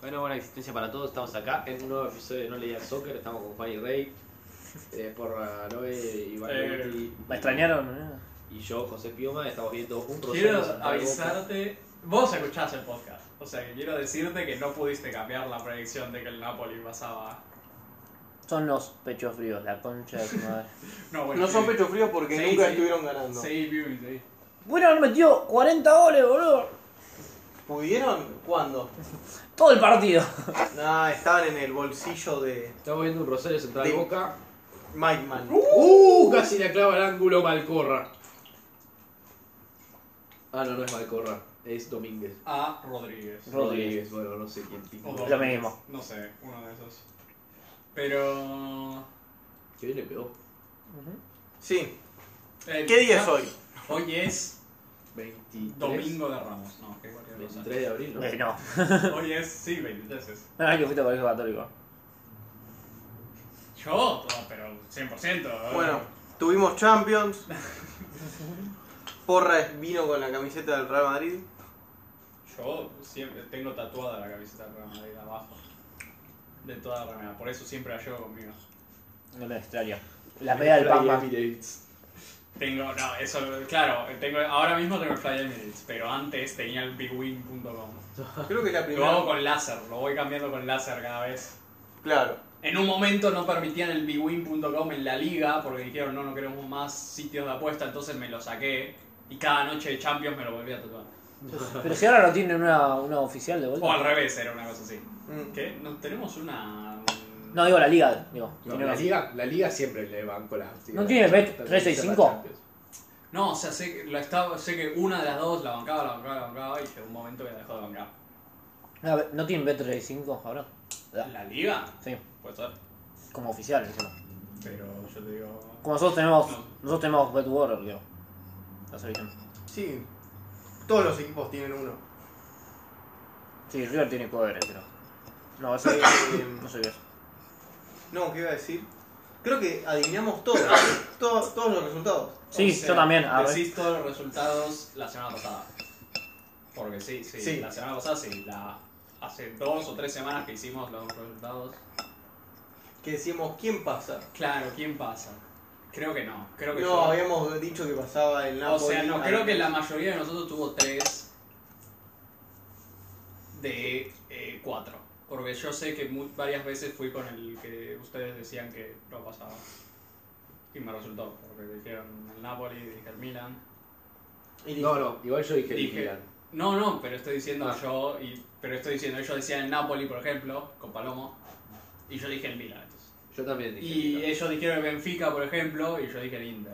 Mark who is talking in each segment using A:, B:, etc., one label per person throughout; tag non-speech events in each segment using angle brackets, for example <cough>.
A: Bueno, buena existencia para todos. Estamos acá en un nuevo episodio de No Leía Soccer. Estamos con Fanny Rey, eh, Porra Noé, Iván
B: Eh,
A: Guti
C: Me extrañaron, ¿eh?
A: y yo, José Pioma. Estamos viendo un
B: Quiero
A: Rosario Central Boca.
B: avisarte, vos escuchás el podcast, o sea que quiero decirte que no pudiste cambiar la predicción de que el Napoli pasaba.
C: Son los pechos fríos, la concha de tu madre.
B: No, bueno,
D: No son
B: sí.
D: pecho frío porque
B: Sí,
D: nunca
B: sí.
D: estuvieron ganando.
B: Seguí, Piumi, seguí.
C: <laughs> Bueno, han metido 40 goles, boludo.
D: ¿Pudieron? ¿Cuándo?
C: Todo el partido.
D: Nah, estaban en el bolsillo de
A: Estamos viendo un Rosario Central
D: De-
A: Boca.
D: Mike Man.
A: ¡Uh! Casi la clava al ángulo Malcorra. Ah, no, no es Malcorra. Es Domínguez.
B: A Rodríguez.
A: Rodríguez, bueno, no sé quién tipo.
B: O dos.
C: Lo mismo.
B: No sé, uno de esos. Pero.
A: Que bien le pegó.
D: Sí.
B: eh,
D: ¿Qué día
B: ya-
D: es hoy?
B: Hoy es
A: 23.
B: Domingo de Ramos. No, qué cualquier cosa.
A: 23 de abril, ¿no?
C: Eh, no.
B: Hoy es, sí, 23 es.
C: No, es que fuiste al colegio católico.
B: Yo, todo, pero 100%. ¿eh?
D: Bueno, tuvimos Champions.
B: <laughs>
D: Porra vino con la camiseta del Real Madrid.
B: Yo siempre tengo tatuada la camiseta de Real Madrid abajo. De toda la remera, por eso siempre la llevo conmigo.
C: No me extraño. La pega del Pacma.
A: Emirates.
B: Tengo, no, eso, claro, tengo, ahora mismo tengo el Fly Emirates, pero antes tenía el bigwin.com.
D: Creo que es la
B: Lo hago
D: primera.
B: con láser, lo voy cambiando con láser cada vez.
D: Claro.
B: En un momento no permitían el bigwin.com en la liga porque dijeron no, no queremos más sitios de apuesta, entonces me lo saqué y cada noche de Champions me lo volví a tatuar.
C: Pero si ahora no tienen una, una oficial de
B: O al
C: vuelta.
B: revés, era una cosa así.
D: Mm.
B: ¿Qué? ¿No tenemos una...?
C: No, digo la liga, digo.
A: No,
C: Tiene
A: la,
C: una-
A: liga, la liga siempre le banco la.
C: ¿No tiene Bet 365?
B: No, o sea, sé que, la estaba, sé que una de las dos la bancaba, la bancaba, la bancaba y llegó un momento que la dejó de bancar.
C: Ah, ¿No tienen B35 ahora?
B: ¿La liga?
C: Sí,
B: Puede ser.
C: como oficial encima.
B: Pero yo te digo.
C: Como nosotros tenemos,
B: No.
C: nosotros tenemos Bet Warrior, digo. La selección.
D: Sí. Todos los equipos tienen uno.
C: Sí, River tiene cover, creo. No, eso <coughs>
D: Eh,
C: no soy eso.
D: no, ¿qué iba a decir? Creo que adivinamos todos. <coughs> Todos, todos los resultados.
C: Sí, yo también, a ver.
B: Decís todos los resultados la semana pasada. Porque sí, sí,
D: Sí.
B: La semana pasada sí. La, hace dos o tres semanas que hicimos los resultados.
D: Que decíamos, ¿quién pasa?
B: Claro, ¿quién pasa? Creo que no. Creo que
D: No,
B: yo.
D: habíamos dicho que pasaba el
B: O
D: Napoli.
B: sea, no,
D: al-
B: creo que la mayoría de nosotros tuvo tres de eh, cuatro. Porque yo sé que mu- varias veces fui con el que ustedes decían que no pasaba. Y me resultó, porque dijeron el Napoli, dije el Milan.
D: Y dije,
A: No, no, igual yo dije, el
B: Dije.
A: Milan.
B: No, no, pero estoy diciendo
A: Ah.
B: yo, y, pero estoy diciendo, ellos decían el Napoli, por ejemplo, con Palomo, y yo dije el Milan. entonces.
A: Yo también dije. el
B: Y
A: Milan.
B: ellos dijeron el Benfica, por ejemplo, y yo dije el Inter.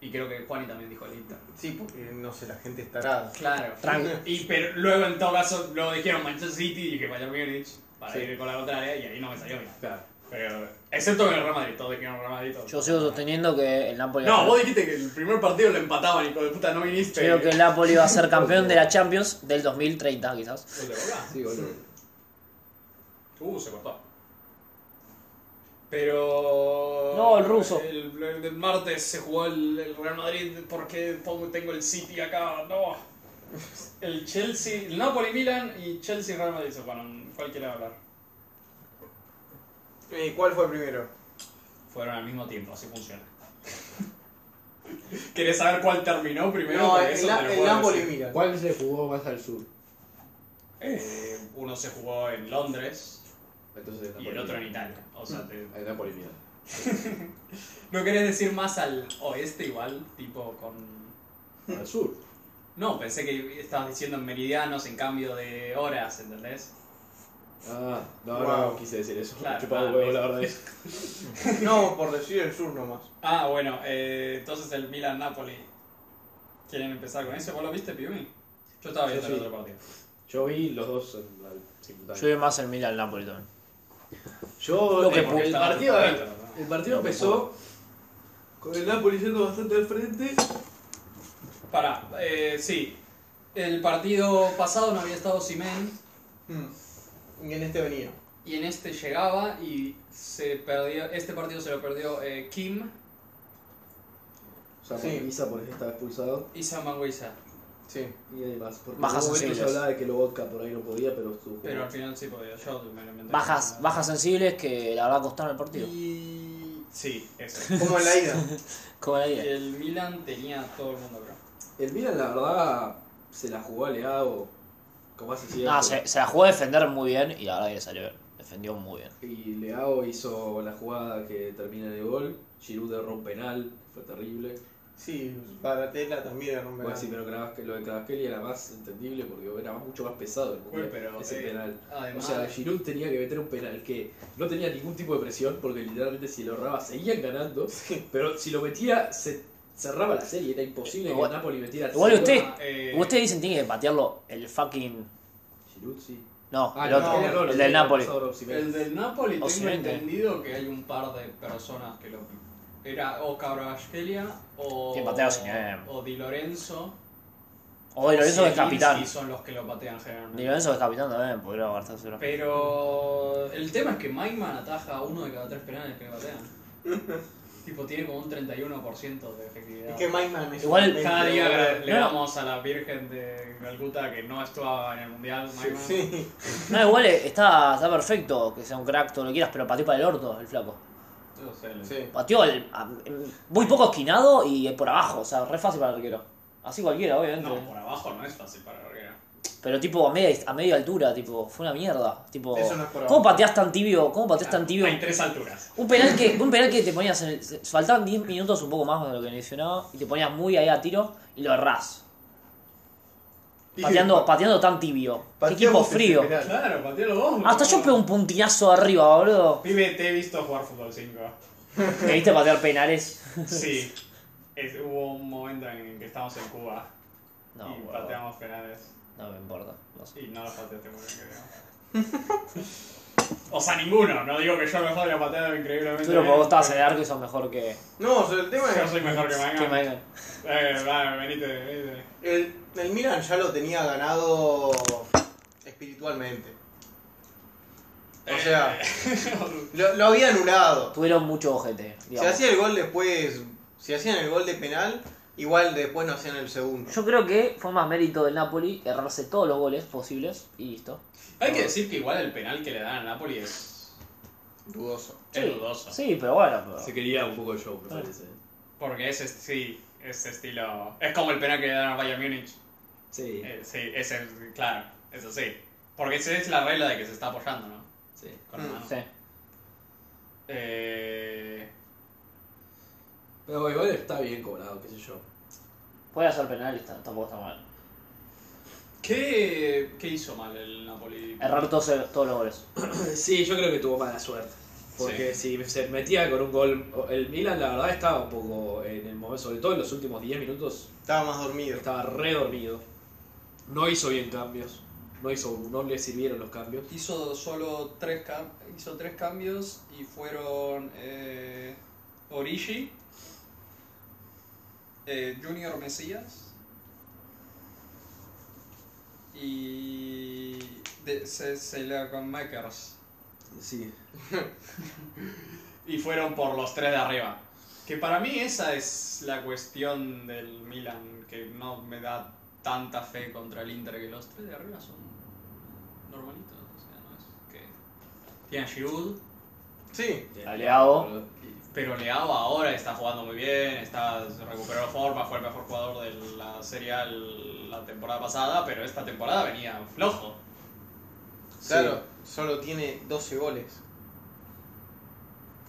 B: Y creo que Juani también dijo el Inter.
D: Sí, porque no sé, la gente estará.
B: Claro.
C: Tranqui.
B: Y pero luego en todo caso, luego dijeron Manchester City y dije Bayern Munich para
A: Sí.
B: ir con la contraria, y ahí no me salió bien.
A: Claro.
B: Pero, excepto con el Real Madrid, todos dijeron Real Madrid. todos.
C: Yo sigo sosteniendo que el Napoli.
B: No, vos dijiste que el primer partido lo empataban, hijo de puta, no viniste.
C: Creo que el Napoli va a ser campeón de la Champions del 2030, quizás.
B: Gol de Boca.
A: Sí, boludo.
B: Uh, se cortó. Pero.
C: No, el ruso.
B: El, el martes se jugó el, el Real Madrid. ¿Por qué pongo- tengo el City acá? No. El Chelsea. El Napoli Milan y Chelsea Real Madrid se jugaron. ¿Cuál quiere hablar?
D: Eh, ¿Cuál fue primero?
B: Fueron al mismo tiempo, así funciona. <laughs> ¿Querés saber cuál terminó primero?
D: No,
B: Porque
D: el,
B: eso te lo
D: el
B: puedo
D: Napoli
E: <laughs>
B: decir.
D: mira.
A: ¿Cuál se jugó más al sur?
B: Eh, uno se jugó en Londres
A: Entonces,
B: y el otro en Italia. O sea, te,
A: El Napoli Milan.
B: ¿No querés decir más al oeste igual? Tipo con...
A: Al sur.
B: No, pensé que estabas diciendo en meridianos en cambio de horas, ¿entendés?
A: Ah, no, no,
D: Wow.
A: no quise decir eso.
B: Claro,
A: Me chupaba
B: ah,
A: un huevo,
B: ves.
A: la verdad. es.
D: No, por decir el sur nomás.
B: Ah, bueno, eh, entonces el Milan-Napoli. ¿Quieren empezar con eso? ¿Vos lo viste, Piumi? Yo estaba
A: Yo
B: viendo el
A: sí.
B: otro partido.
A: Yo vi los dos en- al simultáneo.
C: Yo veo más el Milan al Napoli también.
A: Yo,
C: Lo que
A: eh, porque el
B: estaba
A: partido,
B: en el partido, ¿no?
A: el partido
C: Lo que
A: empezó con el Napoli siendo bastante al frente.
B: Pará, eh, sí. El partido pasado no había estado Simen
D: Y en este venía.
B: y en este llegaba y se perdió... Este partido se lo perdió eh, Kim
A: O sea,
D: Sí.
A: Misa por eso estaba expulsado.
B: y Sam Manguiza.
D: Sí.
E: Y demás. Porque en
C: Bajas
E: un momento se
C: sensibles.
E: hablaba de que Lobotka por ahí no podía, pero estuvo
B: Pero al final sí podía, yo me lo inventé.
C: Bajas, bajas sensibles que la verdad costaron el partido.
B: Y. Sí, eso.
D: Como en la ida.
C: Como la
B: Y
C: idea.
B: el Milan tenía a todo el mundo, bro.
E: El Milan, la verdad, se la jugó a Leao. Como hace siempre.
C: No, Ah, se, se la jugó a defender muy bien y la verdad que le salió bien. Defendió muy bien.
E: Y Leao hizo la jugada que termina en el gol. Giroud derró un penal. Fue terrible.
D: Sí, para Tela también era un
E: Bueno, Pues sí,
D: verano.
E: pero Kravas- lo de Cravasquel era más entendible porque era mucho más pesado el mundial,
B: pero,
E: ese
B: eh,
E: penal. O
B: Además,
E: sea, Giroud tenía que meter un penal que no tenía ningún tipo de presión porque literalmente si lo erraba seguían ganando, pero si lo metía se cerraba la serie, era imposible
C: Eh, Igual-
E: que Napoli metiera
C: igual
E: cero.
C: usted-
B: eh,
C: Ustedes dicen tiene que patearlo el fucking.
E: Giroud sí.
C: No,
E: Ah,
C: el
E: no,
C: otro.
E: no, no, no,
C: el
E: no,
C: del
E: no,
C: Napoli.
E: pasado Osimhen.
B: El del Napoli tengo
C: Osimhen, ¿eh?
B: entendido que hay un par de personas que lo era o Cabrasquelia o
C: Que patea Osimhen.
B: o Di Lorenzo.
C: O Ah, Di Lorenzo
B: o
C: que es capitán.
B: Zielinski son los que lo patean generalmente.
C: Di Lorenzo que es capitán también, podría aguantárselo.
B: Pero el tema es que Maiman ataja a uno de cada tres penales que le patean.
D: <laughs>
B: tipo tiene como un 31% de efectividad.
D: Es que Mikeman es
C: Igual
D: un
B: Cada día
D: veinte,
B: le
C: No, no.
B: damos a la Virgen de Calcuta que no actuaba en el Mundial,
D: Sí,
B: Maiman.
D: sí.
C: No, igual eh, está, está perfecto que sea un crack, todo lo que quieras, pero pateó para el orto el flaco.
B: No sé, le-
D: sí.
C: Pateó al- a- em, muy poco esquinado y por abajo, o sea, re fácil para el arquero. Así cualquiera, obviamente.
B: No, por abajo no es fácil para ¿eh? Herrera.
C: Pero tipo a media, a media altura, tipo, fue una mierda. Tipo,
D: Eso no es por abajo. Ah,
C: ¿Cómo pateás tan tibio? ¿Cómo pateás tan tibio?
B: Hay tres alturas.
C: Un penal que, un penal que te ponías en el, faltaban 10 minutos un poco más de lo que mencionaba y te ponías muy ahí a tiro y lo errás. Pateando, pateando tan tibio. Qué equipo
D: Pateamos ese
C: frío.
D: penal.
B: Claro, patealo vos.
C: Hasta yo pego un puntinazo arriba, boludo.
B: Pibe, te he visto jugar fútbol 5.
C: <laughs> ¿Me viste patear penales?
B: Sí. Es- hubo un momento en que estábamos en Cuba
C: No,
B: y
C: boludo,
B: pateamos penales.
C: no me importa. No sé.
B: Y no los pateaste muy bien, creo. <laughs> o sea, ninguno. No digo que yo mejor haya pateado increíblemente.
C: Pero
B: bien,
C: vos estabas en el
B: pero
C: arco y son mejor que.
D: No, o sea, el tema
B: Yo
D: es.
B: soy mejor que Maigan.
C: que Michael.
B: Eh, vale, venite, venite.
D: El, el Milan ya lo tenía ganado espiritualmente. O sea, lo, lo había anulado.
C: Tuvieron mucho ojete.
D: Si
C: digamos.
D: hacía el gol después, si hacían el gol de penal, igual después no hacían el segundo.
C: Yo creo que fue más mérito del Napoli errarse todos los goles posibles y listo.
B: Hay que decir que igual el penal que le dan al Napoli es,
D: Dudoso.
B: es dudoso.
C: Sí, pero bueno. pero-
E: Se quería un poco de show, me
C: Claro.
E: parece.
B: Porque es, est- sí, es estilo. Es como el penal que le dan a Bayern Múnich.
E: Sí,
B: Eh, sí, ese es, claro, eso sí. Porque esa es la regla de que se está apoyando, ¿no?
E: sí.
B: Con la
D: Mm,
B: mano.
C: Sí.
B: Eh,
E: Pero igual está bien cobrado, qué sé yo.
C: Puede hacer penal y está- tampoco está mal.
B: ¿qué, ¿Qué hizo mal el Napoli?
C: Errar todos, todos los goles.
E: <laughs> Sí, yo creo que tuvo mala suerte. Porque si se metía con un gol, el Milan la verdad estaba un poco en el momento, sobre todo en los últimos 10 minutos,
D: Estaba más dormido.
E: estaba re dormido. No hizo bien cambios, no, hizo, no le sirvieron los cambios.
B: Hizo solo tres, cam- hizo tres cambios y fueron eh, Origi, eh, Junior Mesías y de, se, se le- con Makers.
E: Sí.
B: y fueron por los tres de arriba. Que para mí esa es la cuestión del Milan, que no me da tanta fe contra el Inter, que los tres de arriba son normalitos. O sea, no es que. Tienen Giroud,
D: Sí,
C: Aliado.
B: pero Leao ahora está jugando muy bien, está recuperando forma, fue el mejor jugador de la Serie A la temporada pasada, pero esta temporada venía flojo.
D: claro. Solo tiene 12 goles.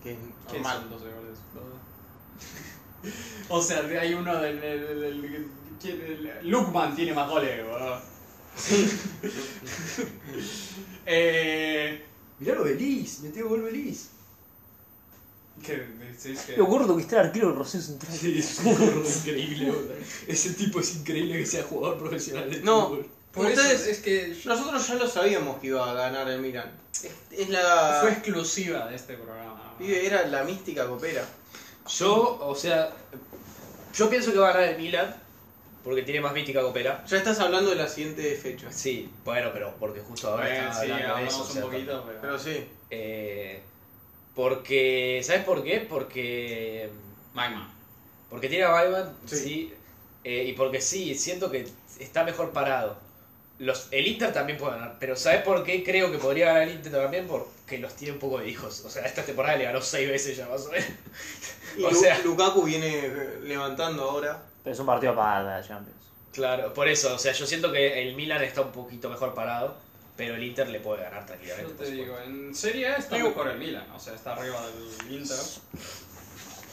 D: Que es
B: ¿Qué
D: normal.
B: son 12 goles? <laughs> o sea, hay uno del. del, del, ¿quién? El- Lukman tiene más goles, boludo. <laughs> eh,
E: Mirá lo Belis, metió gol Belis.
B: ¿Qué decís que.?
C: Lo gordo que está el arquero de Rocío Central.
E: Sí, es un gorro increíble, boludo. Ese tipo es increíble que sea jugador profesional de
D: No.
E: fútbol.
B: Por eso
D: Ustedes-
B: es que yo-
D: Nosotros ya lo sabíamos que iba a ganar el Milan. Es, es la.
B: fue exclusiva de este programa.
D: Pibe, era la mística copera.
E: Yo, o sea, yo pienso que va a ganar el Milan, porque tiene más mítica que opera.
D: Ya estás hablando de la siguiente fecha.
E: Sí, bueno, pero porque justo ahora
B: Bueno,
E: estaba
B: sí,
E: hablando de
B: hablamos
E: eso. o
B: un
E: sea,
B: poquito, pero.
D: Pero sí.
E: eh, porque, ¿sabes por qué? Porque
B: Magma.
E: porque tiene a Bayman,
D: Sí.
E: sí.
F: eh, y porque sí, siento que está mejor parado. Los, el Inter también puede ganar, pero ¿sabes por qué creo que podría ganar el Inter también? Porque los tiene un poco de hijos. O sea, esta temporada le ganó seis veces ya, más o menos.
D: Y
F: O
D: Lu-
F: sea-
D: Lukaku viene eh, levantando ahora.
C: Pero es un partido para la Champions.
F: Claro, por eso, o sea, yo siento que el Milan está un poquito mejor parado, pero el Inter le puede ganar tranquilamente.
E: Este
B: Yo
F: por
B: te
F: supuesto.
B: digo, en Serie A está
D: Digo-
B: mejor el Milan, o sea, está arriba del Inter,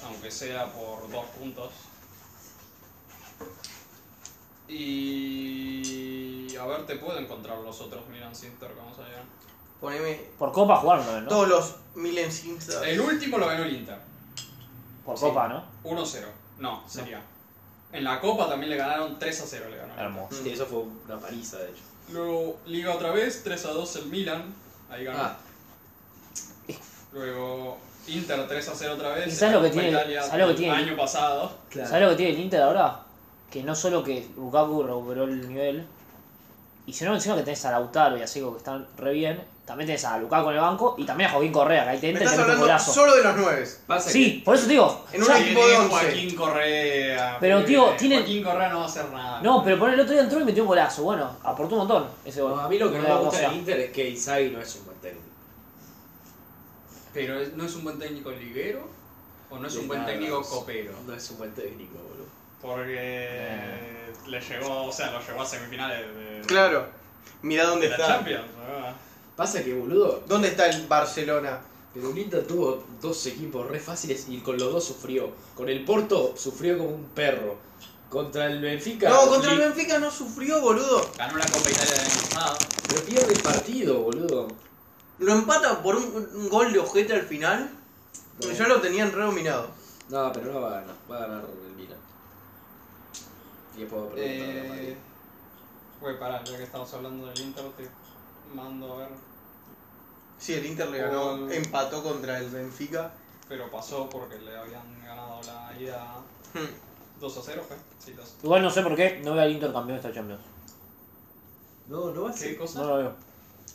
B: aunque sea por dos puntos. Y a ver, te puedo encontrar los otros Milan Inter, ¿cómo se llaman?
D: Poneme
C: Por Copa jugaron también, ¿no?
D: todos los Milan Sinsas.
B: El último lo ganó el Inter,
C: Por
B: sí.
C: Copa, ¿no?
B: 1-0. No, sería. En la Copa también le ganaron 3-0, le ganó. el Inter.
C: Hermoso.
A: Sí, eso fue una paliza, de hecho.
B: Luego Liga otra vez, 3 a 2 el Milan. Ahí ganó.
A: Ah.
B: Luego Inter 3 a 0 otra vez.
C: ¿Y sabes lo que
B: Copa
C: tiene-
B: Italia
C: sabes lo que
B: del
C: tiene?
B: año pasado.
C: ¿Sabes lo que tiene el Inter ahora? Que no solo que Lukaku recuperó el nivel, y sino, sino que tenés a Lautaro y a Seco que están re bien, también tenés a Lukaku en el banco y también a Joaquín Correa, que ahí te
D: Me
C: entra y
D: estás
C: te mete un
D: hablando
C: golazo.
D: solo de los nueve.
A: Pasa
C: Sí, por eso te digo.
D: En un
C: ya-
D: equipo- Tipo de once.
B: Joaquín Correa.
C: Pero,
B: pibe,
C: tío, tienen-
B: Joaquín Correa no va a hacer nada.
C: No, pero por el otro día entró y metió un golazo. Bueno, aportó un montón ese
A: que-
C: gol.
A: No, a mí lo que no me
C: O
A: gusta
C: sea,
A: del Inter es que Isai no es un buen técnico.
B: Pero es- no es un buen técnico liguero o no es un
A: De
B: buen
A: nada,
B: técnico
A: es-
B: copero.
A: No es un buen técnico, boludo.
B: Porque le llegó, o sea, lo llevó a semifinales de,
D: Claro. Mirá
B: de
D: dónde
B: la
D: está.
B: Champions. ¿verdad?
E: Pasa que, boludo,
D: ¿Dónde está el Barcelona?
E: pero el Inter tuvo dos equipos re fáciles y con los dos sufrió. Con el Porto sufrió como un perro. Contra el Benfica.
D: No, contra el
E: li-
D: Benfica no sufrió, boludo.
B: Ganó la Copa Italia del año pasado.
E: Pero pierde el partido, boludo.
D: Lo empatan por un, un gol de ojete al final.
E: No.
D: Ya lo tenían re dominado.
E: No, pero no va a ganar. Va a ganar el Milan. Y después va a preguntar a
B: Eh,
E: Madrid.
B: Güey, pará, ya que estamos hablando del Inter, te mando a ver.
D: Sí, el Inter le ganó,
B: Oh.
D: empató contra el Benfica.
B: Pero pasó porque le habían ganado la ida
D: Hmm.
B: 2 a 0, ¿fue? Sí, 2.
C: Igual no sé por qué no veo al Inter campeón de esta Champions.
E: No, Ah, no va a
B: ¿Qué
E: ser.
B: cosa?
C: No lo veo.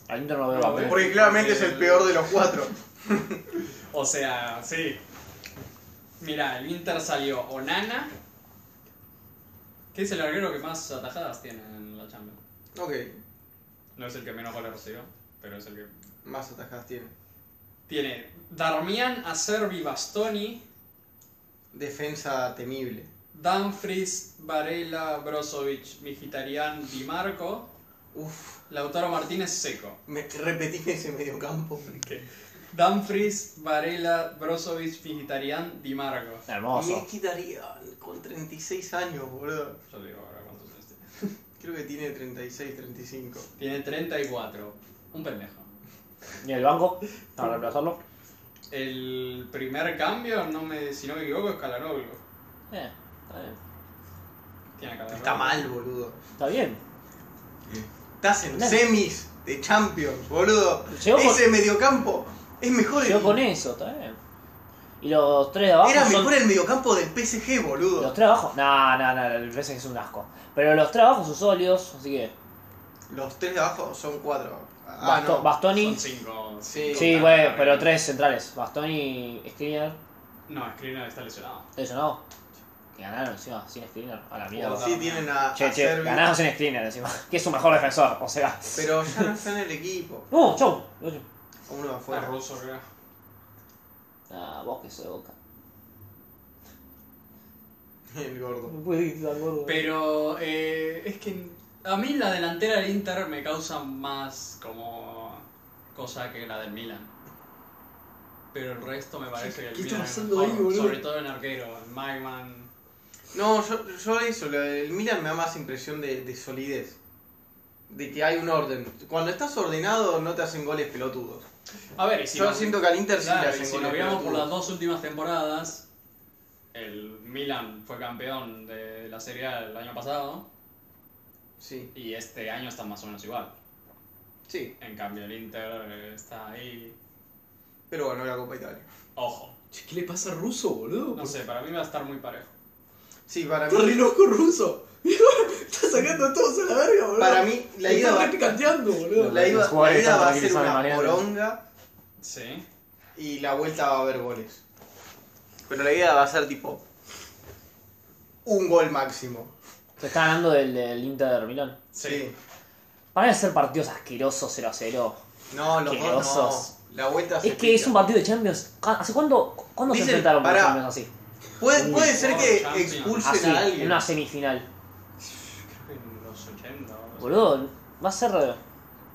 C: Al Inter no lo veo
B: No,
C: campeón.
D: Porque claramente es el peor de los cuatro.
B: O sea, sí. Mira, el Inter salió Onana, que es el larguero que más atajadas tiene en la Champions.
D: <laughs> Ok,
B: No es el que menos goles recibió, pero es el que...
D: más atajadas tiene.
B: Tiene Darmian, Acerbi, Bastoni,
D: Defensa temible.
B: Danfries, Varela, Brozovic, Mkhitaryan, Di Marco,
D: Uf,
B: Lautaro Martínez, Seco.
D: me repetí ese mediocampo.
B: Danfries, Varela, Brozovic, Mkhitaryan, Di Marco.
D: Me
C: Hermoso.
D: quitaría con 36 años, boludo.
B: Yo digo ahora cuántos años tiene.
D: Creo que tiene 36, 35.
B: Tiene 34. Un pendejo.
C: ¿Y el banco? Para reemplazarlo.
B: El primer cambio, no me, si no me equivoco, es Calanoglu.
C: Eh, está bien.
B: Tiene Calanoglu.
D: Está mal, boludo.
C: Está bien.
D: Estás en
C: Claro.
D: semis de Champions, boludo.
C: Llegó con-
D: Ese mediocampo es mejor
C: Yo
D: el...
C: con eso, está bien. Y los tres de abajo.
D: Era
C: son-
D: mejor el mediocampo del PSG,
C: Los
D: boludo.
C: tres abajo. No, no, no, el PSG es un asco. Pero los tres abajo son sólidos, así que.
D: Los tres de abajo son cuatro. Ah,
C: Basto-
D: no.
C: Bastoni.
B: Son 5.
D: Sí.
C: Sí, güey, pero tres centrales. Bastoni, Skriniar.
B: No, Skriniar está lesionado.
C: Eso no. Que ganaron encima, sin Skriniar. A la mierda.
D: Sí, tienen a,
C: Che,
D: a
C: che,
D: Servi,
C: ganaron sin Skriniar encima. <laughs> Que es su mejor defensor, o sea.
D: pero ya no está en el equipo.
C: No, chau.
D: Uno
B: Fue
D: afuera.
B: ruso, creo.
C: Ah, vos que sos de boca.
D: El gordo.
B: Pero eh, es que a mí la delantera del Inter me causa más como cosa que la del Milan. Pero el resto me parece que el
E: ¿Qué
B: Milan
E: estás
B: es
E: haciendo
B: mejor,
E: ahí, boludo?
B: sobre todo en arquero, en Magman.
D: No, yo, yo eso, lo del Milan me da más impresión de, de solidez. De que hay un orden. Cuando estás ordenado no te hacen goles pelotudos.
B: A ver, y si
D: yo
B: lo-
D: siento que al Inter sí
B: claro,
D: le
B: y
D: hacen
B: si
D: goles
B: lo miramos por
D: pelotudos.
B: las dos últimas temporadas, el Milan fue campeón de la Serie A el año pasado
D: Sí,
B: y este año está más o menos igual.
D: sí.
B: En cambio el Inter eh, está ahí,
D: Pero ganó la Copa Italia.
B: ojo.
E: Che, ¿Qué le pasa a Russo, boludo?
B: No sé, para mí va a estar muy parejo.
D: Sí, para
E: Está re
D: mí.
E: loco Russo. <laughs> Está sacando a todos a la verga, boludo.
D: Para mí, la
E: Está
D: ida va,
E: re picanteando, boludo.
D: la ida-
C: Los jugadores
D: la ida
C: están
D: va a ser
C: tranquilizados de
D: una
C: manera, ¿no?
D: poronga
B: Sí.
D: y la vuelta va a haber goles. Pero la ida va a ser tipo. Un gol máximo.
C: Se está ganando del, del Inter de Milán.
D: Sí.
C: Van a ser partidos asquerosos 0 a 0.
D: No, los
C: Asquerosos.
D: dos no. La vuelta se
C: Es que es
D: pica.
C: un partido de Champions. ¿Cu- ¿Hace cuándo, cu- cuándo se
D: Dicen,
C: enfrentaron por
D: pará.
C: Champions así?
D: Puede, puede ser que
B: Champions.
D: expulsen
C: Así,
D: a
C: en
D: alguien.
C: Ah, una semifinal.
B: Creo que en los 80 o algo así.
C: Boludo, va a ser.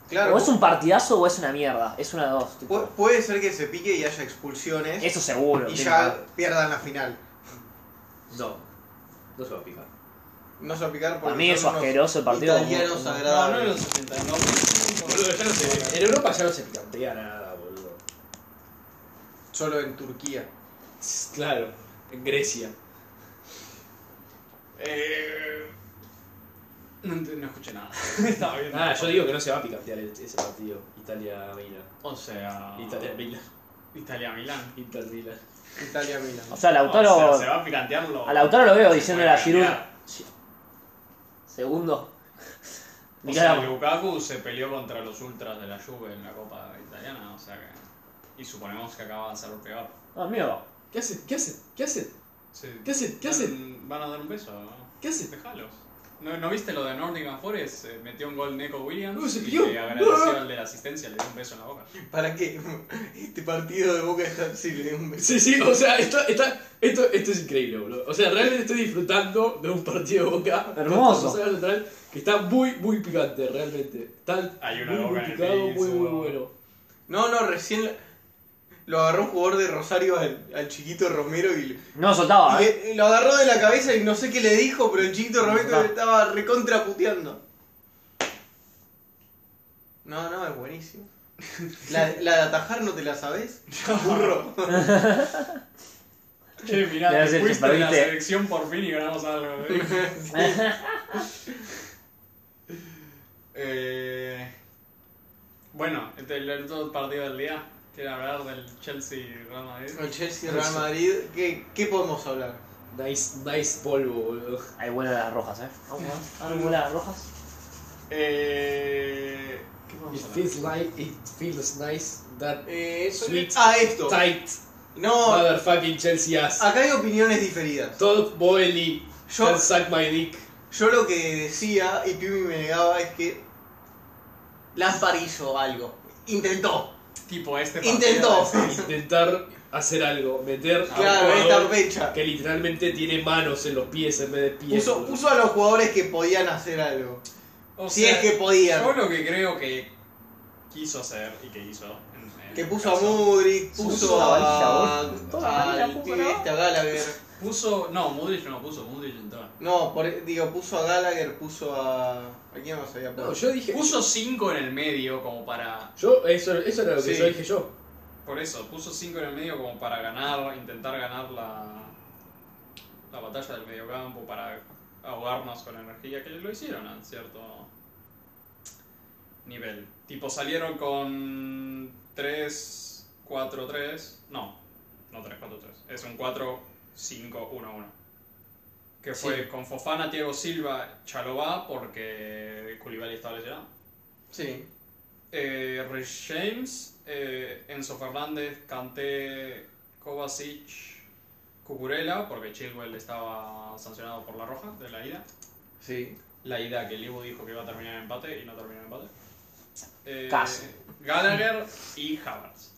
D: Claro.
C: O es un partidazo o es una mierda. Es una de dos. tipo.
D: pu- Puede ser que se pique y haya expulsiones
C: Eso seguro.
D: y
C: tiene que
D: ya
C: haber.
D: pierdan la final.
E: No, no se va a picar.
D: No se va a picar por
C: Para mí eso asqueroso el partido.
D: Italianos
B: Ah, No, no en
D: agradables.
B: los 80, en 2005.
E: Boludo, ya no se- en Europa ya no se picantea nada, boludo.
D: Solo en Turquía.
E: Claro, en Grecia.
B: Eh, No, ent- no escuché nada. <laughs> Estaba bien.
E: Nada, Ah, yo digo que no se va a picantear el- ese partido. Italia-Milan.
B: O sea.
E: <laughs> Italia-Milan.
B: Italia-Milán.
E: Inter-Milan.
D: Italia, Milan.
C: O sea, Lautaro.
B: O sea, se va a picantearlo.
C: A Lautaro lo veo
B: Se
C: diciéndole
B: puede
C: a Giroud.
B: picantear.
C: Segundo. <laughs>
B: O sea,
C: Mirá,
B: Lukaku se peleó contra los ultras de la Juve en la Copa Italiana. O sea que. Y suponemos que acaba de ser peor.
C: ah, mierda.
E: ¿Qué hace? ¿Qué hace? ¿Qué hace?
B: Sí.
E: ¿Qué hace? ¿Qué
B: Van-
E: hace?
B: Van a dar un beso, ¿no?
E: ¿Qué hace?
B: Dejalos. ¿No, ¿No viste lo de Nottingham Forest? Eh, metió un gol Neko Williams
E: No, se
B: y
E: pilló.
B: le agradeció
E: No, no.
B: al de la asistencia, le dio un beso en la boca.
D: ¿Para qué? <laughs> Este partido de Boca está sí, le dio un beso.
E: Sí, sí, o sea, está, está, esto, esto es increíble, boludo. O sea, realmente estoy disfrutando de un partido de boca.
B: <laughs>
E: contra
C: Hermoso.
E: Rosario Central que está muy, muy picante, realmente. Está
B: Hay una
E: muy,
B: boca
E: muy
B: en el
E: picado, muy,
B: piso.
E: muy bueno.
D: No, no, recién la- lo agarró un jugador de Rosario al, al chiquito Romero y,
C: No lo soltaba,
D: y
C: ¿eh?
D: le- lo agarró de la cabeza y no sé qué le dijo, pero el chiquito Romero le estaba recontraputeando. No, no, es buenísimo. La, la de atajar no te la sabes, burro.
B: Che, mirá,
C: Le vas a
B: te
C: decir,
B: fuiste de la
C: perdiste.
B: selección por fin y ganamos algo. ¿eh? <laughs> Eh, bueno, este el otro partido del día. Quiero hablar del Chelsea Real Madrid.
D: El Chelsea Real Madrid, ¿qué, qué podemos hablar?
E: Nice, nice polvo, boludo.
C: Hay buenas las rojas, ¿eh?
D: Ah,
C: Hay buenas las rojas.
B: Eh, ¿Qué
E: It
B: vamos a hablar?
E: feels like, it feels nice that
D: Eh, eso-
E: Sweet.
D: Ah, esto.
E: tight
D: No,
E: motherfucking Chelsea ass.
D: acá hay opiniones diferidas.
E: Todd Boehly
D: Yo-
E: can suck my dick.
D: Yo lo que decía y Piumi me negaba es que Lampard hizo algo. Intentó.
B: Tipo este partido.
D: Intentó.
B: es-
E: Intentar hacer algo, meter a un
D: Claro, esta
E: jugador
D: fecha.
E: que literalmente tiene manos en los pies en vez de pies.
D: Puso,
E: boludo.
D: puso a los jugadores que podían hacer algo.
B: o
D: Si
B: sea,
D: es que podían.
B: Yo lo que creo que quiso hacer y que hizo. en el
D: Que puso a
B: caso,
D: Mudrik,
C: Puso
D: puso
C: la varilla,
D: a.
C: boludo. Toda la varilla
D: al
C: puso,
D: pibe
C: ¿no?
D: este, a Gallagher.
B: Puso. No, Mudrich no puso, Mudrich entró.
D: No, por- digo, puso a Gallagher, puso a. ¿A quién más había puesto?
E: No, yo dije.
B: Puso 5 en el medio como para.
E: Yo, eso, eso era lo que
D: Sí.
E: yo dije yo.
B: Por eso, puso 5 en el medio como para ganar, intentar ganar la, la batalla del mediocampo, para ahogarnos con energía, que lo hicieron a cierto nivel. Tipo, salieron con 3, 4, 3, no, no 3, 4, 3, es un 4, 5, 1, 1. Que fue con Fofana, Thiago Silva, Chalobá, porque Koulibaly estaba lesionado.
D: Sí.
B: Eh, Rich James, eh, Enzo Fernández, Kanté, Kovacic, Cucurella, porque Chilwell estaba sancionado por la roja de la ida.
D: Sí.
B: La ida que Libu dijo que iba a terminar en empate y no terminó en empate. Eh,
C: Casi.
B: Gallagher y Havertz.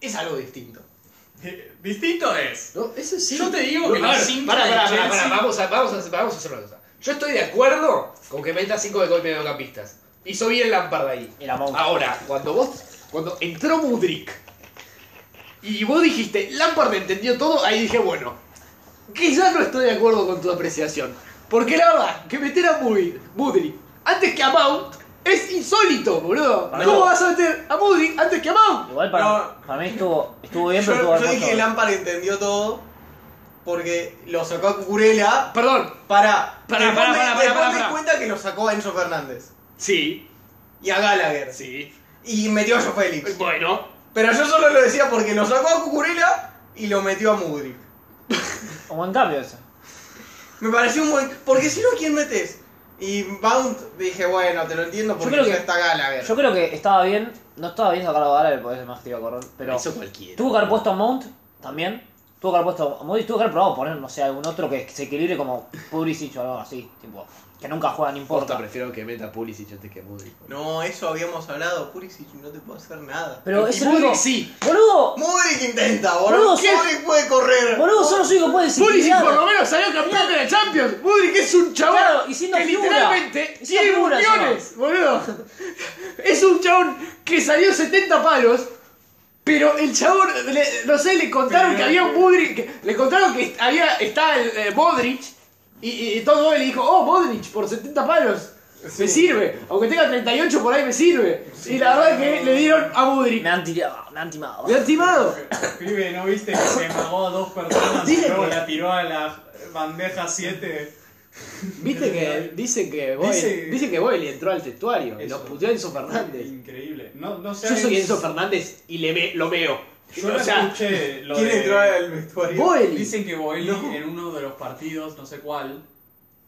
D: Es algo distinto.
B: <laughs> Distinto es.
E: No, eso sí.
B: Yo te digo que
E: No,
B: los
E: a ver,
B: cinco
F: Pará,
B: de
F: pará, pará,
B: Chelsea-
F: pará, vamos a, vamos, a, vamos a hacer una cosa. Yo estoy de acuerdo con que meta 5 de gol mediocampistas. Hizo bien Lampard ahí.
C: Era
D: Ah,
C: monstruo.
F: Ahora, cuando vos, cuando entró Mudrik y vos dijiste, Lampard entendió todo, ahí dije, bueno, quizás no estoy de acuerdo con tu apreciación. Porque la verdad, que meter a Mudrik, Mudrik antes que a Mount es insólito, boludo.
C: Para
F: ¿Cómo
C: vos.
F: vas a meter a Mudrik antes que a Mount?
C: Igual para,
D: No.
C: para mí estuvo, estuvo bien, pero estuvo
D: Yo, yo
C: hermoso.
D: dije que Lampard entendió todo porque lo sacó a Cucurella
F: Perdón,
D: Para,
F: Pará,
D: después
F: pará,
D: me-
F: pará,
D: después
F: pará,
D: me
F: pará.
D: di cuenta que lo sacó a Enzo Fernández
F: sí,
D: y a Gallagher
F: sí,
D: y metió a Joe Félix.
F: bueno.
D: Pero yo solo lo decía porque lo sacó a Cucurella y lo metió a Mudrik.
C: Un buen cambio eso.
D: Me pareció un buen. Porque si no, ¿quién metes? Y Mount dije, bueno, te lo entiendo porque
C: creo
D: ya
C: que-
D: está Gallagher.
C: Yo creo que estaba bien. No estaba bien sacarlo a Gallagher porque es el más que iba a correr. Pero
F: cualquiera.
C: tuvo que haber puesto a Mount también. Tuvo que haber puesto. Modric tuvo que haber probado poner, no sé, algún otro que se equilibre como Pulisic o algo así. Tipo, que nunca juega, no
E: Posta,
C: importa.
E: prefiero que meta Pulisic antes que Mudrik.
D: No, eso habíamos hablado, Pulisic, no te puedo hacer nada.
C: Pero es
E: Y
C: el único.
E: Mudrik sí.
C: ¡Boludo!
D: Mudrik intenta,
C: Boludo,
D: boludo.
C: sos-
D: Mudrik puede correr.
C: ¡Boludo! Solo soy que puede decir.
E: Pulisic por lo menos salió campeón de la Champions. Mudrik es un chaval
C: Claro, y siendo
E: que
C: figura.
E: literalmente
C: Y siendo
E: tiene
C: figura encima.
E: millones, boludo. Es un chabón que salió 70 palos. Pero el chabón, le- no sé, le contaron
B: Pero-
E: que había un Mudrik, que- le contaron que había, está el eh, Modric, y, y- y todo él le dijo, oh, Modric, por 70 palos, me sirve, aunque tenga 38 por ahí me sirve. Y la verdad que le dieron a Modric,
C: Me han tirado, me han timado.
E: le han timado.
B: Pibe, ¿no viste que se magó a dos personas y
E: Dile
B: luego
E: que-
B: la tiró a la bandeja 7? <laughs>
E: Viste que dicen que Boyle,
B: Dice-
E: dicen que Boyle entró al testuario y
B: Eso.
E: lo puteó Enzo Fernández.
B: Increíble. No, no sé.
E: Yo soy Enzo Fernández y le ve- lo veo.
B: Yo no
E: o sea,
B: escuché lo
D: ¿Quién
B: de...
D: entró al vestuario?
E: Boyle.
B: Dicen que Boeli
D: No.
B: en uno de los partidos, no sé cuál,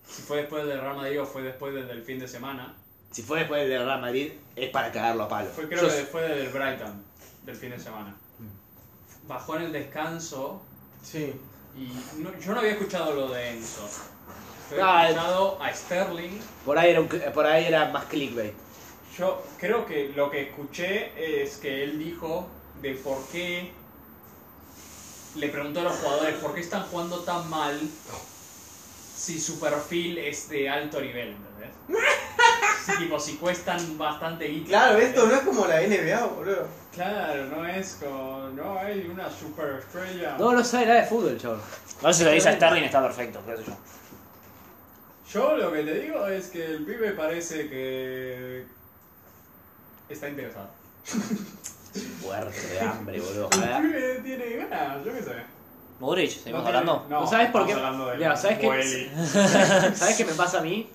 B: si fue después del Real Madrid o fue después del del fin de semana,
E: Si fue después del Real Madrid, es para cagarlo a palo.
B: fue creo
E: Yo-
B: que después del Brighton, del fin de semana.
D: Mm.
B: Bajó en el descanso
D: Sí.
B: y no- yo no había escuchado lo de Enzo. Yo
E: Ah,
B: había escuchado a Sterling.
E: por, ahí era un- por ahí era más clickbait.
B: Yo creo que lo que escuché es que él dijo de por qué le preguntó a los jugadores por qué están jugando tan mal si su perfil es de alto nivel, ¿entendés? Sí, tipo, si cuestan bastante guita.
D: Claro, esto
B: ¿entendés?
D: no es como la NBA, boludo.
B: Claro, no es como. No hay una superestrella.
E: No, no sabe nada de fútbol, chaval.
C: No sé si lo dice a Sterling, está perfecto, qué sé yo.
B: Yo lo que te digo es que el pibe parece que. está interesado.
E: Fuerte de hambre, boludo.
B: El pibe tiene ganas, yo qué sé.
C: Modric, seguimos
B: No tiene-
C: hablando.
B: No,
E: ¿Sabes por
B: estamos
E: qué?
B: hablando de
E: Mira, ¿sabes qué?
B: Boeli.
E: ¿Sabes qué me pasa a mí?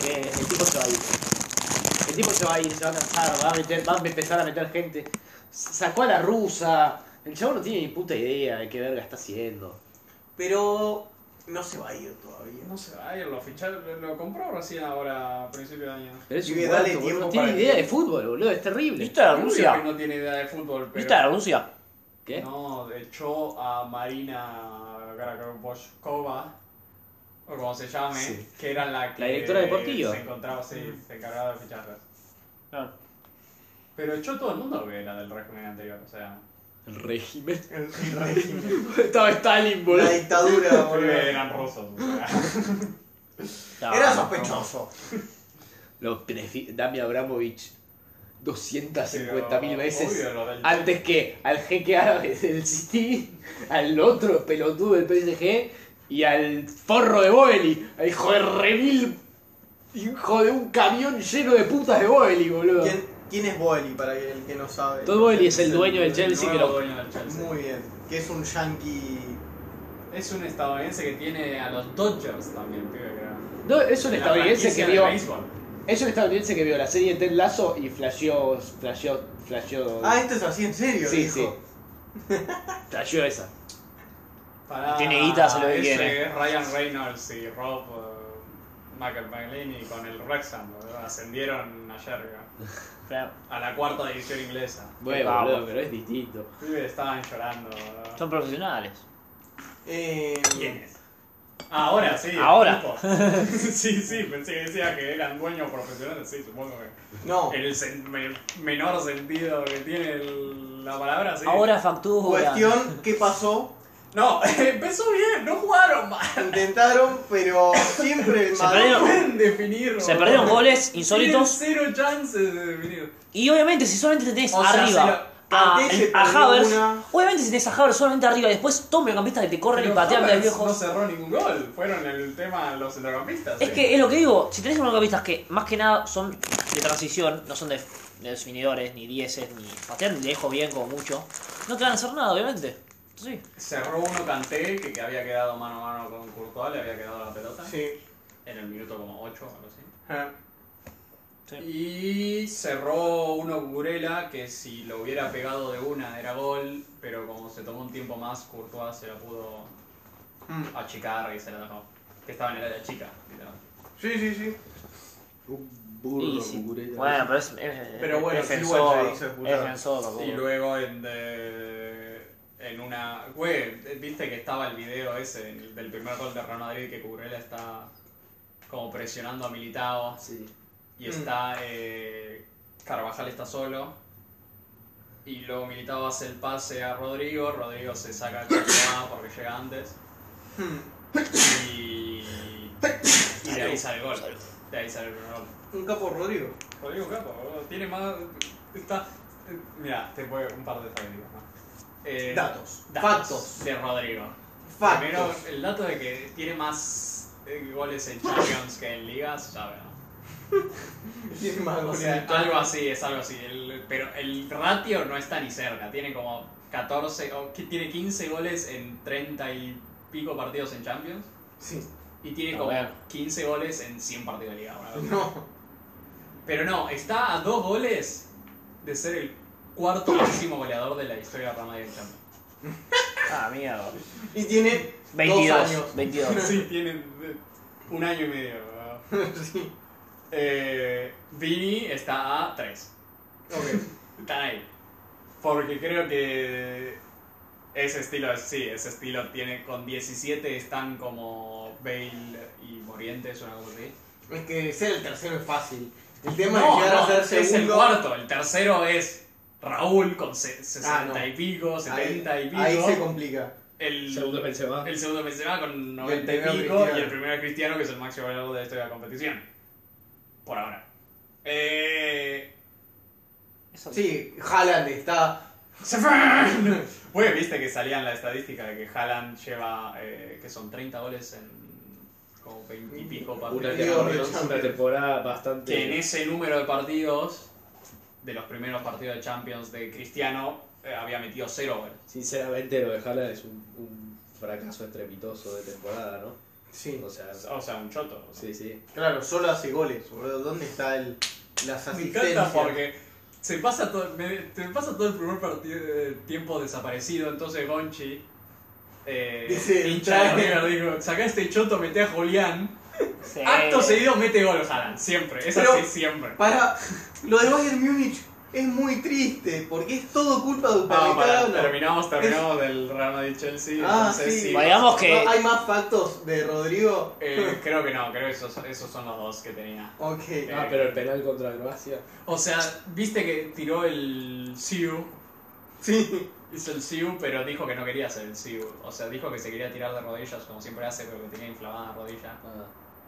E: Que el tipo se va a ir. El tipo se va a ir, se va a cansar, va a, meter, va a empezar a meter gente. S- Sacó a la rusa. El chavo no tiene ni puta idea de qué verga está haciendo.
D: Pero no se va a ir todavía.
B: No se va a ir, lo ficharon, lo compró recién ahora, a principio de año.
E: Pero es
D: Y
E: un
D: que dale
E: guato, boludo,
D: tiempo
E: No tiene
D: para
E: idea
D: que-
E: de fútbol, boludo. Es terrible.
C: ¿Viste a
B: Rubio,
C: Rusia?
B: que no tiene idea de fútbol, pero...
C: ¿Viste a Rusia?
E: ¿Qué?
B: No, echó a Marina Garakoboshkova, o como se llame,
E: Sí.
B: que era la que...
E: La directora de Portillo.
B: Se encontraba, sí, se encargaba de ficharlas.
C: Ah.
B: Pero echó todo el mundo que era del régimen anterior, o sea...
E: El régimen.
B: <laughs> El régimen.
E: <laughs> Estaba Stalin,
D: La
E: boludo.
B: <laughs>
D: dictadura, boludo.
B: eran rusos, o sea...
E: <laughs>
D: Era sospechoso.
E: Lo prefi- Dami Abramovich. 250.000
B: Pero,
E: veces.
B: obvio, lo del-
E: Antes que al jeque árabe del City, al otro pelotudo del PSG y al forro de Boeli. Al hijo de Remil. Hijo de un camión lleno de putas de Boeli, boludo.
D: ¿Quién, quién es Boeli para el que no sabe?
E: Todd Boeli es el dueño del
B: el
E: Chelsea que
B: nuevo
E: lo.
B: dueño del Chelsea.
D: Muy bien. Que es un yankee.
B: Es un estadounidense que tiene a los Dodgers también, pibe, que era.
E: No, es un
B: la
E: estadounidense
B: franquicia
E: que
B: del
E: vio.
B: béisbol.
E: Es un estadounidense que vio la serie de Ted Lasso y flasheó. flasheó. flasheó.
D: Ah, esto es así en serio,
E: Sí,
D: dijo.
E: sí. Flasheó esa.
B: Para
C: Tiene guita, se lo que
B: ese
C: quiere.
B: es Ryan Reynolds y Rob eh, McElhaney con el Wrexham, ¿verdad? ascendieron ayer ¿no? a la cuarta división inglesa.
E: Bueno, boludo, pero es distinto.
B: Pibe, estaban llorando. ¿verdad?
C: Son profesionales.
D: Eh,
B: ¿Quién es? Ah, Ahora sí. el
C: Ahora.
B: tipo. <laughs> sí, sí, pensé que decía que eran dueños profesionales, sí, supongo que.
D: No.
B: En el sen- me- menor sentido que tiene el- la palabra, sí.
C: Ahora factura.
D: Cuestión, ¿qué pasó?
B: No, <laughs> empezó bien, no jugaron mal.
D: Intentaron, pero siempre el
C: Se
D: Madrid.
C: perdieron.
B: Pueden definirlo.
C: Se perdieron goles insólitos.
B: Tienen cero chances de definir.
C: Y obviamente, si solamente tenés
B: O sea, se
C: arriba
B: lo-
C: a,
D: Kanté se
C: a
D: perdió
C: Havers,
D: una.
C: obviamente, si tenés a Havers solamente arriba, y después todo mediocampista que te corre y
B: Pero
C: patean de
B: Havertz
C: viejo.
B: No cerró ningún gol. Fueron el tema los centrocampistas.
C: Es
B: ¿eh?
C: que es lo que digo, si tenés mediocampistas que más que nada son de transición, no son de, de definidores, ni dieces, ni patean de lejos bien como mucho, no te van a hacer nada, obviamente. Sí.
B: Cerró uno Canté, que, que había quedado mano a mano con Courtois, le había quedado la pelota.
D: Sí.
B: En el minuto como 8 o algo así.
D: Ah.
B: Y cerró uno Gurela, que si lo hubiera pegado de una era gol, pero como se tomó un tiempo más, Courtois se la pudo
D: Mm.
B: achicar y se la dejó. Que estaba en el área chica, literalmente.
D: Sí, sí, sí.
G: Un
C: Y
G: burro,
C: sí.
G: gurela.
C: Bueno, pero es, es-
D: Pero bueno,
C: es
D: sí,
C: defensor,
D: igual se hizo
C: es
D: expulsar.
C: defensor,
B: Y
C: boludo.
B: luego en, de- en una. Güey, viste que estaba el video ese en- del primer gol de Real Madrid que Cubrela está como presionando a Militao
E: Sí.
B: y está. eh, Carvajal está solo. Y luego Militao hace el pase a Rodrigo, Rodrigo se saca el Courtois porque llega antes.
D: Hmm.
B: Y. Y de ahí sale el gol. De ahí sale el primer gol.
D: Un capo Rodrigo.
B: Rodrigo Capo, boludo, tiene más. Está. Mira, te voy a un par de estadísticas más. Eh,
D: Datos. Factos.
B: De Rodrigo.
D: Factos.
B: Primero, el dato de que tiene más eh, goles en Champions que en Ligas, ya verás.
D: Tiene más
B: O
D: goles.
B: sea, algo
D: ah,
B: así, es algo así. El- pero el ratio no está ni cerca. Tiene como 14, o que tiene 15 goles en 30 y pico partidos en Champions.
D: Sí.
B: Y tiene
C: A
B: como
C: ver.
B: 15 goles en 100 partidos de Liga. una cosa así.
D: <laughs> No.
B: Pero no, está a dos goles de ser el cuarto máximo goleador de la historia de Real Madrid en Champions.
C: Ah, mierda.
D: Y tiene
C: 22.
D: dos años.
C: 22.
B: <laughs> Sí, tiene un año y medio. <laughs> ¿verdad?
D: sí.
B: Eh, Vini está a tres. <laughs>
D: Ok.
B: Están ahí. Porque creo que ese estilo, es- sí, ese estilo tiene con 17 están como Bale y Morientes, una cosa así.
D: Es que ser el tercero es fácil. El tema
B: No,
D: es llegar
B: no,
D: a ser
B: es
D: segundo.
B: el cuarto, el tercero es Raúl con se- 60
D: no.
B: y pico, 70
D: ahí,
B: y pico.
D: ahí se complica.
B: el
E: Segundo Benzema.
B: El segundo Benzema con 90
D: primero
B: y pico
D: Cristiano.
B: y el primero es Cristiano, que es el máximo goleador de la historia de la competición. Por ahora. Eh...
C: Eso-
D: Sí, Haaland está.
B: ¡Se <laughs> fue! Güey, viste que salían la estadística de que Haaland lleva, eh, que son 30 goles en como 20 y pico
E: Una,
B: partidos.
D: Dios,
E: temporada-
D: Champions.
E: una temporada bastante.
B: Que en ese número de partidos, de los primeros partidos de Champions de Cristiano, eh, había metido 0 goles.
E: Sinceramente, lo de Haaland es un, un fracaso estrepitoso de temporada, ¿no?
D: Sí.
E: O sea,
B: O sea, un choto. ¿no?
E: sí, sí.
D: Claro, solo hace goles, boludo. ¿Dónde está el, las
B: Me
D: asistencias?
B: encanta porque se pasa todo, me- te pasa todo el primer partido, eh, tiempo desaparecido, entonces Gonchi, eh,
D: Dice,
B: hincha de
D: trae-
B: River, dijo, sacá este choto, mete a Julián,
C: Sí.
B: acto seguido mete gol Haaland, siempre, es
D: Pero-
B: así siempre.
D: Para. Lo del Bayern Múnich es muy triste porque es todo culpa de
B: Vamos, para-
D: Upamecano.
B: terminamos, terminamos del Real Madrid Chelsea,
D: Ah,
B: entonces
D: sí.
B: sí,
C: Vaya- Digamos que-
D: ¿No ¿Hay más factos de Rodrigo?
B: eh, creo que no, creo que esos, esos son los dos que tenía.
D: Ok.
E: Ah, pero el penal contra Croacia.
B: O sea, viste que tiró el Siu,
D: Sí.
B: Hizo el Siu, pero dijo que no quería hacer el Siu. O sea, dijo que se quería tirar de rodillas, como siempre hace, pero que tenía inflamada la rodilla.
E: Ah.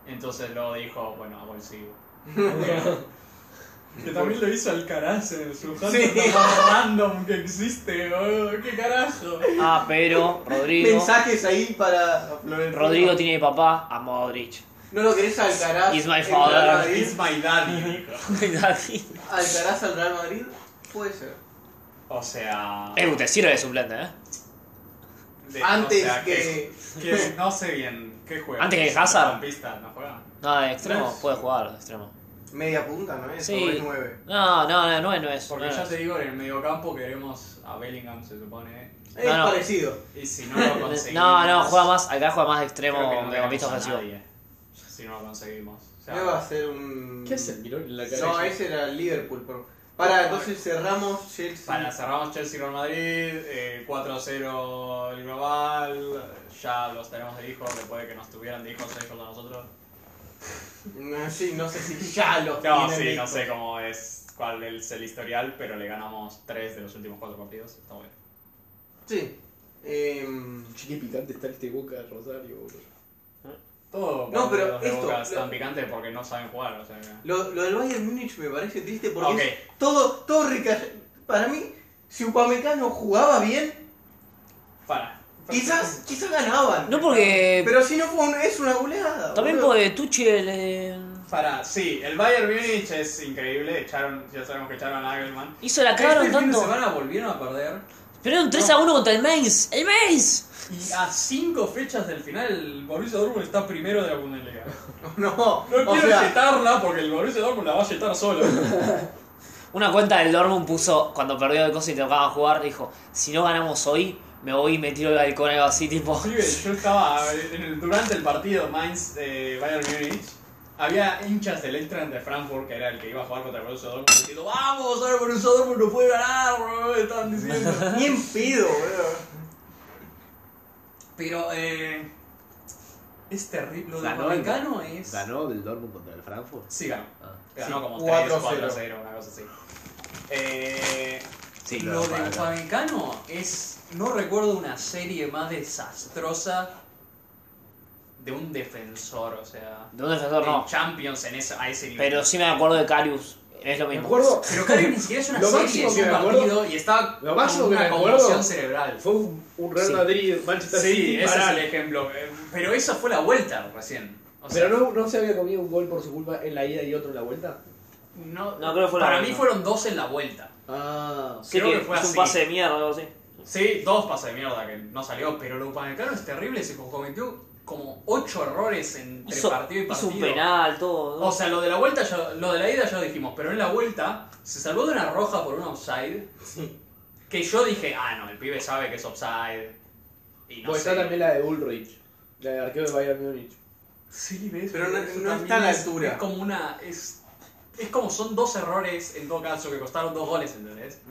B: Entonces luego dijo, bueno, hago el Siu. <laughs> que también lo hizo Alcaraz en su
D: Sí.
B: más random que existe, boludo. ¿Qué carajo?
C: Ah, pero Rodrigo.
D: Mensajes ahí para Florentino.
C: Rodrigo tiene papá a Modric.
D: No lo querés a Alcaraz.
C: He's my
D: en
B: Oh,
C: father.
D: Real Madrid?
B: It's my daddy, dijo.
D: Alcaraz al Real Madrid. Puede ser.
B: O sea...
C: Eh, te sirve de suplente, ¿eh?
B: de- o
D: Antes
B: sea,
D: que.
B: que- No sé bien, ¿qué juega?
C: Antes que Hazard.
B: Pista, no juega.
C: No, de extremo, puede jugar de extremo.
D: Media punta, ¿no es?
C: Sí.
D: O es nueve.
C: No, no, no, no es. No es,
B: Porque
C: no
B: ya
C: es.
B: te digo, en el mediocampo queremos a Bellingham, se supone.
D: Es
C: No, no.
D: parecido.
B: Y si no lo conseguimos...
C: <laughs> No, no, juega más, acá juega más de extremo,
B: Creo que
C: de
B: queremos
C: campista
B: a
C: ofensivo.
B: nadie, Si no lo conseguimos. O sea,
D: Me va a hacer un.
E: ¿Qué hace el mirón en la cara?
D: No, ese era el Liverpool, pero. Para, entonces cerramos Chelsea.
B: Para cerramos Chelsea Real Madrid, eh, 4-0 el global, ya los tenemos de hijos después de que nos tuvieran de hijos ellos a nosotros.
D: No, sí, no sé si ya los
B: No,
D: tienen
B: sí, no
D: listos.
B: sé cómo es cuál es el historial, pero le ganamos 3 de los últimos 4 partidos. Está bueno.
D: Sí. Em,
E: Che, qué picante está este boca de Rosario, boludo.
B: Todo
D: No, pero
B: los de
D: esto-
B: Boca están
D: lo-
B: picantes porque no saben jugar, o sea. que-
D: lo, lo del Bayern Múnich me parece triste porque
B: Ok.
D: es todo, todo recae. Para mí, si Upamecano jugaba bien,
B: Para.
D: quizás, quizás ganaban.
C: No porque.
D: Pero si no fue un- es una goleada.
C: también
D: boludo.
C: porque Tuchel. eh,
B: Para, sí, el Bayern Múnich es increíble, echaron, ya sabemos que echaron a Nagelman.
C: hizo la cara
B: Este fin de
C: tanto.
B: semana volvieron a perder.
C: Pero era un 3 a 1 contra el Mainz. ¡El Mainz!
B: Y a cinco fechas del final, el Borussia Dortmund está primero de la Bundesliga.
D: <laughs> No,
B: No
D: <laughs> o
B: quiero
D: sea,
B: yetarla porque el Borussia Dortmund la va a yetar solo.
C: Una cuenta del Dortmund puso cuando perdió el coso y tocaba jugar. Dijo: Si no ganamos hoy, me voy y me tiro el balcón algo así, tipo.
B: Pibe, Yo estaba en el- durante el partido Mainz eh, Bayern Múnich. Había hinchas del Eintracht de Frankfurt, que era el que iba a jugar contra el Borussia Dortmund, diciendo ¡Vamos! Ahora el Borussia Dortmund no puede ganar, bro", estaban diciendo.
D: ni en pedo, boludo.
B: Pero eh, es terrible. Lo
A: Ganó
B: del
A: el-
B: Vaticano es.
A: Ganó el Dortmund contra el Frankfurt.
B: Sí, ganó.
A: Ah.
B: Ganó
D: Sí,
B: como
D: 4-0.
B: 3 o 4 0, una cosa así. Eh,
A: Sí,
B: lo del Upamecano es. No recuerdo una serie más desastrosa de un defensor, o sea.
C: <laughs> De un defensor
B: en
C: no.
B: Champions en ese, a ese nivel.
C: Pero sí me acuerdo de Carius. Es lo
E: Me
C: mismo.
E: acuerdo,
B: Pero Cario ni siquiera es
E: <laughs>
B: una
E: Lo
B: serie,
E: máximo
B: es
E: que
B: un
E: me acuerdo-
B: partido y estaba
E: lo máximo
B: con
E: que
B: una
E: me acuerdo-
B: conmoción cerebral.
E: fue un, un Real
C: Sí.
E: Madrid, Manchester
B: Sí,
E: City,
B: ese es el
E: Barán.
B: ejemplo. eh, Pero esa fue la vuelta recién. O sea,
E: Pero no, no se había comido un gol por su culpa en la ida y otro en la vuelta.
B: no-
C: No, creo que fue la
B: para
C: vuelta.
B: mí fueron dos en la vuelta.
E: Ah,
C: Sí,
B: creo
C: que
B: que fue
C: es un
B: así.
C: pase de mierda o algo así.
B: Sí, dos pases de mierda que no salió, pero lo Upamecano es terrible, se cometió como ocho errores entre
C: Hizo,
B: partido y
C: hizo
B: partido.
C: un penal, todo. ¿no?
B: O sea, lo de la vuelta, ya- lo de la ida ya lo dijimos, pero en la vuelta se salvó de una roja por un offside que yo dije, ah no, el pibe sabe que es offside. Y no
E: Porque
B: sé.
E: está también la de Ulrich, la de arqueo de Bayern Múnich.
B: Sí, ves, eh,
D: Pero no-
B: eso
D: no
B: también
D: está a la
B: es-
D: altura.
B: Es como una. Es, es como son dos errores en todo caso que costaron dos goles, ¿entendés?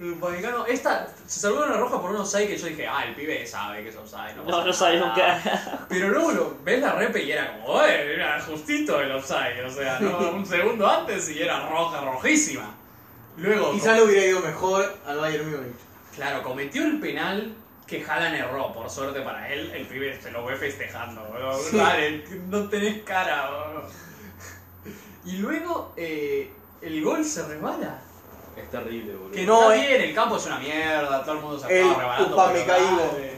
B: El Vaticano, esta se salvó de una roja por un offside que yo dije, ah, el pibe sabe que es offside. No, pasa
C: no, no sabía
B: <laughs> nada".
C: nunca.
B: Pero luego lo, ves la repe y era como, "Oye, era justito el offside. O sea, no, un segundo antes y era roja, rojísima. Luego,
D: Quizá lo hubiera ido mejor al Bayern Múnich.
B: claro, cometió el penal que Haaland erró, por suerte para él. El pibe se lo ve festejando, boludo.
D: Sí.
B: Dale, no tenés cara, boludo. Y luego, eh, el gol se rebala.
E: Es terrible, boludo.
B: Que
D: no,
B: no,
D: eh.
B: bien, el campo es una mierda, todo el mundo se
D: El
B: acaba rebalando. pero
D: Upamecaigo.
B: dale.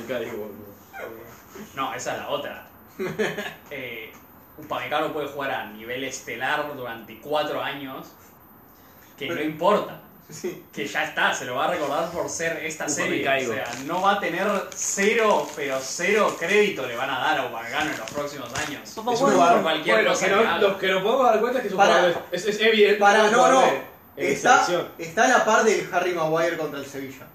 E: Me caigo, boludo.
B: No, esa es la
D: <laughs>
B: otra. Eh, Upamecano puede jugar a nivel estelar durante cuatro años, que no
D: Pero-
B: importa.
D: Sí.
B: Que ya está, se lo va a recordar por ser esta serie.
A: Upamecaigo.
B: O sea, no va a tener cero, pero cero crédito le van a dar a Upamecano en los próximos años.
C: Papá,
B: Es
C: bueno.
B: un jugador cualquier
E: Bueno,
B: cosa
E: que
B: que
E: no,
B: haga.
E: los que nos podemos dar cuenta es que es un
D: Para.
E: jugador. Es, es evidente.
D: Para,
E: un
D: no, no.
E: jugador de- en
D: Está,
E: selección.
D: está a la par del Harry Maguire contra el Sevilla.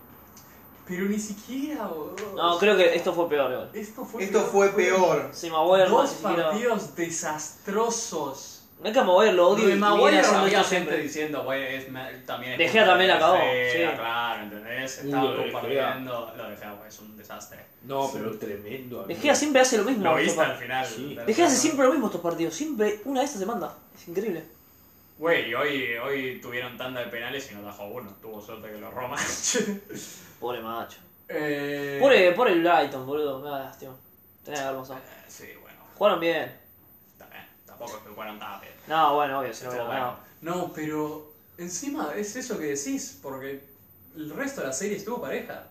B: Pero ni siquiera, boludo.
C: No, creo que esto fue peor. igual.
B: Esto fue
D: Esto fue peor.
C: Sí, Maguire no, ni
B: Dos
C: siquiera.
B: partidos desastrosos.
C: No hay que Maguire, lo odio.
B: Lo de
C: y
B: Maguire
C: viene
B: había gente
C: haciendo esto siempre.
B: diciendo, güey, es, ma- también es
C: De Gea
B: culpa
C: también la acabó,
B: Gea,
C: sí.
B: claro, ¿entendés?
E: Uh,
B: Estaba
E: lo de Gea.
B: compartiendo. Lo de Gea, güey, es un desastre.
E: No, pero tremendo.
C: De Gea siempre hace lo mismo.
B: Lo
C: estos
B: viste al
C: partidos.
B: final.
E: Sí.
B: del
C: De Gea hace
B: torneo.
C: siempre lo mismo estos partidos. Siempre una de estas se manda. Es increíble.
B: Güey, hoy, hoy tuvieron tanda de penales y no tajó uno. Tuvo suerte que lo Roma.
C: Pobre macho.
B: <laughs> eh...
E: e-
C: Pobre, pobre el Brighton, boludo. Me da lástima. Tenía que haber pasado.
B: Eh, Sí, bueno,
C: Jugaron bien.
B: está bien. Tampoco es que jugaron tan bien.
C: No, bueno, obvio, si no
B: Estuvo
C: hubiera
B: bueno.
C: ganado.
B: No, pero encima es eso que decís, porque el resto de la serie estuvo pareja.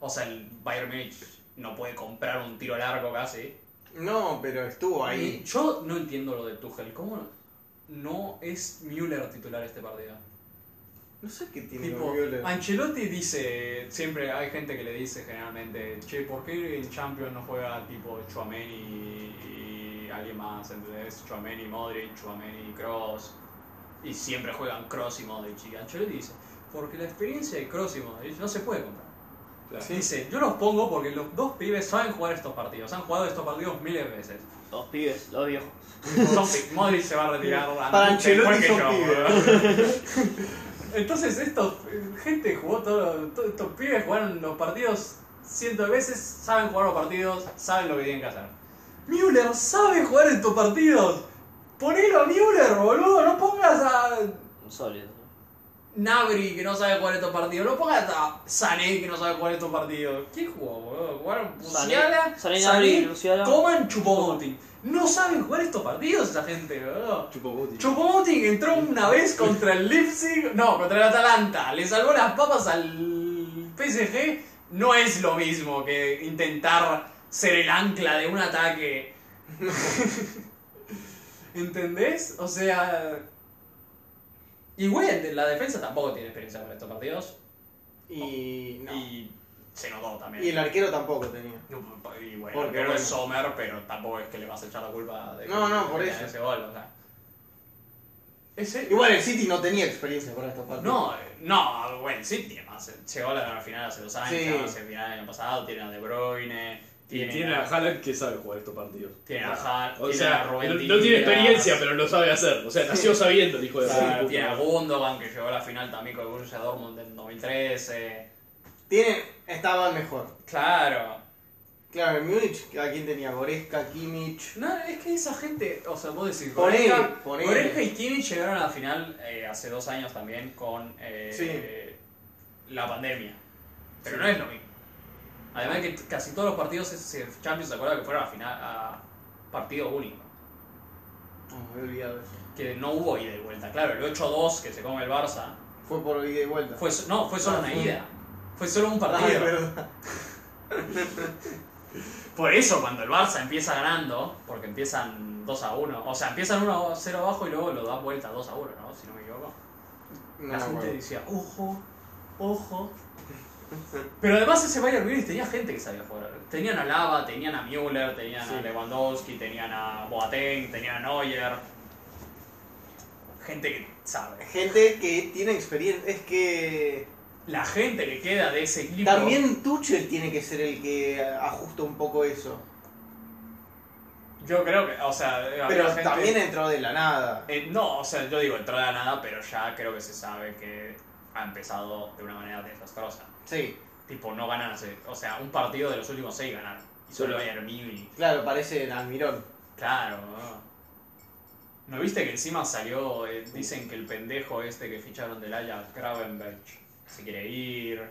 B: O sea, el Bayern Munich no puede comprar un tiro largo casi.
D: No, pero estuvo
B: Y
D: ahí.
B: Yo no entiendo lo de Tuchel. ¿Cómo no es Müller titular este partido?
D: No sé qué tiene
B: Tipo,
D: con Müller.
B: Ancelotti dice, siempre hay gente que le dice generalmente, che, ¿por qué en Champions no juega tipo Chouameni y alguien más? ¿Entendés? Chouameni, Modric, Chouameni, Cross. Y siempre juegan Cross y Modric. Y Ancelotti dice, porque la experiencia de Cross y Modric no se puede comprar.
E: Claro.
B: Dice, yo los pongo porque los dos pibes saben jugar estos partidos, han jugado estos partidos miles de veces.
C: Los pibes, los viejos.
B: Topic, Modric se va a retirar antes
D: Para Ancelotti
B: que
D: son
B: yo,
D: pibes.
B: boludo.
C: eh.
B: <laughs> Entonces estos gente jugó todo, todo- estos pibes jugaron los partidos cientos de veces, saben jugar los partidos, saben lo que tienen que hacer. Müller sabe jugar estos partidos. Ponelo a Müller, boludo, no pongas a
C: Un sólido.
B: Nabri que no sabe jugar estos partidos, no pongas a Sané que no sabe jugar estos partidos. ¿Quién jugó, boludo? Jugaron
C: Sané-
B: Musiala,
C: Sané, Gnabry, Musiala.
B: Coman, Chupomoting. No saben jugar estos partidos esa gente, boludo.
E: Chupomuti.
B: Chupomoting entró una vez contra el Leipzig, no, contra el Atalanta, le salvó las papas al PSG, no es lo mismo que intentar ser el ancla de un ataque. <laughs> ¿Entendés? O sea... Y güey, la defensa tampoco tiene experiencia con estos partidos
D: Y, no. y,
B: y se notó también.
D: el arquero tampoco tenía.
B: No, Y bueno,
D: Porque,
B: pero
D: bueno.
B: es Sommer, pero tampoco es que le vas a echar la culpa de
D: No, no, por
B: de
D: eso.
B: ese gol, o sea. Ese-
D: Igual el City no tenía experiencia con estos partidos.
B: No, eh, no, bueno, sí tiene más. Llegó a la final hace dos años,
D: Sí.
B: hace final del año pasado, tiene a De Bruyne,
E: Y
B: tiene,
E: tiene a Haaland que sabe jugar estos partidos.
B: tiene a Hart,
E: O
B: tiene a
E: sea, no,
B: Rubén
E: no tiene
B: Díaz,
E: experiencia, pero lo sabe hacer. O sea, nació sabiendo el hijo de
B: o sea,
E: puta.
B: tiene a Gundogan que llegó a la final también con el Borussia Dortmund en 2013.
D: Tienen, estaban mejor.
B: Claro.
D: Claro, en Múnich, ¿a quién tenía? Goretzka, Kimmich.
B: No, es que esa gente, o sea, vos decís,
D: Ponele,
B: Goretzka-
D: ponele.
B: Goretzka y Kimmich llegaron a la final eh, hace dos años también con eh, la pandemia. Pero no es lo mismo. Además que t- casi todos los partidos ese ese Champions se acuerda que fueron a final a partido único.
D: No, Ah, me he olvidado eso.
B: Que no hubo ida y vuelta. Claro, el 8-2 que se come el Barça.
D: Fue por ida y vuelta.
B: Fue, so- no, fue solo
D: Ah,
B: una
D: fue-
B: ida. Fue solo un
D: Ah,
B: partido.
D: es verdad.
B: Por eso cuando el Barça empieza ganando, porque empiezan 2 a 1, o sea, empiezan 1 a 0 abajo y luego lo da vuelta 2 a 1, ¿no? Si no me equivoco.
D: No
B: La
D: me
B: gente
D: acuerdo.
B: decía, ojo, ojo. Pero además ese Bayern Munich tenía gente que sabía jugar. Tenían a Lava, tenían a Müller, tenían a Lewandowski, tenían a Boateng, tenían a Neuer. Gente que sabe.
D: Gente que tiene experiencia. Es que.
B: La gente que queda de ese equipo.
D: También Tuchel tiene que ser el que ajusta un poco eso.
B: Yo creo que, o sea, había
D: Pero
B: gente-
D: también entró de la nada.
B: Eh, no, o sea, yo digo entró de la nada, pero ya creo que se sabe que ha empezado de una manera desastrosa.
D: Sí,
B: Tipo, no ganan hace. O sea, un partido de los últimos seis ganaron. Y solo Bayern Múnich.
D: claro, parece Almirón.
B: Claro, ¿no? ¿No viste que encima salió. eh, dicen que el pendejo este que ficharon del Ajax, Gravenberg, se quiere ir.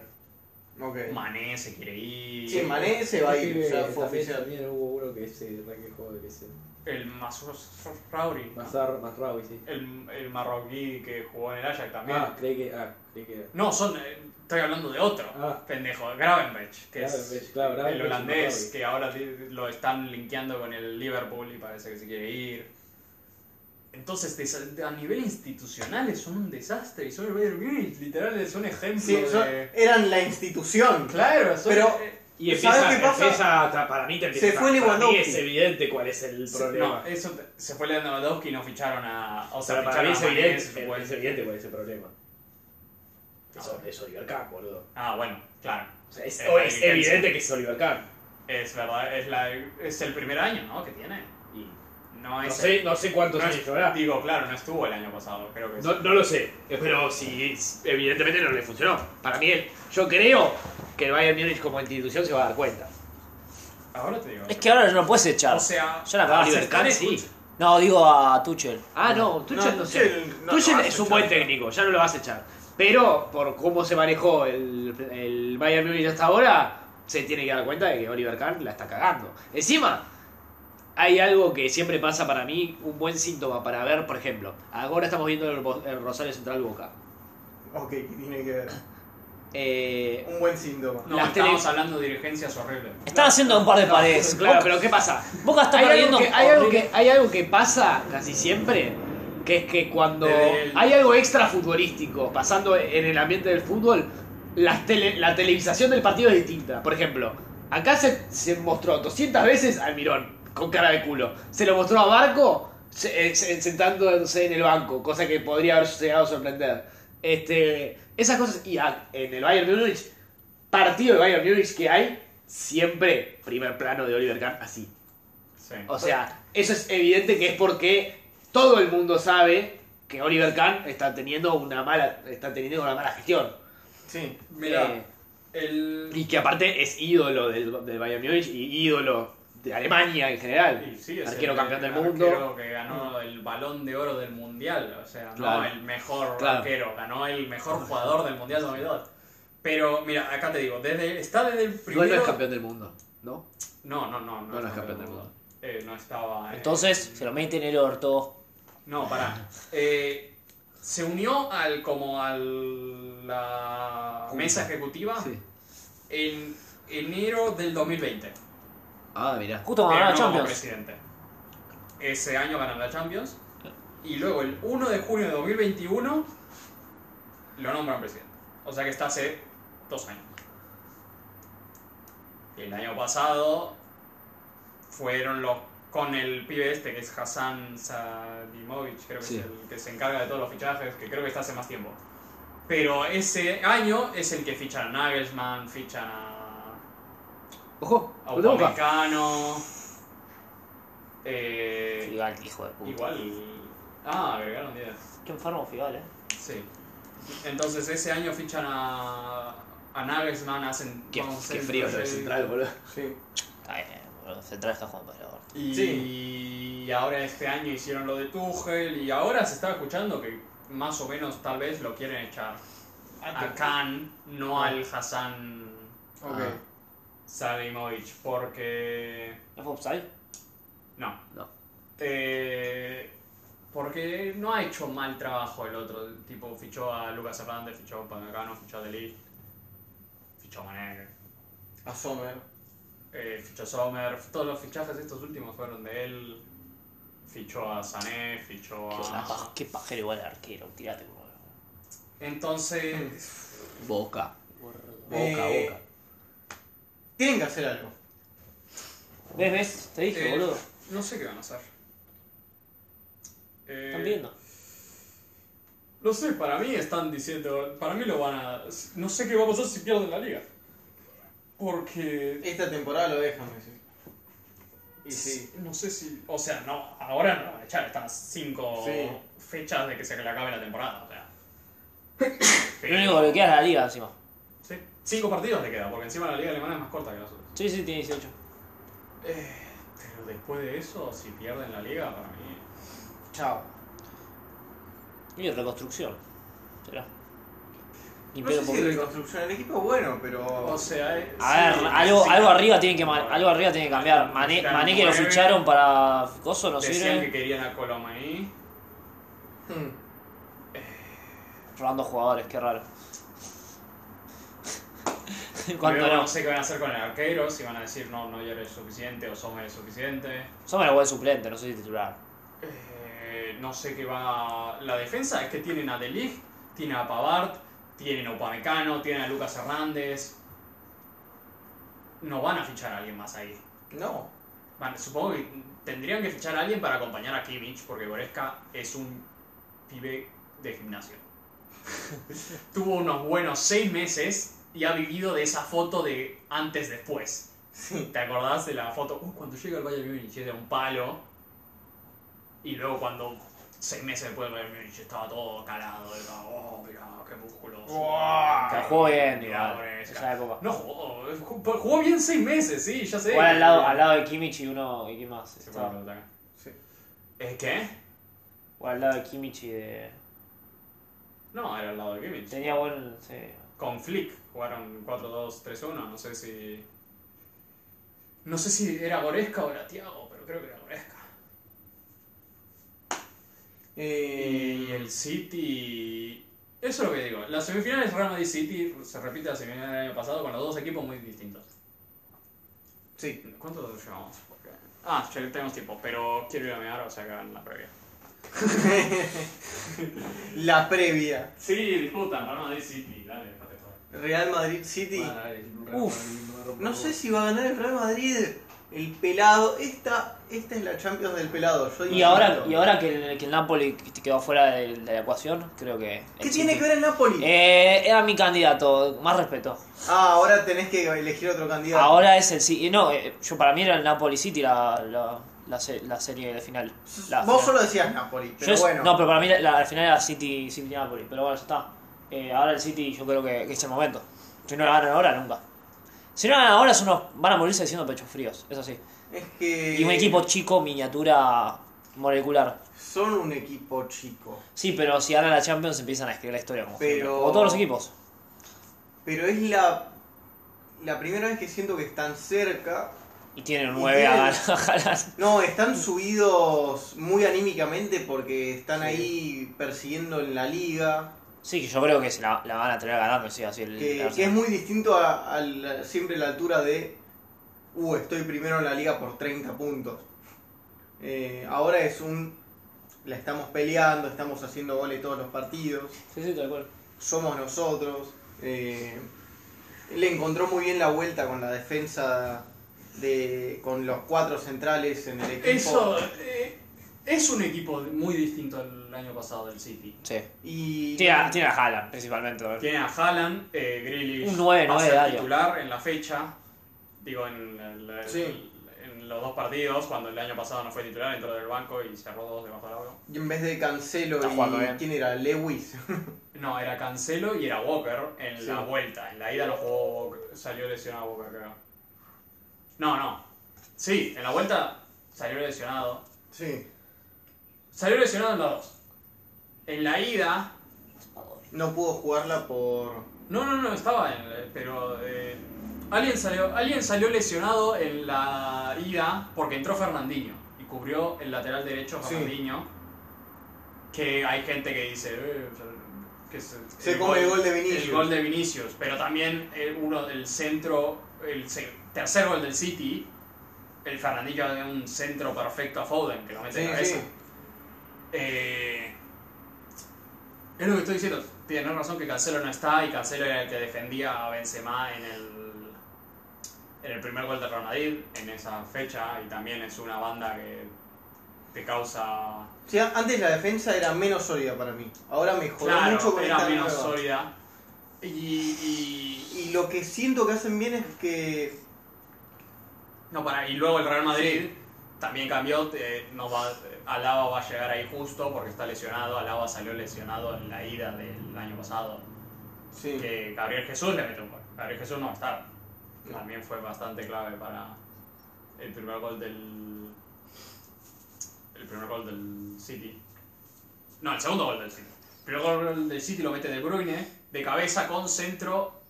D: Ok.
B: Mané se quiere ir.
D: Sí, Mané se va a ir,
E: Creo que
D: ya
E: este
D: fue
E: también,
D: oficial.
E: también hubo uno que se re quejó de que se.
B: El Masrauri.
E: Mazar, Mazraoui, sí.
B: El, el marroquí que jugó en el Ajax también.
E: Ah, creí que. Ah, creí que era.
B: No, son. eh, Estoy hablando de otro.
E: Ah.
B: Pendejo, Gravenberch, que es
E: Gravenberch, claro, Gravenberch
B: el
E: y
B: holandés
E: Mazraoui.
B: que ahora ti- lo están linkeando con el Liverpool y parece que se quiere ir. Entonces, desa- a nivel institucional es un desastre y son el Bayern Munich, literal es un ejemplo
D: Sí,
B: de...
D: son- eran la institución.
B: Claro, son-
D: Pero-
B: eh,
E: Y
D: ¿Sabes
E: empieza,
D: qué pasa?
E: empieza a tra- para mí te empieza
D: Se fue
E: para- para mí
D: Lewandowski.
E: es evidente cuál es el
B: se-
E: problema.
B: no, eso te- se fue Lewandowski y no ficharon a... O
E: O
B: sea,
E: sea, para mí
B: ficharon
E: es
B: a Mané,
E: evidente,
B: supongo.
E: es evidente cuál es el problema.
B: Ah,
E: Eso es Oliver Kahn, boludo.
B: Ah, bueno, claro.
E: O sea, es,
B: Es
E: o
B: la
E: es
B: evidencia.
E: evidente que es Oliver Kahn.
B: Es verdad, es, la, es el primer año, ¿no? que tiene.
E: Y
B: No
E: no,
B: es el-
E: sé, no sé cuántos
B: No
E: años
B: es-
E: llevará.
B: Digo, claro, no estuvo el año pasado, creo que
E: No, no lo sé, pero sí, evidentemente no le funcionó. Para mí, él- yo creo que el Bayern Múnich como institución se va a dar cuenta.
B: Ahora te digo.
C: Es que ahora no lo puedes echar.
B: O sea,
C: Yo la acabo
E: Ah,
C: de
E: Oliver
C: hacer.
E: Kahn sí.
C: No, digo a Tuchel.
E: Ah, no, Tuchel no,
D: No,
E: sé.
D: Tuchel no
E: Tuchel
D: lo vas a
E: es un
D: echar.
E: buen técnico, ya no lo vas a echar. Pero por cómo se manejó el, el Bayern Múnich hasta ahora, se tiene que dar cuenta de que Oliver Kahn la está cagando. Encima, hay algo que siempre pasa para mí, un buen síntoma para ver, por ejemplo, ahora estamos viendo el, Bo- el Rosario Central Boca.
D: Ok, ¿qué tiene que ver?
E: Eh,
D: Un buen síntoma.
B: no,
E: las
B: estamos
E: tele-
B: hablando de dirigencias horribles.
C: Están haciendo un par de paredes.
E: claro,
C: Boca,
E: pero ¿qué pasa?
C: Boca está
E: hay
C: perdiendo.
E: algo, que, hay, algo
C: horrible.
E: que, hay algo que pasa casi siempre, que es que cuando
B: Desde el-
E: hay algo extra futbolístico pasando en el ambiente del fútbol, las tele- la televisación del partido es distinta. Por ejemplo, acá se, se mostró 200 veces al Mirón con cara de culo. Se lo mostró a Barco se- eh, se- sentándose en el banco, cosa que podría haber llegado a sorprender. Este, esas cosas. Y a- en el Bayern Múnich, partido de Bayern Múnich que hay, siempre primer plano de Oliver Kahn así.
B: Sí.
E: O sea, eso es evidente que es porque todo el mundo sabe que Oliver Kahn está teniendo una mala, está teniendo una mala gestión.
D: Sí.
B: Mira,
E: Eh,
B: el.
E: y que aparte es ídolo del, del Bayern Múnich y ídolo de Alemania en
B: y
E: general.
B: sí, es
E: arquero
B: el-
E: campeón del
B: el
E: mundo. Mm.
B: arquero que ganó el balón de oro del mundial. O sea,
E: Claro.
B: no el mejor
E: Claro.
B: arquero, ganó el mejor jugador del mundial 2002. Pero mira, acá te digo, desde, está desde el
E: Igual no es
B: primero.
E: campeón del mundo, ¿no?
B: no, no, no, no,
E: no es campeón del mundo.
B: Eh, no estaba. eh,
C: Entonces, se lo meten en el orto.
B: No, pará. Eh, se unió al como a la mesa ejecutiva en enero del 2020.
E: Ah, mirá.
C: Justo cuando
B: Pero Eh,
C: ganó
B: no
C: la
B: como
C: Champions.
B: presidente. Ese año ganaron la Champions. Y luego el 1 de junio de 2021 lo nombran presidente. O sea que está hace dos años. Y el año pasado fueron los con el pibe este que es Hassan Sadimovic, creo que
E: Sí.
B: es el que se encarga de todos los fichajes, que creo que está hace más tiempo. Pero ese año es el que fichan a Nagelsmann, fichan a
E: Ojo,
B: a
E: lo Pues tengo acá.
B: Upamecano. Eh,
C: Figal, hijo de puta.
B: igual. Ah, agregaron 10.
C: Qué enfermo Figal, eh.
B: Sí. Entonces ese año fichan a A Nuggets no hacen.
E: Qué,
B: vamos a hacer
E: qué
B: el
E: frío lo de
B: proyecto.
E: Central, boludo.
D: Sí.
C: Está bien, boludo, Central está jugando para ahora.
B: Y ahora este año hicieron lo de Tuchel y ahora se estaba escuchando que más o menos tal vez lo quieren echar
D: Ah,
B: a Khan, no al Hassan
D: Ok.
C: Ah.
B: Salimovic, porque...
C: ¿No fue offside?
B: No.
C: No.
B: Eh, porque no ha hecho mal trabajo el otro. Tipo, fichó a Lucas Hernández, fichó a Pagano, fichó a Delit, fichó a Mané,
D: A Sommer.
B: eh, fichó a Sommer. Todos los fichajes estos últimos fueron de él. Fichó a Sané, fichó
C: Qué, la
B: a...
C: paj- Ah, qué pajero igual el arquero, tirate, boludo. <laughs>
B: Entonces,
E: Boca. Boca,
D: Eh,
E: boca.
D: Tienen que hacer algo.
C: ¿Ves, ves? Te dije,
B: Eh,
C: boludo.
B: no sé qué van a hacer. Eh,
C: Están viendo.
B: No sé, para mí están diciendo, para mí lo van a... No sé qué va a pasar si pierden la liga. Porque
D: Esta temporada lo dejan, Messi. Y sí.
B: No sé si. O sea, no, ahora no van a echar estas cinco
D: Sí.
B: fechas de que se le acabe la temporada. O <coughs> sea.
C: Lo único que le queda es la liga encima.
B: Sí. Cinco partidos le queda, porque encima la liga alemana es más corta que las otras.
C: Sí, sí, tiene 18.
B: Eh, pero después de eso, si pierden la liga, para mí.
D: Chao.
C: Y reconstrucción. Será. Ni
D: No
C: pedo
D: sé si
C: porque-
D: reconstrucción. El equipo es bueno, pero.
B: O sea. eh,
C: A
B: sí,
C: ver,
B: sí,
C: algo,
B: sí.
C: algo arriba tiene que ma- algo arriba tiene que cambiar. Mané,
B: Necesitan
C: Mané que lo
B: nueve.
C: ficharon para coso no
B: Decían que
C: sirve.
B: querían a Colomaí.
D: Hmm.
C: Robando jugadores, qué raro. <laughs> Cuando
B: Luego
C: no.
B: no sé qué van a hacer con el arquero, si van a decir no, no eres suficiente o somos suficiente.
C: Somos el buen suplente, no soy titular.
B: Eh, no sé qué va. La defensa es que tienen a Delig, tienen a Pavard, tienen a Upamecano, tienen a Lucas Hernández. No van a fichar a alguien más ahí.
D: No.
B: Van- supongo que tendrían que fichar a alguien para acompañar a Kimmich, porque Goretzka es un pibe de gimnasio. Tuvo unos buenos seis meses y ha vivido de esa foto de antes-después. ¿Te acordás de la foto? "Uh, cuando llega al Bayern Múnich era un palo. Y luego cuando seis meses después del Bayern Múnich estaba todo calado. Era, oh, mirá, qué músculos.
D: Guau.
C: Que jugó bien,
B: Mirá,
C: igual.
B: Goretzka".
C: Esa época.
B: No jugó, jugó jugó bien seis meses, sí, ya sé.
C: Igual al lado, al lado de Kimmich y uno. ¿Y quién más?
B: Se fue
C: Estaba.
B: la pelota acá.
D: Sí.
B: ¿Eh, ¿Qué?
C: Igual al lado de Kimmich y de.
B: No, era al lado de Kimmich.
C: Tenía buen. sí.
B: Con Flick jugaron 4-2-3-1, no sé si... No sé si era Goresca o era Thiago, pero creo que era Goresca.
D: Eh,
B: Y el City... Eso es lo que digo. Las semifinales Real Madrid-City se repite la semifinal del año pasado con los dos equipos muy distintos.
D: Sí.
B: ¿Cuánto llevamos? Ah, ya tenemos tiempo, pero quiero ir a mear, o sea, que hagan la previa.
D: La previa.
B: Sí, disputan Real Madrid-City, dale, déjate joder.
D: Real Madrid City.
C: Uf.
D: No sé si va a ganar el Real Madrid. El pelado. Esta, esta es la Champions del pelado. Yo
C: Y
D: digo
C: ahora,
D: esto.
C: y ahora que, el, que el Napoli quedó fuera de, de la ecuación, creo que. el
D: ¿Qué
C: City-
D: tiene que ver el Napoli?
C: Eh, era mi candidato, más respeto.
D: Ah, ahora tenés que elegir otro candidato.
C: Ahora es el City. No, eh, yo para mí era el Napoli City la, la, la, se- la serie de final. La
D: Vos
C: final.
D: solo decías Napoli,
C: Yo
D: pero
C: es-
D: bueno.
C: No, pero para mí la, la- al final era City, City Napoli, pero bueno, ya está. Eh, ahora el City yo creo que, que es el momento. Si no la ganan ahora, nunca. Si no la ganan ahora, son unos- van a morirse siendo pechos fríos, eso sí.
D: Es que.
C: Y un equipo chico, miniatura, molecular.
D: Son un equipo chico.
C: Sí, pero si ganan la Champions empiezan a escribir la historia como, siempre,
D: Pero-
C: como todos los equipos.
D: Pero es la. La primera vez que siento que están cerca.
C: Y tienen
D: Y
C: 9 a
D: tienen-
C: a Haaland.
D: No, están subidos muy anímicamente porque están ahí persiguiendo en la liga.
C: Sí, que yo creo que se la, la van a tener ganando, sí, así el, el
D: Que,
C: Arsenal.
D: que es muy distinto a, a la- siempre la altura de. Uh, estoy primero en la liga por 30 puntos. Eh, ahora es un. La estamos peleando, estamos haciendo goles todos los partidos.
C: Sí, sí, tal cual.
D: somos nosotros. eh, le encontró muy bien la vuelta con la defensa de con los cuatro centrales en el equipo.
B: Eso eh, es un equipo muy distinto al año pasado del City.
C: Sí. ah,
D: Y
C: Tiene a, tiene a Haaland, principalmente. ¿verdad?
B: Tiene a Haaland, eh, Grealish
C: Un nueve,
B: va a
C: nueve
B: ser
C: de área.
B: titular en la fecha, digo en, el- el-
D: Sí.
B: en en los dos partidos, cuando el año pasado no fue titular, entró del banco y cerró dos debajo del agua.
D: Y en vez de Cancelo
C: Está
D: y
C: jugando bien.
D: quién era, Lewis.
B: No, era Cancelo y era Walker en la
D: Sí.
B: vuelta. En la ida no jugó Walker, salió lesionado Walker, creo. No, no. Sí, en la vuelta salió lesionado.
D: <laughs> sí.
B: Salió lesionado en los dos. En la ida
D: No pudo jugarla por.
B: No, no, no, estaba en el- pero eh, alguien, salió, alguien salió lesionado en la ida porque entró Fernandinho y cubrió el lateral derecho
D: Sí.
B: Fernandinho. Que hay gente que dice eh, que se,
D: Se come el gol de Vinicius.
B: El gol de Vinicius, pero también el, uno del centro, el se- tercer gol del City, el Fernandinho de un centro perfecto a Foden que lo mete
D: Sí,
B: de cabeza.
D: sí.
B: Eh, es lo que estoy diciendo. Tienes razón que Cancelo no está y Cancelo era el que defendía a Benzema en el, en el primer gol de Real Madrid en esa fecha y también es una banda que te causa...
D: Sí, a- antes la defensa era menos sólida para mí. Ahora mejoró
B: Claro,
D: mucho con
B: era
D: esta
B: menos
D: nueva.
B: sólida. Y, y-
D: Y lo que siento que hacen bien es que.
B: no, para, y luego el Real Madrid también cambió. eh, no va, Alaba va a llegar ahí justo porque está lesionado. Alaba salió lesionado en la ida del año pasado.
D: Sí.
B: que Gabriel Jesús le mete un gol. Gabriel Jesús no va a estar. También fue bastante clave para el primer gol del. El primer gol del City. No, el segundo gol del City. El primer gol del City lo mete De Bruyne de cabeza con centro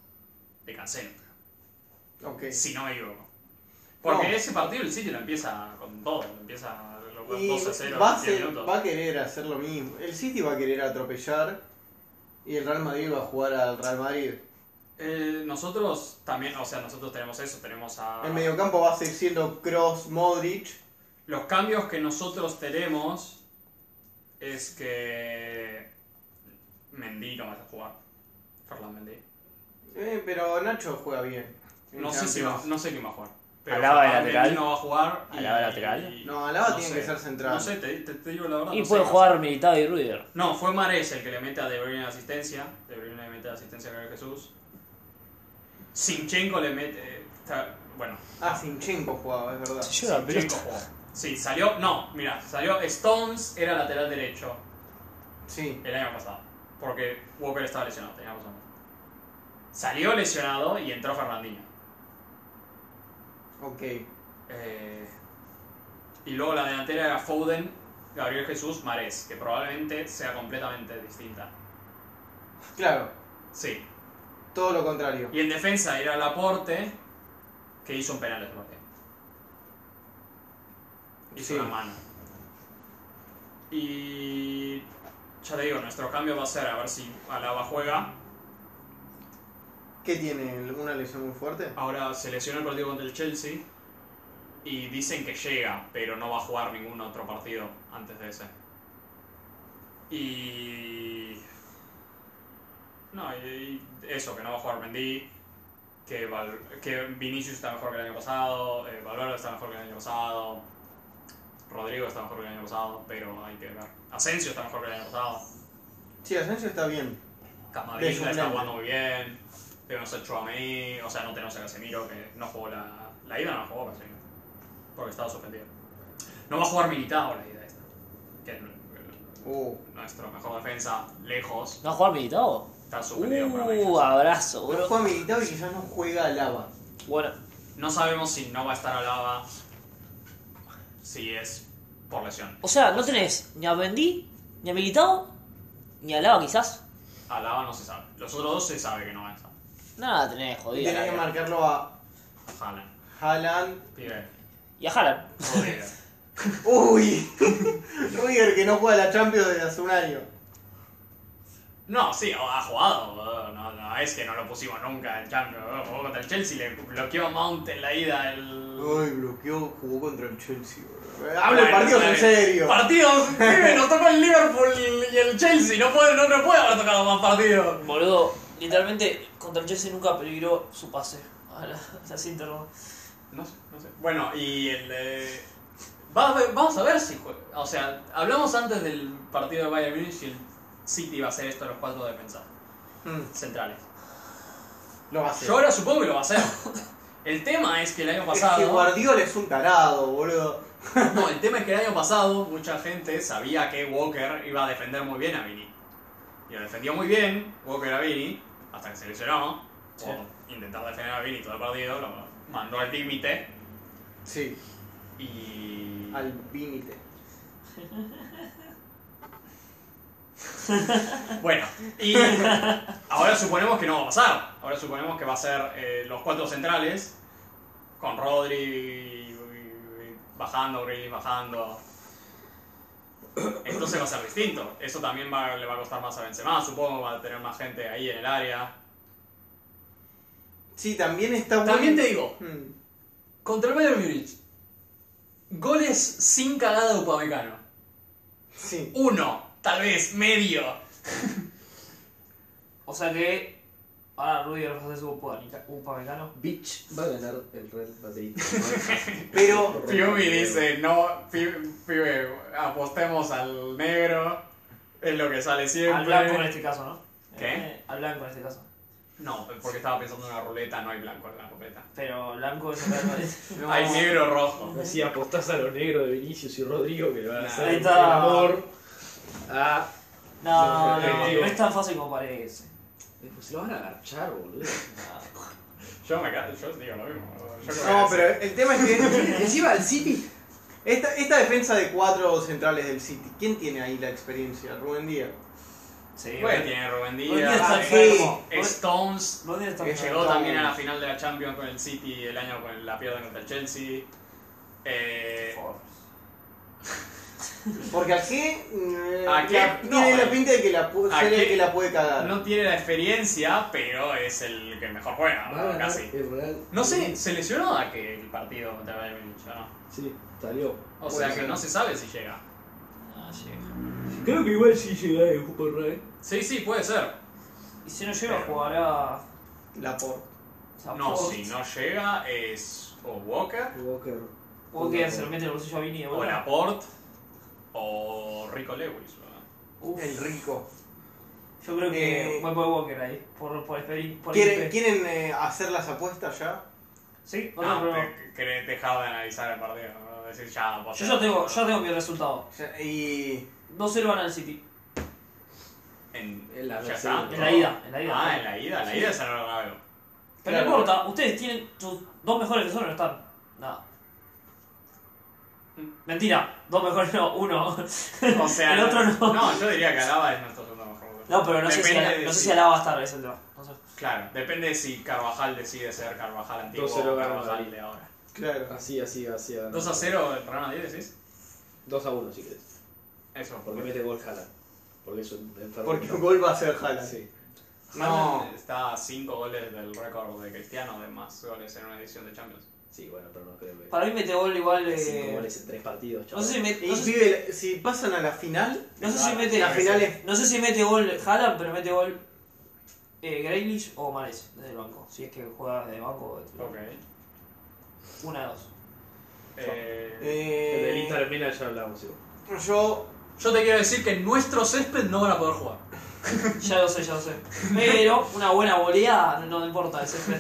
B: de Cancelo,
D: Ok.
B: si no me equivoco. Porque
D: No.
B: ese partido el City lo empieza con todo, lo empieza lo- con
D: Y
B: 2 a 0
D: va, a
B: en 10
D: ser-
B: minutos.
D: va a querer hacer lo mismo. El City va a querer atropellar y el Real Madrid va a jugar al Real Madrid.
B: Eh, nosotros también, o sea, nosotros tenemos eso, tenemos a.
D: El mediocampo va a seguir siendo Cross, Modric.
B: Los cambios que nosotros tenemos es que Mendy no va a jugar. Ferland Mendy.
D: Eh, pero Nacho juega bien.
B: No sé, si va, no sé quién va a jugar. Pero
C: Alaba de
B: Ferland Mendy
C: lateral.
B: no va a jugar. y-
C: Alaba de lateral.
B: y-
D: No, Alaba tiene
B: sé.
D: que ser central.
B: No sé, te, te- te digo la verdad.
C: Y
B: no sé
C: puede
B: qué
C: jugar
B: pasa.
C: Militado y Rudiger.
B: No, fue Mares el que le mete a De Bruyne asistencia. De Bruyne le mete asistencia a Gabriel Jesús. Sinchenko le mete. eh, está- bueno,
D: Ah, Sinchenko jugaba, es verdad.
C: Se lleva la
B: Sinchenko
C: pelota.
B: jugó. Sí, salió. No, mira, salió Stones, era lateral derecho.
D: Sí.
B: el año pasado. Porque Walker estaba lesionado, tenía razón. Salió lesionado y entró Fernandinho.
D: Ok.
B: Eh, y luego la delantera era Foden, Gabriel Jesús, Mares, que probablemente sea completamente distinta.
D: Claro,
B: Sí.
D: todo lo contrario.
B: Y en defensa era Laporte, que hizo un penal ese partido. Hizo
D: Sí.
B: una mano. Y ya te digo, nuestro cambio va a ser a ver si Alaba juega.
D: ¿Qué tiene? ¿Una lesión muy fuerte?
B: Ahora se lesionó el partido contra el Chelsea y dicen que llega, pero no va a jugar ningún otro partido antes de ese. Y. No, y- y eso, que no va a jugar Mendy, que, Val- que Vinicius está mejor que el año pasado, eh, Valverde está mejor que el año pasado, Rodrigo está mejor que el año pasado, pero hay que ver. Asensio está mejor que el año pasado,
D: Sí, Asensio está bien. Es un
B: Camavinga está
D: grande.
B: jugando muy bien, tenemos a Chouameni, o sea, no tenemos a Casemiro, que no jugó la... La ida no la jugó Casemiro, porque estaba suspendido. No va a jugar Militao la ida esta, que es
D: Uh,
B: nuestro mejor defensa, lejos,
C: ¿No va a jugar Militado?
B: está suspendido por la
C: Uh,
B: América.
C: abrazo,
D: no
C: bro.
D: juega Militao y quizás no juega Lava.
C: Bueno,
B: No sabemos si no va a estar Alaba, si es por lesión.
C: o sea, no tenés ni a Mendy, ni a Militado, ni a Lava quizás.
B: Alaba no se sabe, los otros dos se sabe que no van a estar.
C: Nada tenés, jodida.
D: Tiene que
C: la verdad.
D: marcarlo a
B: Haaland,
D: Haaland.
B: pibe,
C: Y a Haaland.
B: Rodríguez.
D: ¡Uy! <laughs> Rüdiger que no juega la Champions desde hace un año.
B: No, sí, ha jugado. boludo. No, no, es que no lo pusimos nunca en Champions. boludo. Jugó contra el Chelsea, le bloqueó a Mount en la ida. El...
D: Uy, bloqueó, jugó contra el Chelsea. bro. Hablen
B: Bueno,
D: partidos en
B: dale.
D: serio. <laughs>
B: Partidos, pibe, nos tocó el Liverpool y el Chelsea. No puede, no, no puede haber tocado más partidos.
C: Boludo, literalmente contra el Chelsea nunca peligró su pase. <laughs> A la, a la cinta, ¿no?
B: No sé, no sé. Bueno, y el. eh, va a ver- vamos a ver si juega. O sea, hablamos antes del partido de Bayern Munich y el City va a hacer esto a los cuatro defensas
D: Mm,
B: centrales.
D: Lo va a hacer. <laughs>
B: Yo ahora supongo que lo va a hacer. El tema es que el año
D: Ah, Es que
B: pasado.
D: Guardiola es un tarado, boludo.
B: No, el tema es que el año pasado mucha gente sabía que Walker iba a defender muy bien a Vini. Y lo defendió muy bien, Walker a Vini, hasta que se lesionó. Por intentar defender a Vini todo el partido, lo mandó al límite.
D: Sí,
B: Y.
D: al límite.
B: Bueno, y ahora suponemos que no va a pasar. Ahora suponemos que va a ser eh, los cuatro centrales, con Rodri y- y- y bajando, Grealish bajando. Entonces va a ser distinto. Eso también va- le va a costar más a Benzema. Supongo va a tener más gente ahí en el área.
D: Sí, también está
B: También
D: bueno-
B: te digo,
D: Hmm.
B: contra el Bayern Múnich, goles sin cagada de Upamecano.
D: Sí.
B: Uno, tal vez, medio.
H: O sea que. Ahora Rudy va a hacer su upamecano.
E: Bitch va a ganar el Real
B: <laughs>
E: Madrid.
D: Pero
B: Fiumi dice, no, Fi- Fiume, apostemos al negro, es lo que sale
H: Al blanco en
B: siempre.
H: este caso, ¿no?
B: ¿Qué?
H: Eh, al blanco en este caso.
B: No, porque estaba pensando en una ruleta, no hay blanco en la ruleta.
H: Pero blanco es el Real Madrid.
B: <laughs> Hay negro rojo.
E: Así apostás a los negros de Vinicius y Rodrigo que le van a
B: Nah.
E: hacer
H: Ahí
E: el
H: está.
E: amor a.
H: No, no, no,
E: Efectivo.
H: no es tan fácil como parece.
E: Pues se lo van a agarchar, boludo.
B: Yo me ca- yo digo lo mismo. Yo creo que
D: No,
B: es-
D: pero el tema es
B: <laughs>
D: que encima el City. Esta, esta defensa de cuatro centrales del City, ¿quién tiene ahí la experiencia? Rubén Díaz.
H: Sí,
B: Bueno, tiene Rubén
H: Rubén Díaz está
B: Díaz, eh,
H: enfermo.
B: Stones,
H: Rubén Díaz está
B: que
D: Es
H: enfermo.
B: llegó
D: Stones.
B: también a la final de la Champions con el City el año con la pierna contra el Chelsea. Eh,
D: Porque aquí, eh,
B: ¿A qué?
D: la-
B: No,
D: tiene
B: eh.
D: la pinta de que la pu-
B: ¿A
D: ser el
B: qué?
D: que la puede cagar.
B: no tiene la experiencia, pero es el que mejor juega,
E: Va a ganar
B: casi.
E: el Real.
B: No sé, ¿se lesionó aquel partido contra Bayern Múnich o no?
E: Sí, salió.
B: O
D: Puede
B: sea que
D: ser.
B: no se sabe si llega.
H: Ah, llega.
E: Creo que igual sí llega el Copa del Rey.
B: Sí, sí, puede ser.
H: Y si no llega,
B: Pero-
H: jugará.
D: La por.
B: Eh, No, si no llega es o Walker,
E: Walker.
H: O que se lo mete en el bolsillo a Vini de
B: o
H: vuelta.
B: Laporte, o Rico Lewis. ¿verdad?
H: Uf.
D: El rico.
H: Yo creo que
D: Eh,
H: voy por Walker ahí, por, por experiencia. Por
D: ¿Quieren,
H: IP.
D: quieren, eh, hacer las apuestas ya?
H: Sí, no,
B: Ah,
H: no, pero-
B: te- querés dejar de analizar el partido. ¿no? Decir ya, vos
H: Yo
B: sabés.
H: ya tengo, ya tengo mi resultado.
D: Ya- Y.
H: 2-0 gana el City.
B: En,
E: En la
B: ya
E: versión.
B: está.
H: En la ida, en la ida.
B: Ah, en la ida, la ida se lo ganó.
H: Pero
D: Claro.
H: no importa, ustedes tienen sus dos mejores defensores no están. Nada. Mentira, dos mejores no, uno.
B: O sea,
H: el otro no.
B: No, yo diría que Alaba es nuestro segundo mejor. jugador.
H: No, pero no sé, si,
B: Depende
H: Alaba-
B: de
H: no sé
B: si-
H: si Alaba va a estar, es el tema. No sé.
B: Claro, depende de si Carvajal decide ser Carvajal antiguo
E: 2-0
B: o
E: ganó
B: Carvajal
E: Madrid.
B: de ahora.
D: Claro.
E: Así, así, así.
B: 2 a 0 el Real Madrid, decís?
E: 2 a 1, si querés.
B: Eso.
E: Porque mete gol Haaland. Porque es un enfermo.
D: Porque un gol va a ser Haaland.
E: Sí.
D: No.
B: Haaland Está a 5 goles del récord de Cristiano de más goles en una edición de Champions.
E: Sí, bueno, pero no creo que.
H: Para mí mete gol igual. eh,
E: 5 goles en 3 partidos,
H: no
E: chaval.
H: sé si mete.
D: Y
H: No sé si,
D: vive- si pasan a la final, ah,
H: no sé si mete.
D: la final es.
H: No sé si mete gol Haaland, pero mete gol eh, Grealish o Mares desde el banco. Si es que juega desde el banco. o de titular.
B: Ok.
H: Una de dos.
B: Eh,
E: El del
D: Eh,
E: Inter Milan ya hablamos, sí.
D: yo.
B: yo te quiero decir que en nuestro césped no van a poder jugar.
H: Ya lo sé, ya lo sé. Pero una buena boleada no, no importa el césped.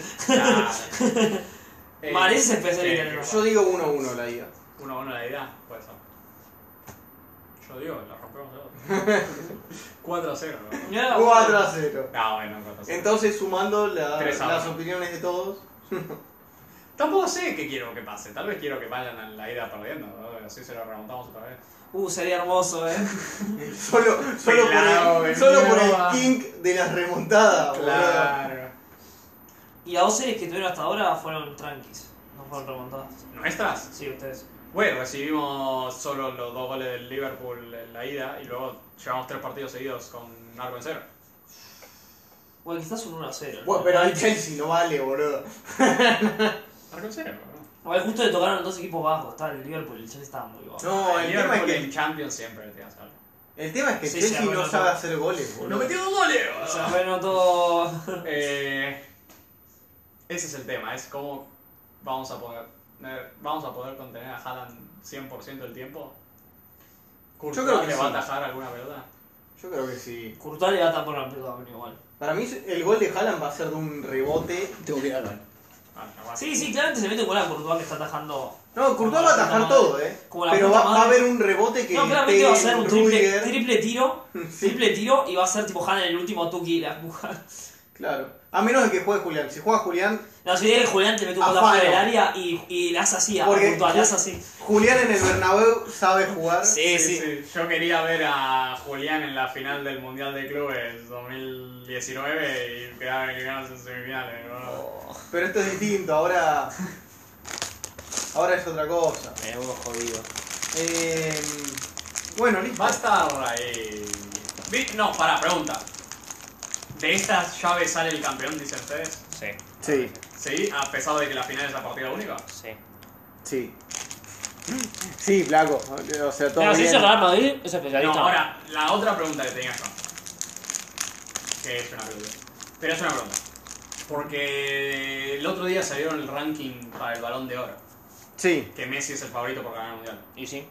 B: Eh,
H: Mares es especialista en el
B: eh,
D: Yo digo 1-1 la ida.
B: Uno a uno la idea, puede ser. Yo digo, la rompemos todos. <laughs> 4 a 0. ¿no?
H: No era
D: 4 a 0.
B: Ah, bueno, 4 a 0.
D: Entonces, sumando la-
B: Tres a
D: las
B: uno.
D: opiniones de todos. <laughs>
B: Tampoco sé qué quiero que pase. Tal vez quiero que vayan a la ida perdiendo. ¿no? Así se lo remontamos otra vez.
H: Uh, sería hermoso, eh.
D: Solo, solo,
B: Pelado
D: por,
B: de
D: el, solo por el
B: mierda.
D: kink de las remontadas, boludo.
H: Y las dos series que tuvieron hasta ahora fueron tranquis. No fueron remontadas.
B: ¿Nuestras?
H: Sí, ustedes.
B: Bueno, recibimos solo los dos goles del Liverpool en la ida y luego llevamos tres partidos seguidos con un arco en cero.
H: Bueno, quizás un 1 a 0.
D: Bueno, pero el Chelsea no vale, boludo.
B: Arco en cero, ¿no?
H: Bueno, justo le tocaron dos equipos bajos. Estaba el Liverpool y el Chelsea estaba muy bajo.
B: el
D: No, Ah, el tema es
B: Liverpool en
D: que,
B: Champions siempre te hace algo.
D: el tema es que
H: Sí,
D: Chelsea
H: sí,
D: no
H: bueno,
D: sabe
H: no.
D: hacer goles,
B: ¡No
D: boludo.
B: metió dos goles!
H: O sea, bueno, todo.
B: Eh, ese es el tema, es cómo vamos a poder eh, vamos a poder contener a Haaland 100% del tiempo. Yo creo que le va a
D: sí.
B: atajar alguna pelota.
D: Yo creo que sí.
H: Courtois le va a tapar una pelota, pero igual.
D: Para mí, el gol de Haaland va a ser de un rebote
E: Tengo que ganar.
B: Ah, capaz.
H: Sí, sí, claramente se mete con la Courtois que está atajando.
D: No, Courtois va a atajar
H: Como la puta
D: todo,
H: madre.
D: eh.
H: Como la
D: Pero
H: puta
D: va, va a
H: madre.
D: haber un rebote que.
H: No, claramente va a ser un triple,
D: Rudiger.
H: triple tiro.
D: Sí.
H: Triple tiro y va a ser tipo Han en el último Tuki. La...
D: Claro. A menos de que juegue Julián. Si juega Julián,
H: No, si el Julián te mete un
D: Afano.
H: botafogo en el área y, y le hace así a
D: Porque-
H: Courtois, le hace así.
D: Julián en el Bernabéu sabe jugar.
H: Sí, sí.
B: Yo quería ver a Julián en la final del Mundial de Clubes 2019 y quedar eliminados en semifinales. boludo.
D: Pero esto es distinto, ahora. Ahora es otra cosa.
C: Me hemos jodido.
D: Eh, bueno, listo.
B: Va a estar ahí. Vi- No, para, pregunta. ¿De estas llaves sale el campeón, dicen ustedes?
C: Sí,
D: Sí,
B: Sí, a pesar de que la final es la partida única.
C: sí.
D: sí. Sí, flaco. O sea, todo.
C: Mira, si
D: bien.
C: es el Real Madrid, es
B: No,
C: especialista.
B: ahora, la otra pregunta que tenía yo. Que es una pregunta. Pero es una pregunta. Porque el otro día salieron el ranking para el balón de oro.
D: Sí.
B: Que Messi es el favorito por ganar el mundial.
C: Y sí.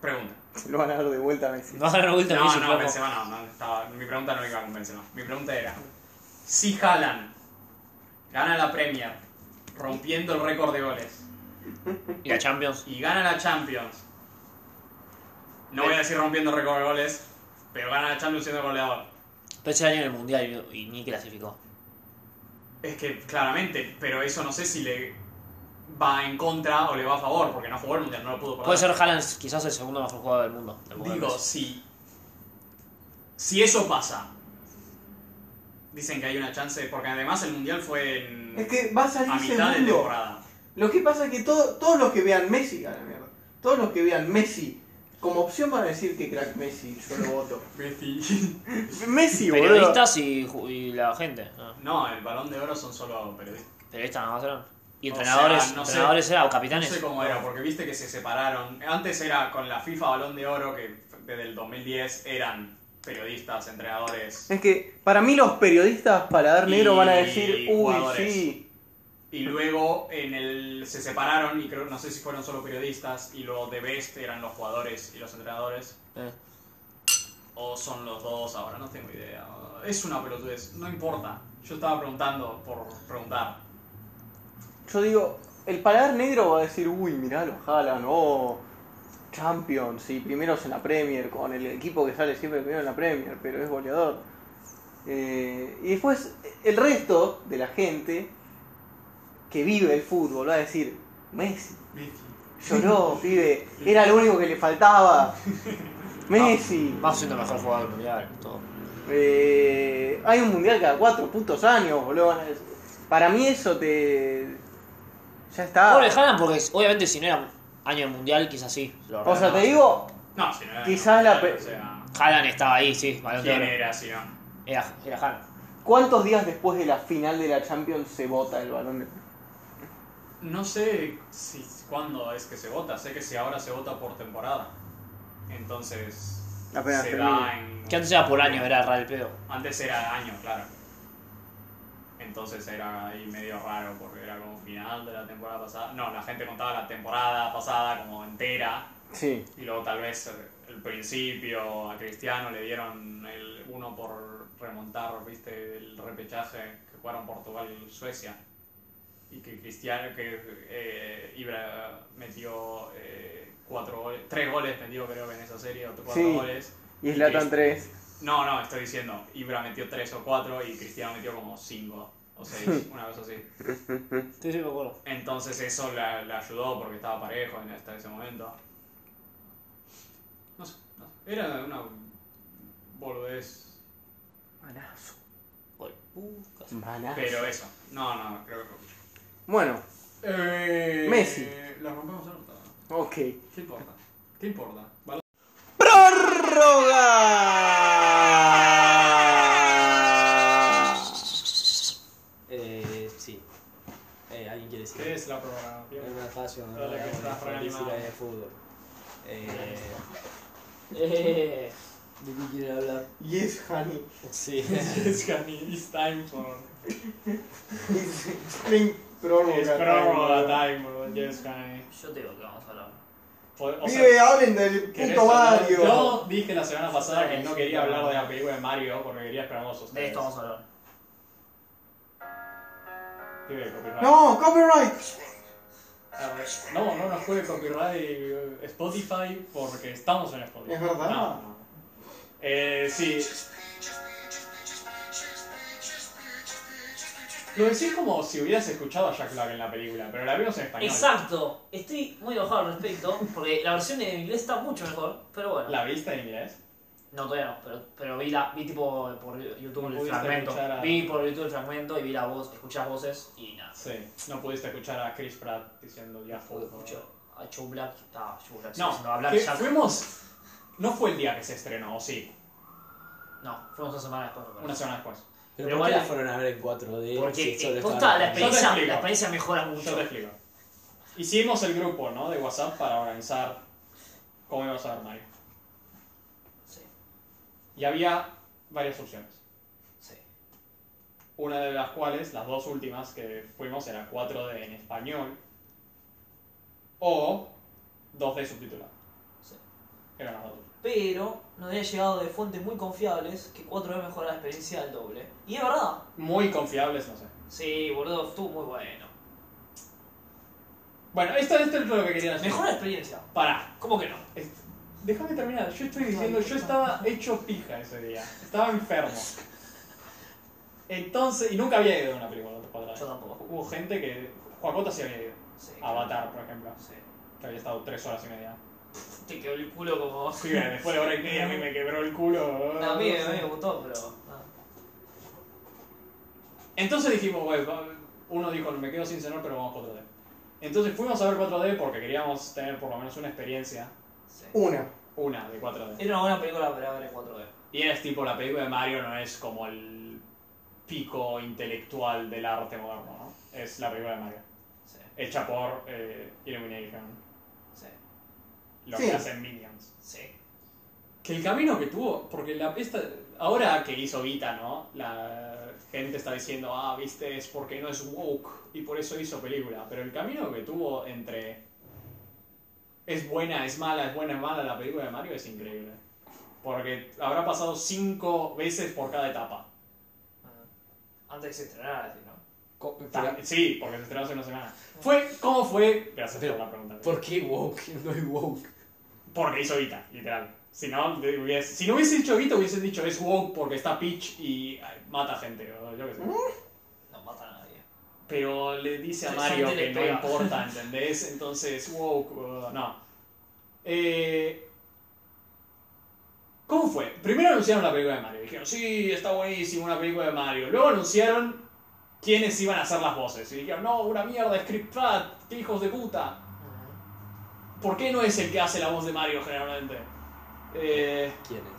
B: Pregunta.
D: Se lo van a dar de vuelta a Messi.
C: No a dar vuelta
B: No,
C: Messi,
B: no,
C: flaco.
B: Benzema no, no estaba- mi pregunta no iba con Benzema. Mi pregunta era, si Haaland gana la Premier, rompiendo el récord de goles,
C: Y la Champions.
B: y gana la Champions, no voy a decir rompiendo el récord de goles, pero gana la Champions siendo goleador.
C: Pero ese año en el Mundial y, y ni clasificó.
B: Es que claramente, pero eso no sé si le va en contra o le va a favor, porque no jugó el Mundial, no lo pudo probar.
C: Puede ser Haaland quizás el segundo mejor jugador del mundo. del mundo
B: Digo,
C: de Messi.
B: si, si eso pasa, dicen que hay una chance, porque además el mundial fue en,
D: Es que va a
B: a
D: salir
B: mitad de
D: segundo.
B: temporada.
D: Lo que pasa es que todo- todos los que vean Messi, a la mierda. Todos los que vean Messi como opción van a decir que crack Messi, yo lo voto. Messi,
C: Periodistas y, ju- y la gente. ah.
B: <laughs> No, el balón de oro son solo periodistas.
C: Periodistas nada más eran. Y
B: O
C: entrenadores,
B: sea, no sé.
C: entrenadores era, o
B: No
C: capitanes.
B: sé cómo era, porque viste que se separaron. Antes era con la FIFA balón de oro, que desde el 2010 eran periodistas, entrenadores.
D: Es que para mí los periodistas para dar negro
B: Y
D: van a decir, uy,
B: jugadores".
D: sí.
B: Y luego en el se separaron y creo, no sé si fueron solo periodistas y lo de Best eran los jugadores y los entrenadores.
C: Eh.
B: O son los dos ahora, no tengo idea. Es una pelotudez, no importa. Yo estaba preguntando por preguntar.
D: Yo digo, el paladar negro va a decir, uy, mirá, lo jalan, oh, Champions, y primeros en la Premier, con el equipo que sale siempre primero en la Premier, pero es goleador. Eh, y después, el resto de la gente que vive el fútbol va a decir, Messi, lloró, pibe, era lo único que le faltaba. Messi.
C: Va siendo el mejor jugador del Mundial. Todo.
D: Eh, hay un mundial cada cuatro putos años, boludo. van a decir. Para mí eso te... Ya
A: Ah.
D: está.
C: Pobre Haaland porque obviamente si no era año del Mundial quizás sí. lo
D: O sea,
C: regalaban.
D: te digo,
B: No, si no era.
D: Quizás la pe-
B: O sea,
C: Haaland estaba ahí, sí. balón de
B: ¿quién
C: oro.
B: era si no?
C: Era, era Haaland.
D: ¿cuántos días después de la final de la Champions se vota el balón de oro?
B: No sé si cuándo es que se vota, sé que si ahora se vota por temporada. Entonces
D: Apenas
B: se
D: termina.
B: da en
C: Que antes era por año, era raro el pedo.
B: Antes era año, claro. Entonces era ahí medio raro porque era como final de la temporada pasada. No, la gente contaba la temporada pasada como entera.
D: Sí.
B: Y luego tal vez el principio a Cristiano le dieron el uno por remontar, viste, el repechaje que jugaron Portugal y Suecia. Y que Cristiano, que eh, Ibra metió eh, cuatro goles, tres goles metió creo que en esa serie, o cuatro
D: Sí.
B: goles.
D: Y Slatan
B: Sí.
D: 3.
B: No, no, estoy diciendo, Ibra metió 3 o 4 y Cristiano metió como 5 o 6, una cosa así.
C: Sí, sí, me acuerdo.
B: Entonces eso la- le ayudó porque estaba parejo en- hasta ese momento. No sé, no sé. Era una boludez,
C: Gol. Uh, casi.
B: pero eso. No, no, creo que...
D: Bueno,
B: Eh,
D: Messi.
B: La rompemos ahorita.
D: ok.
B: ¿Qué importa? ¿Qué importa? ¿Vale?
D: ¡Prórroga!
A: Eh, sí. Eh, ¿Alguien quiere decir?
B: ¿Qué es la
A: Es
B: <laughs> programación?
A: más fácil cuando
B: Dale, que
A: hablamos
B: estás
A: de estadística
B: reanimado.
A: de fútbol. Eh,
I: <laughs>
A: eh, ¿De qué quieren hablar?
D: Yes, honey.
A: Sí.
B: It's gonna- it's time for...
D: It's spring prórroga.
B: It's prórroga time, bro. Yes, honey.
H: Yo te digo que vamos a hablar.
B: O sea,
D: Pibe, hablen del
B: ¿Querés
D: puto
B: hablar?
D: Mario.
B: Yo dije la semana pasada que no quería hablar de la película de Mario porque quería esperarnos a ustedes.
H: De esto vamos a hablar.
B: Juegue copyright.
D: No, copyright.
B: A ver, No, no nos juegue copyright eh, Spotify porque estamos en Spotify.
D: Es verdad.
B: No, no. Eh, sí. Lo decís como si hubieras escuchado a Jack Black en la película, pero la vimos en español.
H: Exacto. Estoy muy enojado al respecto, porque la versión en inglés está mucho mejor, pero bueno.
B: ¿La viste en inglés?
C: No, todavía no, pero, pero vi, la, vi tipo por YouTube
B: No
C: el
B: pudiste
C: fragmento.
B: escuchar a-
C: Vi por YouTube el fragmento y vi la voz, escuché las voces y nada.
B: Sí. No pudiste escuchar a Chris Pratt diciendo ya
C: Fue- Escucho a Joe Black, ah, Joe Black,
B: No,
C: sí, no, a Black
B: que
C: Jack.
B: fuimos. No fue el día que se estrenó, ¿o sí?
C: No, fuimos una semana después. me parece.
B: Una semana después.
I: ¿por
C: Pero
I: qué
C: igual-
I: la fueron a ver en 4D?
C: Porque
I: si solo
C: eh,
I: estaban
C: posta, la
I: en
B: Yo te
C: experiencia, la
B: explico.
C: experiencia mejora
B: Yo
C: mucho.
B: te explico. Hicimos el grupo, ¿no? De WhatsApp para organizar cómo ibas a ver Mario.
C: Sí,
B: Y había varias opciones.
C: sí.
B: Una de las cuales, las dos últimas que fuimos, era 4D en español o 2D subtitulado.
H: Sí.
B: Eran las dos.
H: Pero nos había llegado de fuentes muy confiables que 4 veces mejora la experiencia al doble. Y es verdad.
B: Muy confiables, no sé.
H: Sí, boludo, estuvo muy bueno.
B: Bueno, esto, esto es lo que quería decir.
H: Mejora la experiencia.
B: Pará.
H: ¿Cómo que no?
B: Es- Déjame terminar. Yo estoy diciendo, yo estaba hecho pija ese día. Estaba enfermo. Entonces, y nunca había ido a una película de 4D.
H: Yo tampoco.
B: Hubo gente que. Juacota sí había ido.
H: Sí,
B: Avatar, por ejemplo.
H: Sí.
B: Que había estado tres horas y media.
H: Te quedó el culo como.
B: Sí, bueno, después de hora y media a mí me quebró el culo.
H: No, <laughs> a mí, a mí me gustó, pero. ah.
B: Entonces dijimos, güey, va- uno dijo, me quedo sin cenar, pero vamos a 4D. Entonces fuimos a ver 4D porque queríamos tener por lo menos una experiencia,
H: Sí.
D: Una.
B: una de 4D.
H: Era una buena película para ver en 4D.
B: Y es tipo, la película de Mario no es como el pico intelectual del arte moderno, ¿no? Es la película de Mario,
H: Sí,
B: hecha por eh, Illumination,
H: sí,
B: lo
D: Sí.
B: que hacen Minions.
H: sí.
B: Que el camino que tuvo, porque la esta- ahora que hizo Vita, ¿no? La gente está diciendo, ah, viste, es porque no es woke y por eso hizo película. Pero el camino que tuvo entre es buena, es mala, es buena, es mala la película de Mario es increíble. Porque habrá pasado cinco veces por cada etapa.
H: Ah. Antes de que se estrenara, así, ¿no? Ah.
I: Co- pero-
B: Ta- Sí, porque se estrenó hace una semana. Fue, ¿Cómo fue? Gracias por la pregunta.
I: ¿Por qué woke? No es woke.
B: Porque hizo Vita, literal. Si no, te hubies- si no hubiese dicho Vita, hubiese dicho es woke porque está Peach y ay, mata gente, o yo qué sé.
H: No mata a nadie.
B: Pero le dice a
H: Interesante
B: Mario
H: le
B: que no
H: pega. <laughs>
B: importa, ¿entendés? Entonces, wow, uh, no. Eh, ¿Cómo fue? Primero anunciaron la película de Mario. Dijeron, sí, está buenísimo una película de Mario. Luego anunciaron quiénes iban a hacer las voces. Y dijeron, no, una mierda, Script Pratt, qué hijos de puta. ¿Por qué no es el que hace la voz de Mario generalmente? Eh,
I: ¿Quién es?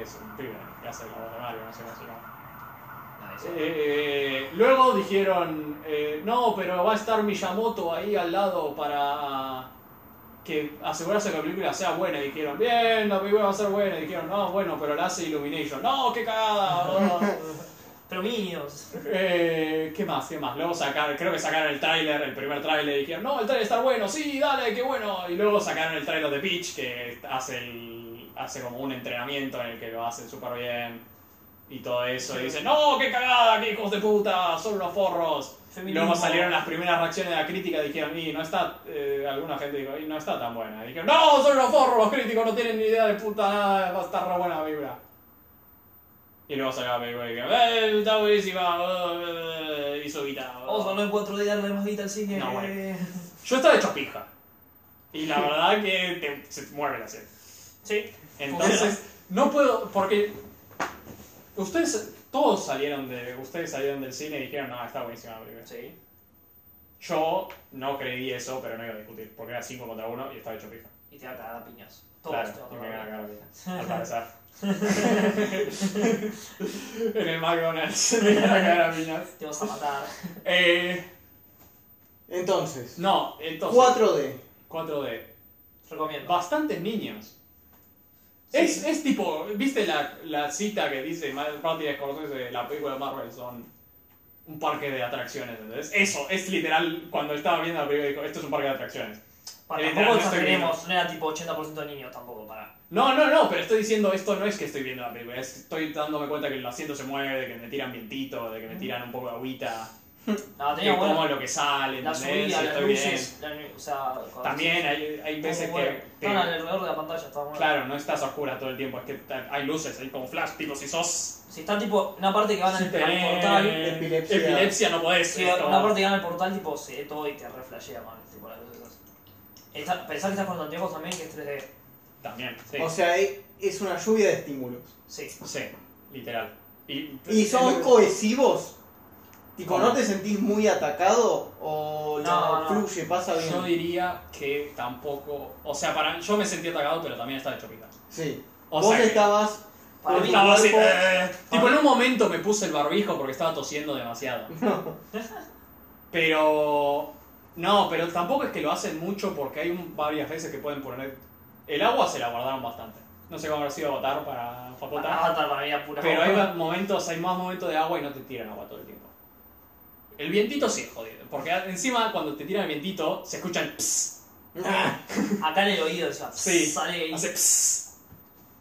B: es un pibe que hace la voz de Mario, no sé cómo se llama.
H: Nadie se-
B: Eh, luego dijeron, eh, no, pero va a estar Miyamoto ahí al lado para que asegurarse que la película sea buena. Y dijeron, bien, la película va a ser buena. Y dijeron, no, bueno, pero la hace Illumination. No, qué cagada. oh".
H: Pero Minions.
B: Eh, ¿Qué más? ¿Qué más? Luego sacaron, creo que sacaron el tráiler, el primer tráiler y dijeron, no, el tráiler está bueno, sí, dale, qué bueno. Y luego sacaron el tráiler de Peach que hace, el- hace como un entrenamiento en el que lo hacen súper bien y todo eso. Y dicen, no, qué cagada, qué hijos de puta, son unos forros. Y
H: Feminismo.
B: luego salieron las primeras reacciones de la crítica, dijeron, y no está, eh, alguna gente dijo, y no está tan buena. Y dijeron, no, son unos forros, los críticos no tienen ni idea de puta nada, va a estar re buena la película. Y luego salió la película y dijeron, eh, está buenísima, eh, hizo guita.
H: Vamos a hablar en 4D y darle más guita al cine.
B: No, bueno. Yo estaba hecho pija. Y la verdad que te- se te mueve la sien.
H: Sí.
B: Entonces, no puedo, porque ustedes, todos salieron de, ustedes salieron del cine y dijeron, no, está buenísima la película.
H: <laughs> Sí.
B: Yo no creí eso, pero no iba a discutir, porque era 5 contra 1 y estaba hecho pija.
H: Y te va a cagar a piñas. Todos
B: Claro,
H: te van a
B: y me
H: cagar a
B: iban a
H: piñas.
B: cagar bien, al parecer. <laughs> en el McDonald's <laughs> me iban a cagar a piñas.
H: Te vas
B: <laughs>
H: a matar.
B: Eh,
D: Entonces,
B: no, entonces.
D: 4D.
B: 4D.
H: Recomiendo.
B: Bastantes niños. Es, es tipo, ¿viste la, la cita que dice Marty Scorsese, la película de Marvel son un parque de atracciones, ¿entendés? Eso, es literal, cuando estaba viendo la película dijo, esto es un parque de atracciones.
H: Para,
B: Eh,
H: tampoco
B: no estoy
H: exageremos. No era tipo 80% de niños tampoco, para.
B: No, no, no, pero estoy diciendo esto no es que estoy viendo la película, es que estoy dándome cuenta que el asiento se mueve, de que me tiran vientito, de que me tiran un poco de agüita.
H: No,
B: que
H: tenía
B: como
H: buena.
B: lo que sale,
H: Ah, La
B: ¿entendés?
H: subida,
B: Sí,
H: las
B: estoy
H: luces. la- o sea, cuando-
B: bien. También hay, hay
H: Estaba
B: veces
H: muy
B: que...
H: bueno.
B: te-
H: Estaban alrededor de la pantalla, estaba muy bueno.
B: claro, no estás oscura todo el tiempo, es que ta- hay luces, hay como flash, tipo si sos...
H: Si está tipo una parte que van al,
B: si
H: al
B: tenés
H: portal,
D: epilepsia.
B: epilepsia, no podés.
H: si
B: es como-
H: una parte que van al portal, tipo se ve todo y te reflashea mal. Tipo, las luces esas. Está- pensá que estás con los anteojos también, que es 3D.
B: También, sí.
D: O sea, e- es una lluvia de estímulos.
H: Sí.
B: Sí, literal. Y,
D: ¿Y somos cohesivos? Tipo,
B: ¿Cómo?
D: ¿no te sentís muy atacado? ¿O no,
H: No, no.
D: fluye, pasa bien?
B: Yo diría que tampoco. O sea, para yo me sentí atacado, pero también estaba hecho pija.
D: Sí.
B: O
D: Vos
B: sea, que
D: estabas...
H: Para
D: por
H: mí,
D: tu
B: estaba así.
D: cuerpo-
B: eh, tipo, en un momento me puse el barbijo porque estaba tosiendo demasiado. Pero. No, pero tampoco es que lo hacen mucho porque hay un- varias veces que pueden poner. El agua se la guardaron bastante. No sé cómo habrá sido Avatar para Fapotar.
H: para Avatar para mí era pura
B: Pero hay
H: joda.
B: más momentos, hay más momentos de agua y no te tiran agua todo el tiempo. El vientito sí es jodido, porque a- encima cuando te tiran el vientito se escucha el pss,
H: Acá en el oído, o sea,
B: Sí.
H: sale ahí.
B: hace pss.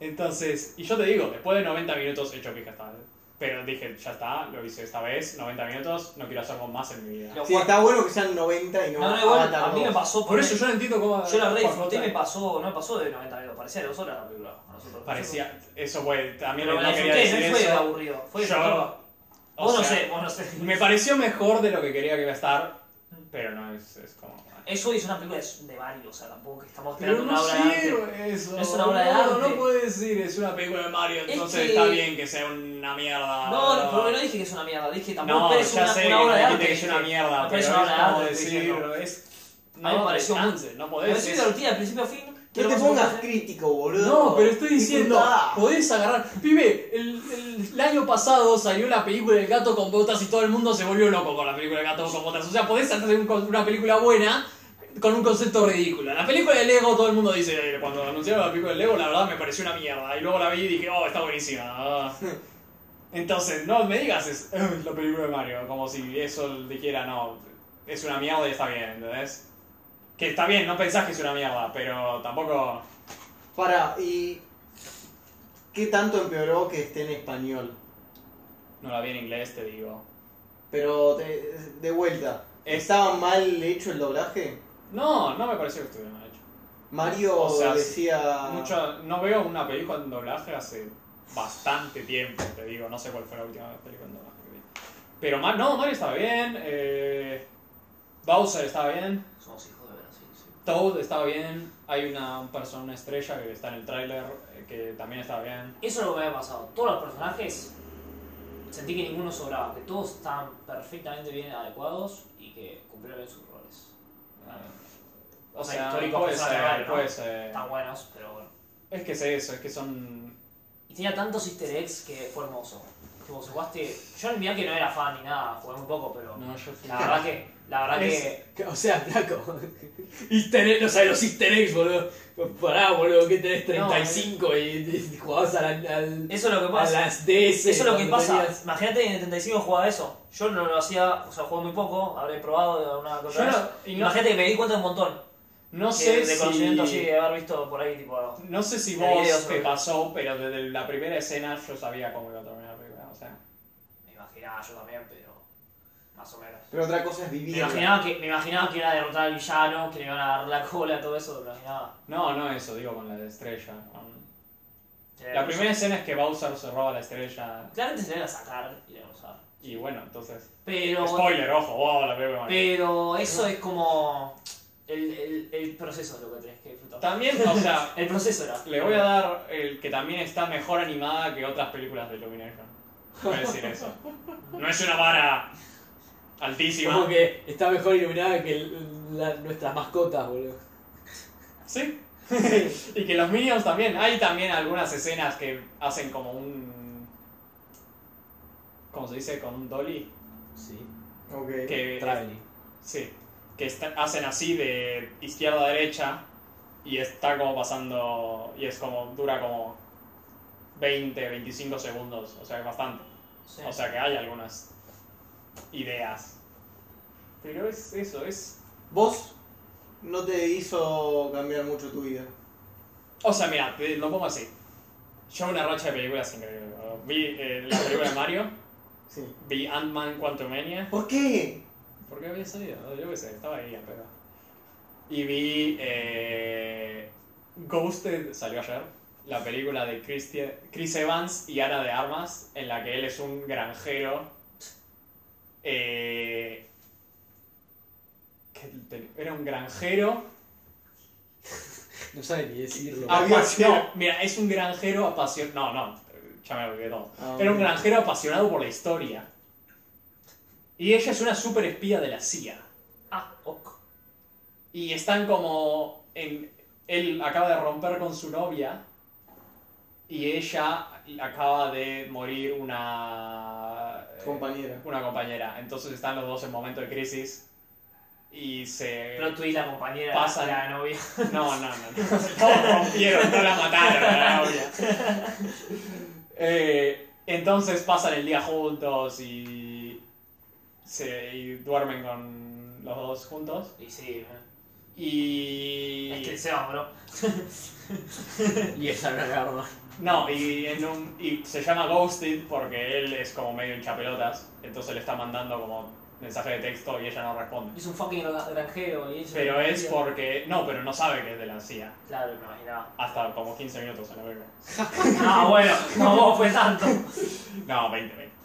B: Entonces, y yo te digo, después de 90 minutos he hecho pija esta vez. ¿eh? Pero dije, ya está, lo hice esta vez, 90 minutos, no quiero hacerlo más en mi vida.
H: Lo
D: Sí,
H: cual-
D: está bueno que sean 90 y no,
H: No, no, igual,
D: Avatar
H: a mí me
D: 2.
H: pasó
B: Por eso yo no entiendo cómo...
H: Yo la re
B: cómo-
H: disfruté, me pasó, no me pasó de 90 minutos, parecía de dos horas la película. a nosotros.
B: Parecía, eso fue, también
H: Pero
B: no
H: la
B: quería
H: disfruté,
B: decir
H: no fue
B: eso.
H: aburrido. Fue
B: Yo-
H: disfrutarlo.
B: O
H: Vos no
B: sea,
H: sé, vos no sé.
B: Me pareció mejor de lo que quería que iba a estar, pero no es, es como...
H: Eso es una película de- de varios, o sea, tampoco que estamos
B: Pero
H: esperando
B: no
H: una obra de arte.
B: sirve eso.
H: Es una obra de
B: No,
H: arte.
B: No puede decir, es una película de Mario,
H: Es
B: entonces
H: que-
B: está bien que sea una mierda.
H: No, no, pero no dije que es una mierda, dije tampoco
B: Ah, No,
H: es
B: ya
H: una,
B: sé
H: una obra de
B: que
H: arte.
B: dijiste que es una
H: dije.
B: mierda,
H: me
B: pero
H: parece
B: es
H: una obra de
B: como
H: arte, estoy
B: decir,
H: diciendo.
B: es...
H: A mí me
B: No,
H: pareció
B: no, chance, no
H: Me
B: podés...
H: pareció
B: es-
H: divertida de principio a fin.
D: No
H: quiero
D: te
H: más
D: pongas
H: cosas.
D: crítico, boludo.
B: No, pero estoy diciendo,
D: Disfrutá.
B: podés agarrar... Pibe, el, el- el año pasado salió la película El gato con botas y todo el mundo se volvió loco con la película El gato con botas. O sea, podés hacer un con- una película buena con un concepto ridículo. La película de Lego, todo el mundo dice, eh, cuando anunciaron la película de Lego, la verdad me pareció una mierda. Y luego la vi y dije, oh, está buenísima.
D: <laughs>
B: Ah. Entonces, no me digas, es "Eh, la película de Mario, como si eso dijera, no, es una mierda y está bien, ¿entendés? Que está bien, no pensás que es una mierda, pero tampoco...
D: Para, ¿y qué tanto empeoró que esté en español?
B: No la vi en inglés, te digo.
D: Pero te- de vuelta,
B: Es-
D: ¿estaba mal hecho el doblaje?
B: No, no me pareció que estuviera mal hecho.
D: Mario
B: O sea,
H: Ah.
D: decía...
B: Mucho- no veo una película en doblaje hace bastante tiempo, te digo, no sé cuál fue la última película en doblaje que vi. Pero Mar- no, Mario estaba bien, eh, Bowser estaba bien,
H: Somos hijos de Brasil, sí.
B: Toad estaba bien, hay una un persona, una estrella que está en el tráiler eh, que también estaba bien.
H: Eso es lo que me había pasado. Todos los personajes sentí que ninguno sobraba, que todos estaban perfectamente bien adecuados y que cumplieron bien sus roles.
B: Ah, O
H: O sea,
B: sea,
H: históricos
B: puede
H: personajes
B: ser,
H: reales, ¿no?
B: puede ser.
H: Están buenos, pero bueno.
B: Es que es eso, es que son...
H: Y tenía tantos easter eggs que fue hermoso. Tipo, se jugaste. Yo en que no era fan ni nada, jugué un poco, pero.
B: No, yo fui-
H: La verdad que. La verdad
B: Es-
H: que.
I: O sea, flaco. <laughs> Easter egg, o sea, los easter eggs, boludo. Pará, boludo, que tenés 35 y, y jugabas a, la- al-
H: Eso es lo que
I: a
H: pasa.
I: las DS.
H: Eso es lo que
I: cuando
H: pasa.
I: tenías-
H: Imagínate que en el 75 jugaba eso. Yo no lo hacía, o sea, jugué muy poco, habré probado una cosa.
B: Yo no, y no,
H: Imagínate que me di cuenta de un montón.
B: no
H: que
B: sé
H: de conocimiento así,
B: si...
H: de haber visto por ahí, tipo. algo.
B: No sé si
H: De
B: vos
H: videos,
B: te
H: ¿no?
B: pasó, pero desde la primera escena yo sabía cómo iba a terminar la película. O sea,
H: Me imaginaba yo también, pero. Más o menos.
D: Pero otra cosa es
H: Me
D: vivir.
H: imaginaba, que, me imaginaba que era derrotar al villano, que le iban a agarrar la cola, todo eso, me imaginaba.
B: no, no eso, digo con la de estrella. con-
H: Eh,
B: La primera escena es que Bowser se roba la estrella
H: Claramente se le iban a sacar y le iban a usar.
B: y bueno, entonces...
H: Pero.
B: Spoiler, ojo, wow, la película. de Mario.
H: Pero eso es como. El, el, el proceso es lo que tenés que disfrutar.
B: También, o sea,
H: El proceso era.
B: le voy a dar el que también está mejor animada que otras películas de Illumination. Voy a decir eso. No es una vara
I: Como
B: altísima.
I: que está mejor iluminada que el- la- nuestras mascotas, boludo.
B: Sí. <laughs> y que los Minions también. Hay también algunas escenas que hacen como un. ¿Cómo se dice? Con un dolly.
I: Sí.
D: Ok.
B: Que,
I: Traveling.
B: sí. Que está- hacen así de izquierda a derecha. Y está como pasando. Y es como. Dura como. 20, 25 segundos. O sea, es bastante.
H: Sí.
B: O sea que hay algunas. Ideas. Pero es eso, es.
D: Vos no te hizo cambiar mucho tu vida.
B: O sea, mira, te lo pongo así. Yo una racha de películas increíble. boludo. Vi eh, la película de Mario,
D: Sí.
B: vi Ant-Man Quantumania,
D: ¿Por qué?
B: ¿Por qué había salido? Yo qué sé, estaba ahí a pedo. Y vi. Eh, Ghosted salió ayer. La película de Christi- Chris Evans y Ana de Armas, en la que él es un granjero. eh, que te- era un granjero
I: No sabe ni decirlo.
B: Apa-
D: Había-
B: Ah, pues, no, mira, es un granjero apasionado. No, no, ya me olvidé todo.
D: Ah,
B: Era un granjero apasionado por la historia. Y ella es una super espía de la CIA.
H: Ah, ok.
B: Y están como. En, él acaba de romper con su novia. Y ella acaba de morir una.
D: Compañera.
B: Una compañera. Entonces están los dos en momento de crisis. Y se.
H: Pero tú y la compañera
B: Pasan.
H: la novia.
B: No, no, no. No rompieron, no la mataron, la novia. Eh, entonces pasan el día juntos y, se, y duermen con los dos juntos.
H: Y sí, eh.
B: Y.
H: es que se va, bro.
I: Y esa era la arma.
B: No, y, en un- y se llama Ghosted porque él es como medio hinchapelotas. Entonces le está mandando como mensaje de texto y ella no responde.
H: Es un fucking gra- granjero y eso.
B: Pero es porque. No, pero no sabe que es de la CIA.
H: Claro, me imaginaba.
B: Hasta como 15 minutos en la verga.
H: <laughs> Ah, bueno, no fue tanto.
B: No, 20, 20.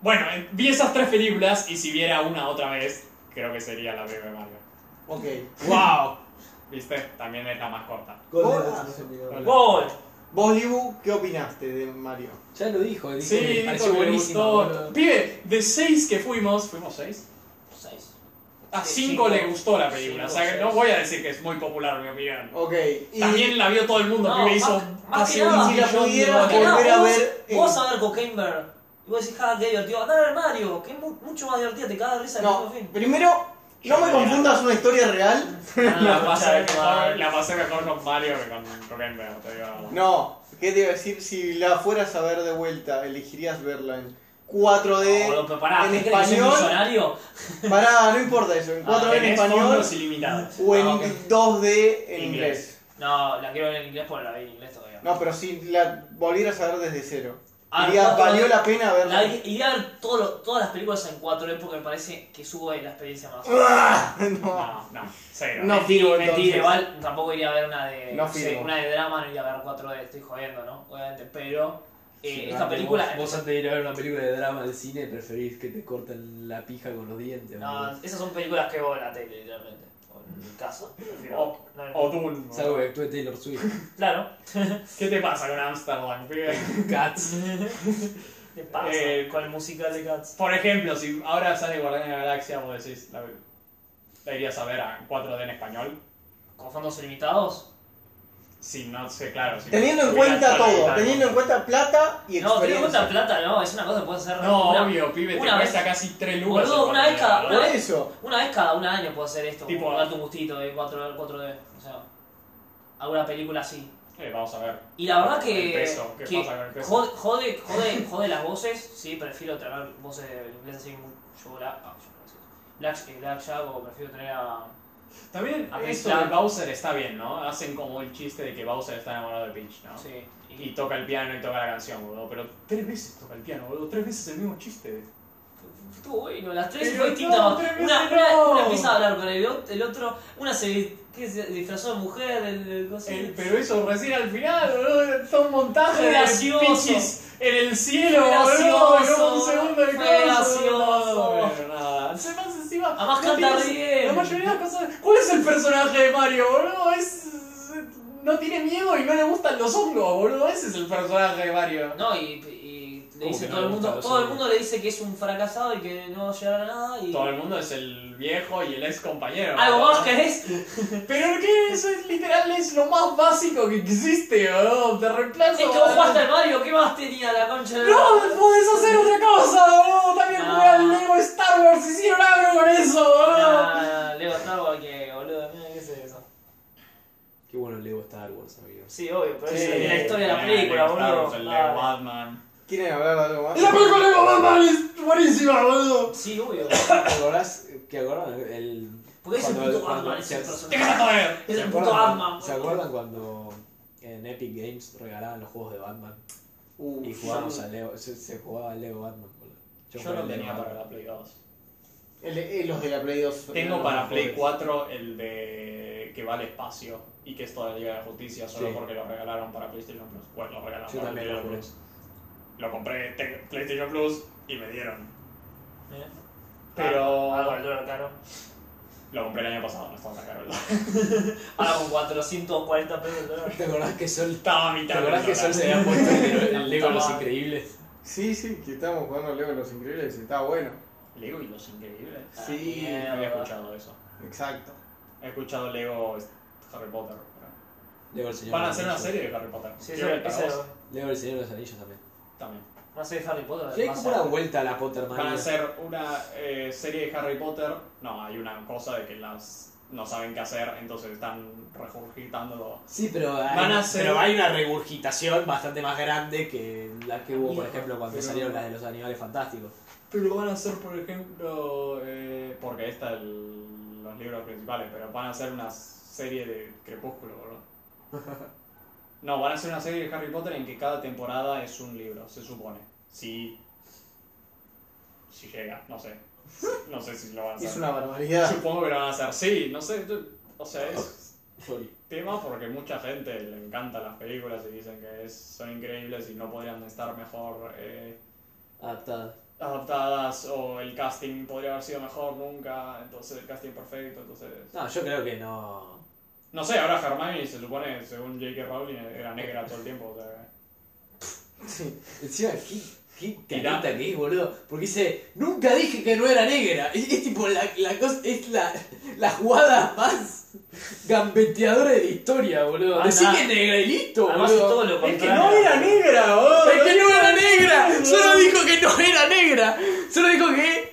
B: Bueno, eh, vi esas tres películas y si viera una otra vez, creo que sería la Bebe Mario.
D: Ok.
B: ¡Wow! ¿Viste? También es la más corta.
D: Golazo.
I: no se olvidó.
H: Gol.
D: Vos, Libu, ¿qué opinaste de Mario?
I: Ya lo dijo, dijo
B: Sí,
I: que le
B: dijo
I: pareció
B: que
I: buenísimo.
B: gustó.
I: boludo.
B: Pibe, de seis que fuimos, ¿fuimos seis?
H: Seis.
B: A
H: Sí,
B: cinco
H: cinco.
B: le gustó la película.
H: Cinco,
B: o sea, que
H: seis.
B: no voy a decir que es muy popular, en mi opinión.
D: Ok. Y
B: También la vio todo el mundo,
H: No,
B: pibe,
H: más-
B: hizo
H: más
B: casi
H: que nada,
B: un
H: si
D: la
B: millón de
D: pudiera
H: Más que
B: dólares.
H: nada,
D: volver a
H: vos-
D: ver eh. en-
H: Vos a ver Cocainberg. Y vos decís, ah, qué divertido. Andá a ver Mario, que es mu- mucho más divertido, te cagas de risa al
D: No,
H: mismo <laughs> fin.
D: primero, no me confundas una historia real.
H: Ah,
B: La pasé
H: Concha de
B: mejor-
H: madre.
B: la pasé mejor con Mario que con Rockenberg, te digo.
D: No, ¿qué te iba a decir? Si la fueras a ver de vuelta, elegirías verla en 4D.
H: Boludo, pero pará,
D: en
H: ¿qué crees que soy
D: español?
H: millonario?
D: Pará, no importa eso, en 4D en
B: Tenés
D: español
B: fondos ilimitados.
D: o en
H: Ah, ok.
D: 2D en
B: Inglés.
D: inglés.
H: No, la quiero ver en inglés porque la vi en inglés todavía.
D: No, pero si la volvieras a ver desde cero.
H: Ah,
D: Dirías,
H: cuatro-
D: valió la pena
H: La,
D: verla.
H: iría a ver todo lo- todas las películas en 4D porque me parece que sube la experiencia más.
D: No,
B: No, no, cero.
D: no firmo
H: Mentira,
D: entonces.
H: igual tampoco iría a ver una de,
D: No
H: no sé,
D: firmo.
H: una de drama, no iría a ver 4D, estoy jodiendo, ¿no? Obviamente, pero eh,
I: Sí,
H: esta
I: claro,
H: película...
I: Vos, vos antes de ir a ver una película de drama al cine preferís que te corten la pija con los dientes.
H: No,
I: boludo.
H: esas son películas que veo en la tele, literalmente. O en mi caso. prefiero-
B: O-
H: no, no.
B: O Dune.
I: Salvo que actúe Taylor Swift.
H: Claro.
B: ¿Qué te pasa con Amsterdam? pibe?
D: <laughs>
I: Cats.
H: ¿Qué pasa?
B: Eh,
H: con el musical de Cats.
B: Por ejemplo, si ahora sale Guardián de la Galaxia, vos decís, la, la irías a ver a 4D en español.
H: Con fondos ilimitados.
B: Si no sé, claro. Si
D: Teniendo en
B: hubiera
D: cuenta
B: salido
D: todo,
B: tal-
D: teniendo en cuenta plata y
H: No, teniendo en cuenta
D: experiencia.
H: plata, no, es una cosa que puedes hacer.
B: No,
H: una-
B: obvio, pibe, te
H: una vez-
B: cuesta casi 3 lucas.
H: Boludo,
B: el
H: una vez cada-
B: partido,
D: Por
B: ¿verdad?
H: ¿eh?
D: eso.
H: Una vez cada un año puedo hacer esto,
B: Tipo-
H: como darte un gustito de 4, 4D. O sea, alguna película así.
B: Eh, vamos a ver.
H: Y la verdad
B: El
H: que.
B: peso, ¿qué
H: que
B: pasa con el peso?
H: Jode, jode, jode, jode las voces, sí, prefiero tener voces de inglés así. Yo, la, ah, yo no sé. Black, eh, Black Jack, prefiero tener a.
B: También
H: A
B: eso
H: mezclar.
B: de Bowser está bien, ¿no? Hacen como el chiste de que Bowser está enamorado de Peach, ¿no?
H: Sí.
B: Y toca el piano y toca la canción, boludo. Pero tres veces toca el piano, boludo. Tres veces el mismo chiste.
H: Estuvo bueno, las tres
B: Pero
H: fue
B: no,
H: distinta.
B: tres
H: una,
B: veces
H: una,
B: no.
H: una empieza a hablar con el, ot- el otro, una se, ¿qué se disfrazó de mujer, el, el cosa-
B: El- pero eso recién al final, boludo. Todo un montaje de
H: Gracioso.
B: pichis en el cielo,
H: Fue
B: boludo.
H: gracioso.
B: como un segundo de
H: Fue
B: coso,
H: gracioso.
B: boludo, pero nada. Además, encima,
H: Además
B: no
H: canta
B: tiene-
H: bien.
B: La mayoría de las cosas. ¿Cuál es el personaje de Mario, boludo? Es. No tiene miedo y no le gustan los hongos, boludo. Ese es el personaje de Mario.
H: No, y, y le
I: ¿Cómo
H: dice
I: que
H: todo
I: no
H: el
I: le
H: mundo,
I: gustan los
H: todo el
I: hombres?
H: mundo le dice que es un fracasado y que no va a llegar a nada y.
B: Todo el mundo es el viejo y el ex compañero.
H: ¿Algo
B: boludo.
H: más querés?
B: Pero que eso es literal, es lo más básico que existe, boludo. Te reemplazo.
H: <laughs> Es que vos
B: boludo.
H: jugaste al Mario, ¿qué más tenía la concha de
B: No, podés hacer otra cosa, boludo. También
H: Nah.
B: jugué al Lego Star Wars. Hicieron algo con eso, boludo.
H: Nah, Leo Star Wars que, boludo, mira, qué es eso.
I: Qué bueno el Lego Star Wars, amigo.
H: Sí, obvio, pero
D: Sí,
H: es la historia de la película, boludo. Ah,
B: Batman.
D: ¿Quieren hablar de algo más?
I: La película de Lego Batman es buenísima, boludo.
H: Sí, obvio. <coughs>
I: ¿Te acordás? ¿Qué acordás? El...
H: Porque es el
I: cuando-
H: puto
I: cuando-
H: Batman, es
I: se-
H: el
B: ¿Qué
H: personaje.
B: vas a ver?
H: Es
I: ¿Se
H: el puto
I: acuerdan-
H: Batman,
I: ¿Se
H: boludo.
I: acuerdan cuando en Epic Games regalaban los juegos de Batman?
D: Uh,
I: Y jugábamos al Lego, se, se jugaba al Lego Batman, boludo. jugué al Lego Batman.
B: Play 2.
D: El de- eh, los de la Play 2.
B: Tengo para Play
D: Pobres.
B: 4 el de que va al espacio y que es toda la Liga de la Justicia solo
D: Sí.
B: porque lo regalaron para PlayStation Plus. Bueno, lo regalaron
D: Yo
B: para
D: también
B: PlayStation
D: lo
B: Plus. Lo compré en PlayStation Plus y me dieron.
H: Mira.
B: Pero
H: Ahora con el dólar caro.
B: lo compré el año pasado, no estaba tan caro.
H: Ahora con 440 pesos el dólar.
I: ¿Te acordás que Sol,
B: <laughs> Estaba a
I: ¿te
B: mitad
I: acordás que
B: del
I: Sol
B: dólar.
I: se había puesto el, el Lego
H: Puta
I: Los
H: madre.
I: Increíbles?
D: Sí, sí, que estábamos jugando Lego Los Increíbles y estaba bueno.
B: Lego y los increíbles.
D: Sí,
B: Eh, había escuchado eso.
D: exacto.
B: He escuchado Lego este, Harry Potter. pero-
I: Lego el Señor
B: Van a
I: de
B: hacer
I: los
B: una
I: Anillos.
B: serie de Harry Potter.
H: Sí,
B: Quiero
H: ese,
B: el para
H: ese
B: vos
I: Lego el Señor de los Anillos también.
B: También.
H: no sé de Harry Potter. eh.
I: Le hay
H: más
I: como una
H: a-
I: vuelta a la Potterman.
B: Van a hacer una eh, serie de Harry Potter. No, hay una cosa de que las no saben qué hacer, entonces están regurgitando.
I: Sí, pero hay,
B: Van a hacer-
I: pero hay una regurgitación bastante más grande que la que hubo, por ejemplo, cuando
B: Pero-
I: salieron las de los animales fantásticos.
B: Pero van a hacer, por ejemplo, eh, porque esta el- los libros principales, pero van a hacer una serie de Crepúsculo, ¿verdad? No, van a hacer una serie de Harry Potter en que cada temporada es un libro, se supone. Si. Si llega, no sé. No sé si lo van a hacer.
D: Es una barbaridad.
B: Supongo que lo van a hacer, sí, no sé. yo- o sea, es
I: Sorry.
B: tema porque mucha gente le encantan las películas y dicen que es- son increíbles y no podrían estar mejor eh,
I: Adaptada.
B: adaptadas o el casting podría haber sido mejor nunca, entonces el casting perfecto, entonces...
I: No, yo creo que no.
B: No sé, ahora Hermione se supone, según J.K. Rowling, era negra todo el tiempo, o sea...
I: Encima, qué, qué
B: Tirá.
I: carita que es, boludo. Porque dice, nunca dije que no era negra. Es, es tipo la, la cosa, es la, la jugada más gambeteadora de la historia, boludo.
H: Ah,
I: Decí
H: nah.
I: que es negra y listo,
H: Además es
I: boludo.
H: todo lo contrario.
B: negra, oh!
I: ¡Es que no era
C: <laughs>
I: negra! Solo dijo que no era negra. Solo dijo que.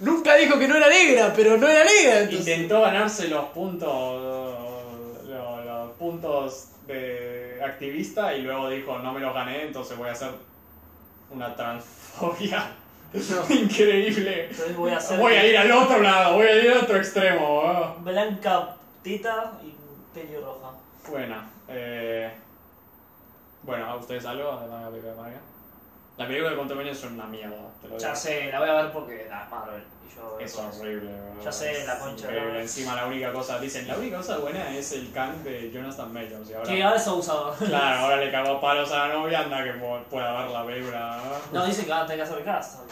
I: Nunca dijo que no era negra, pero no era negra. Entonces.
B: Intentó ganarse los puntos. Los, los puntos de activista y luego dijo: No me los gané, entonces voy a hacer una transfobia. <laughs> Increíble.
H: Entonces voy a hacer.
B: Voy a ir al otro lado, voy a ir al otro extremo. ah.
H: Blanca teta y pelirroja.
B: Bueno, eh, bueno, ¿a ustedes algo? además de la película de Mario? La película de Contaminio es una mierda, te lo digo.
H: Ya sé, la voy a ver porque nada, es Marvel. Y yo
B: Es horrible, bro.
H: Ya sé, la concha de la
B: Horrible.
H: madre.
B: Encima la única cosa, dicen, la única cosa buena es el can de Jonathan Majors. Y
H: Que
B: ahora,
H: ahora es abusador.
B: claro, ahora le cago a palos a la novia, anda que pu- pueda ver la película. ¿no?
H: No, dicen que van a tener que hacer caso.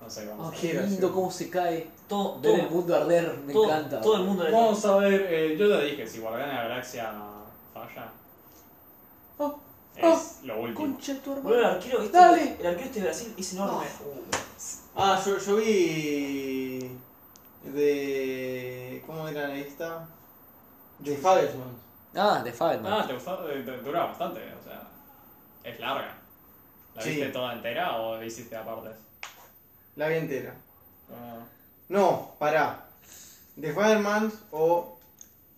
B: No sé, vamos. a ver.
D: qué lindo
I: cómo se cae.
H: Todo,
I: Ver el
H: todo,
I: mundo arder, me
H: todo,
I: encanta.
H: todo el mundo le
B: Vamos a ver, eh, yo te dije, si Guardián de la Galaxia falla,
I: Oh,
B: es lo último.
I: Concha tu
H: Boludo, el
I: hermano.
H: arquero, este,
I: Dale.
H: el arquero este de Brasil es enorme. Uh.
D: Ah, yo, yo vi. De. ¿Cómo era esta? De Fabelman.
C: Ah, de Fabelman.
B: Ah, te gustó, eh, te dura bastante, o sea, es larga. ¿La
D: Sí.
B: viste toda entera o la hiciste apartes?
D: La vi entera.
B: Ah,
D: No, pará. De Fabelman o.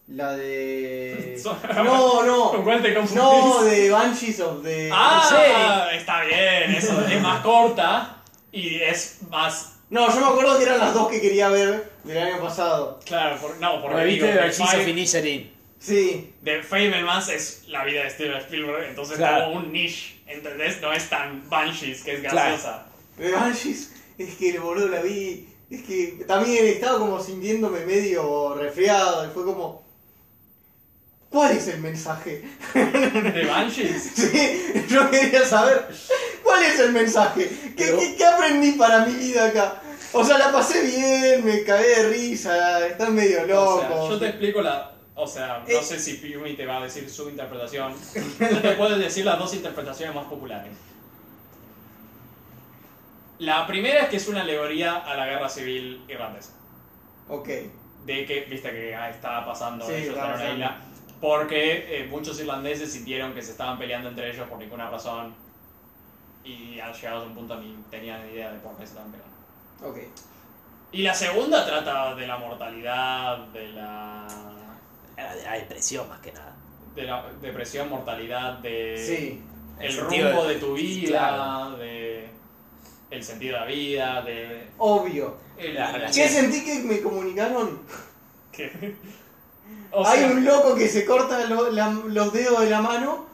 D: La
B: <laughs>
D: de. No,
B: ¿Con
D: no.
B: cuál te confundís?
D: No, de Banshees of the.
B: Ah, está bien, eso es más corta y es más
D: No, yo me acuerdo que eran las dos que quería ver del año pasado.
B: claro, por- no, porque
C: Reviste
B: digo,
C: de
B: The
C: Archives of
B: Fable-
C: Inisherin.
D: Sí.
B: The Fablemans es la vida de Steven Spielberg, entonces
C: Claro.
B: como un niche, ¿entendés? No es tan Banshees que es
C: Claro.
B: graciosa. <laughs>
D: De Banshees, es que el boludo la vi. Es que también estaba como sintiéndome medio resfriado y fue como. ¿Cuál es el mensaje? <laughs>
B: De Banshees.
D: Sí, yo quería saber. ¿Cuál es el mensaje? ¿Qué, qué- qué aprendí para mi vida acá? O sea, la pasé bien, me cagué de risa, están medio
B: O
D: locos.
B: sea, yo te explico la. O sea, no
D: Eh.
B: sé si Piumi te va a decir su interpretación. Yo te puedo decir las dos interpretaciones más populares. La primera es que es una alegoría a la guerra civil irlandesa.
D: Ok,
B: de que, viste que ah, estaba pasando
D: Sí,
B: ellos en
D: estaba
B: una
D: pasando.
B: isla, porque eh, muchos irlandeses sintieron que se estaban peleando entre ellos por ninguna razón y al llegados a un punto ni tenían ni idea de por qué se estaban peleando.
D: ok.
B: Y la segunda trata de la mortalidad, de la,
C: Era
B: Ah,
C: de la depresión más que nada.
B: de la depresión, mortalidad, de
D: Sí,
B: el
C: sentido
B: rumbo
C: de-
B: de, tu vida,
C: claro.
B: de el sentido de la vida, de
D: obvio.
B: el-
C: Las
D: ¿Qué
C: relaciones.
D: sentí que me comunicaron?
B: que- O
D: Hay
B: sea,
D: un loco que se corta lo- la- los dedos de la mano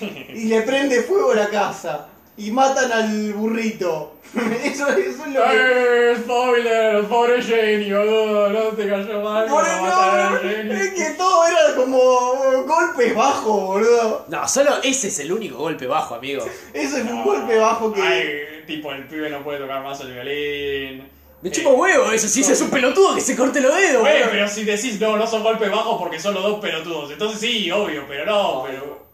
D: y le prende fuego a la casa. Y matan al burrito. <laughs> eso, eso es lo que.
B: ¡Eh! ¡Spoiler! ¡Pobre Jenny, boludo! No te cayó mal.
D: Por
B: no,
D: no,
B: mataron a Jenny.
D: es que todo era como eh, golpes bajos, boludo.
C: No, solo ese es el único golpe bajo, amigo.
D: Eso es un golpe bajo que.
B: Ay, tipo, el pibe no puede tocar más el violín.
C: Me
B: Eh,
C: chupa huevo eso, si ese es un pelotudo que se corte los dedos,
B: Güey,
C: boludo.
B: pero si decís no, no son golpes bajos porque son los dos pelotudos. Entonces sí, obvio, pero no, pero.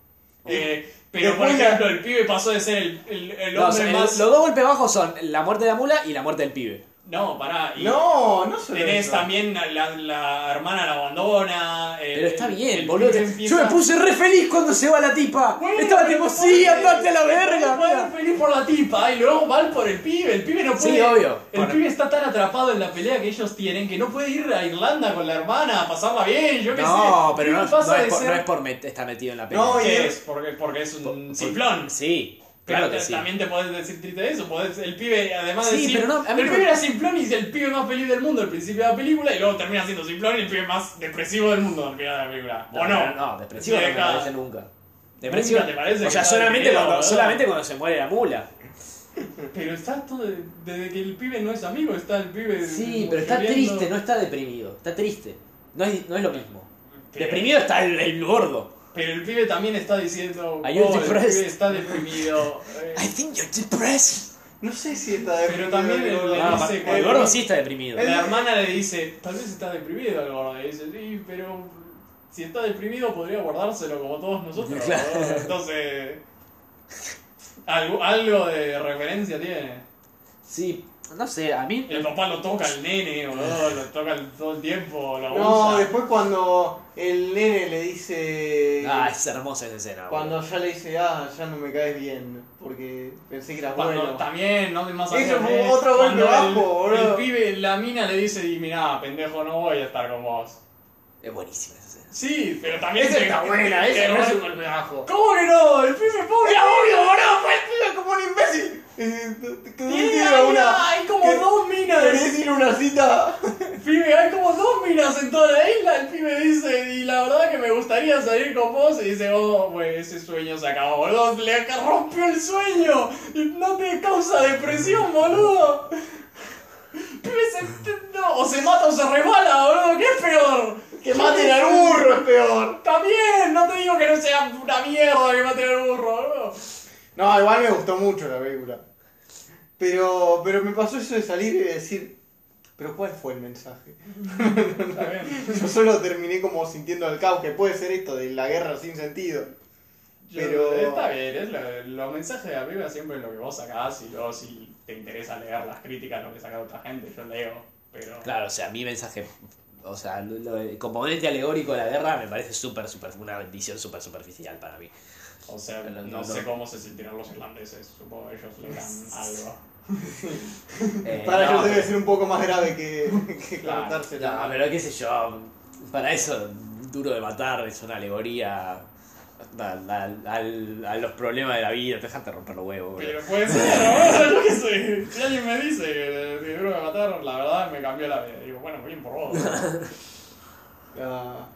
B: Eh, pero por
D: Después la-
B: ejemplo, el pibe pasó de ser el, el, el
C: No, o
B: hombre
C: sea, el-
B: más.
C: Los dos golpes bajos son la muerte de la mula y la muerte del pibe.
B: No, pará. Y
D: No, no solo
B: Tenés
D: eso.
B: también la, la- la hermana la abandona. el-
C: Pero está
B: el-
C: bien,
B: el
C: boludo.
B: pibe
C: te-
B: empieza-
C: Yo me puse re feliz cuando se va la tipa.
B: Bueno,
C: Estaba
B: pero
C: tipo,
B: no
C: sí,
B: puede-
C: andate a la
B: no
C: verga.
B: puede
C: mira".
B: feliz por la tipa y luego mal por el pibe. El pibe no
C: Sí,
B: puede.
C: obvio.
B: El
C: Bueno.
B: pibe está tan atrapado en la pelea que ellos tienen que no puede ir a Irlanda con la hermana a pasarla bien. Yo qué sé.
C: No, pero
B: El
C: no,
B: pibe pasa
C: no es
B: de
C: por,
B: ser-
C: no es por met- estar metido en la pelea.
D: No, y
B: ¿Qué
D: el-
B: es? Porque, porque es un simplón.
C: Sí,
B: Pero
C: claro
B: te-
C: que sí.
B: también te podés decir triste eso. podés- el pibe, además de
C: Sí,
B: decir,
C: pero no, a mí
B: el
C: no-
B: pibe era simplón y es el pibe más feliz del mundo al principio de la película y luego termina siendo simplón y el pibe más depresivo del mundo al final de la película. ¿O no?
C: No, no, depresivo
B: Sí,
C: no me
B: acá.
C: parece nunca. Depresivo.
B: te parece
C: o sea,
B: que
C: solamente
B: está
C: cuando,
B: deprimido,
C: solamente
B: boludo.
C: cuando se muere la mula.
B: Pero está todo. de- Desde que el pibe no es amigo, está el pibe.
C: Sí,
B: como
C: pero está
B: queriendo-
C: triste, no está deprimido. Está triste. No es, no es lo mismo.
B: Pero-
C: Deprimido está el, el gordo.
B: Pero el pibe también está diciendo.
C: Are you
B: "Oh, el
C: depressed?"
B: pibe está
C: <laughs>
B: deprimido. eh,
C: I think you're depressed.
D: No sé si está
B: Pero también
D: deprimido
B: el-
D: o
C: No,
D: no.
C: pa-
B: dice
C: el
B: cuando-
C: gordo sí está deprimido.
B: La hermana le dice, tal vez está deprimido el gordo. Y dice, sí, pero si está deprimido podría guardárselo como todos nosotros.
C: Claro.
B: ¿no?". Entonces, algo, algo de referencia tiene.
C: Sí, no sé, a mí.
B: El papá lo toca al nene, boludo, lo toca el- todo el tiempo, lo
D: No,
B: abusa.
D: después cuando el nene le dice.
C: Ah, es hermosa esa escena.
D: cuando ya le dice, ah, ya no me caes bien, porque pensé que eras
B: Cuando
D: bueno.
B: también, no más
D: Eso
B: allá
D: fue
B: de-
D: otro golpe
B: cuando el-
D: bajo,
B: el,
D: boludo.
B: pibe, la mina le dice, y mirá, pendejo, no voy a estar con vos.
C: boludo. Es buenísima esa escena.
B: Sí, pero también...
D: Esa
B: se-
D: está buena,
B: que
D: esa no
B: no-
D: es un golpe bajo.
B: ¿Cómo que no? El pibe pobre.
D: ¡Era obvio, boludo! ¡Fue el pibe como un imbécil! Eh, te- te- te-
B: Tiene
D: te-
B: ahí,
D: una-
B: hay como
D: ¿Qué-
B: dos minas.
D: ¿Querés ir a una cita?
B: Pibe, hay como dos minas en toda la isla. El pibe dice, y la verdad que me gustaría salir con vos. Y dice, oh, güey, ese sueño se acabó, boludo. Le ca- rompió el sueño. Y no te causa depresión, boludo. Pibe, se, no, o se mata o se resbala, boludo. ¿Qué es peor?
D: ¡Que maten al burro es peor!
B: También, no te digo que no sea una mierda que mate al burro, boludo.
D: No, igual me gustó mucho la película. Pero, pero me pasó eso de salir y decir, ¿pero cuál fue el mensaje? <laughs>
B: Está bien.
D: Yo solo terminé como sintiendo el caos que puede ser esto de la guerra sin sentido.
B: Yo-
D: Pero-
B: Está bien, es lo- los mensajes de la Biblia siempre es lo que vos sacás y luego si te interesa leer las críticas, lo que saca otra gente, yo leo, pero...
C: Claro, o sea, mi mensaje. O sea, lo- lo- el componente alegórico de la guerra me parece súper, súper. Una bendición súper superficial para <laughs> mí.
B: O sea,
C: Pero
B: no,
C: no-
B: sé
C: no.
B: cómo se sentirán los irlandeses, supongo que ellos leerán algo.
C: Eh,
D: Para
C: no,
D: ellos debe
C: pero-
D: ser un poco más grave que, que
B: Claro,
D: cortarse la-
C: No, ah, pero qué sé yo. Para eso, duro de matar es una alegoría. al- al- al- a los problemas de la vida, dejate romper los huevos. boludo.
B: Pero puede ser, ¿no? yo qué sé, si alguien me dice que te duro de matar, la verdad me cambió la vida. Digo, bueno, bien por
C: <laughs>
B: vos.
D: la-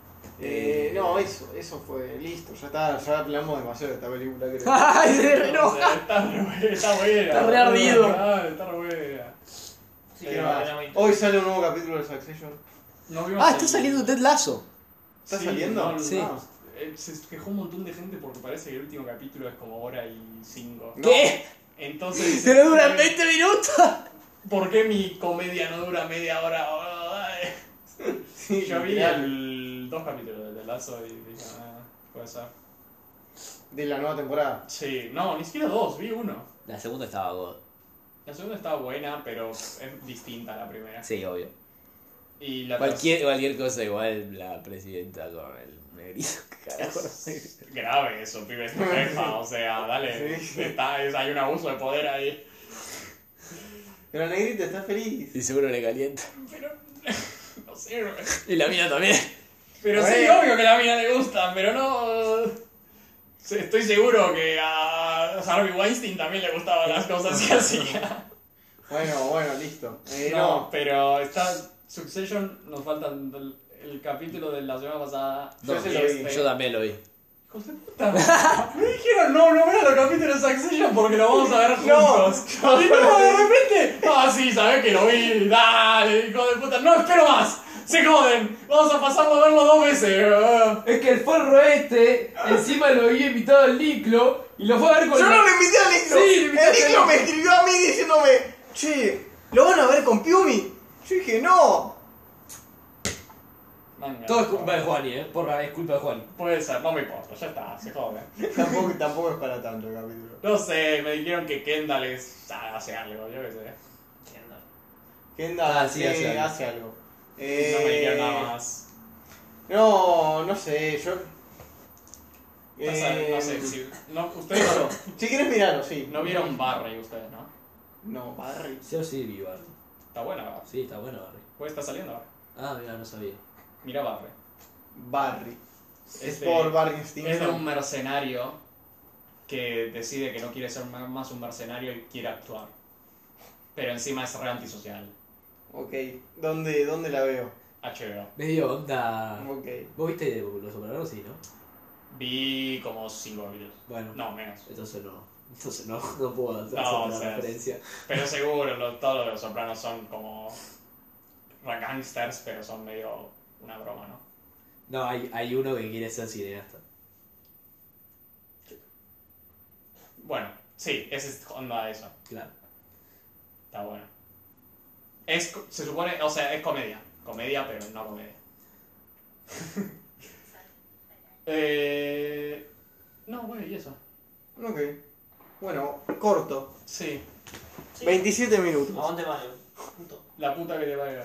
D: Ah, eh, no, eso, eso fue, listo, ya está, ya hablamos demasiado de esta película. creo.
C: <laughs>
D: <laughs> Eh,
C: ¡Ay, se re
B: O
C: enoja!
B: sea, está re buena. Está buena.
C: Está re ardido.
B: Ah, Está re buena.
H: Sí,
D: ¿Qué
H: que no,
D: más?
H: no me interesa.
D: Hoy sale un nuevo capítulo de Succession.
B: Nos vimos
C: Ah, está
B: el-
C: saliendo Ted Lasso.
D: ¿Está saliendo?
B: no,
C: Sí.
B: no. Eh, Se quejó un montón de gente porque parece que el último capítulo es como hora y cinco.
C: ¿Qué?
D: <laughs>
B: Entonces.
C: ¿Pero duran
B: eh,
C: 20 minutos?
B: ¿Por qué mi comedia no dura media hora? Ay. <laughs>
D: Sí,
B: Yo vi
D: literal,
B: el, dos capítulos de Lazo y dije, ah, puede ser.
D: de la nueva temporada.
B: Sí, no, ni siquiera dos, vi uno.
C: La segunda estaba God.
B: La segunda estaba buena, pero es distinta a la primera.
C: Sí, obvio.
B: Y la
C: Cualquier, cualquier cosa, igual la presidenta con el negrito. <laughs> Carajo.
B: Es grave eso, pibe,
D: <laughs>
B: es tu jefa, o sea, dale,
D: Sí.
B: está, es- hay un abuso de poder ahí.
D: Pero la negrita está feliz.
C: Y seguro le calienta.
B: Pero, <laughs> no sé, no-
C: Y la mina también.
B: pero sí,
D: Bueno.
B: obvio que a la mina le gusta, pero no... sí, Estoy seguro que a Harvey Weinstein también le gustaban las cosas
D: <laughs>
B: que hacía.
D: Bueno, bueno, listo. Eh,
B: No, pero está Succession, nos faltan el, el capítulo de la semana pasada.
D: Yo
B: y
D: se lo vi.
B: este.
C: Yo también lo vi.
B: Hijos de puta. <laughs> Me dijeron, no, no vean los capítulos de Succession porque lo vamos a ver juntos.
I: <laughs>
B: y luego de repente, ah, sí, sabés que lo vi, dale, hijo de puta, no espero más. Se joden, vamos a pasarlo a verlo dos veces. Yo
I: <laughs> Es que el forro este, encima lo había invitado al Niclo y lo fue a ver con
D: Yo
I: la-
D: no lo invité al Niclo.
I: Sí, lo
D: el
I: invitaste
D: Niclo
I: al
D: me escribió a mí diciéndome, che, ¿lo van a ver con Piumi? Yo dije, no.
I: Todo es culpa de Juan, eh. Porra, es culpa de Juan.
B: Puede ser, no me importa, ya está, se joden.
D: tampoco, tampoco es para tanto el capítulo.
B: No sé, me dijeron que Kendall es, ah, hace algo, yo qué sé.
D: Kendall
I: Ah, sí,
D: sí,
I: hace algo.
D: hace algo.
B: No me
D: Eh,
B: dijeron nada más.
D: No, no sé, yo.
B: O sea, no sé,
D: Eh,
B: si, no, ustedes no,
D: <laughs> Si quieres mirarlo, sí.
B: no vieron Barry, ustedes, ¿no?
D: No, Barry.
I: Sí, o sí, vi Barry.
B: Está buena Barry.
I: Sí, está bueno Barry.
B: Pues está saliendo ahora.
I: Ah, mira, no sabía.
B: Mira Barry.
D: Barry. Es
B: Este,
D: por Barry
B: Es de un
D: Stinson.
B: mercenario que decide que no quiere ser ma- más un mercenario y quiere actuar. Pero encima es re antisocial.
D: Ok, ¿dónde, dónde la veo?
B: HBO.
I: Medio onda.
D: Ok.
I: ¿Vos viste los operados? Sí, ¿no?
B: Vi como cinco videos.
I: Bueno.
B: No, menos.
I: Entonces no. Entonces no, <laughs> no puedo hacer
B: No,
I: la
B: o sea,
I: referencia.
B: Pero seguro, lo- todos los sopranos son como ra- gangsters, pero son medio una broma, ¿no?
I: No, hay, hay uno que quiere ser cineasta.
B: Bueno, sí, ese es onda de eso.
I: Claro.
B: Está bueno. Es, co- se supone, o sea, es comedia. Comedia, pero no comedia. eh, no, bueno, y eso.
D: Ok. Bueno, corto.
B: Sí,
D: 27 minutos.
H: Aguante Mario. Punto.
B: la puta que te valga.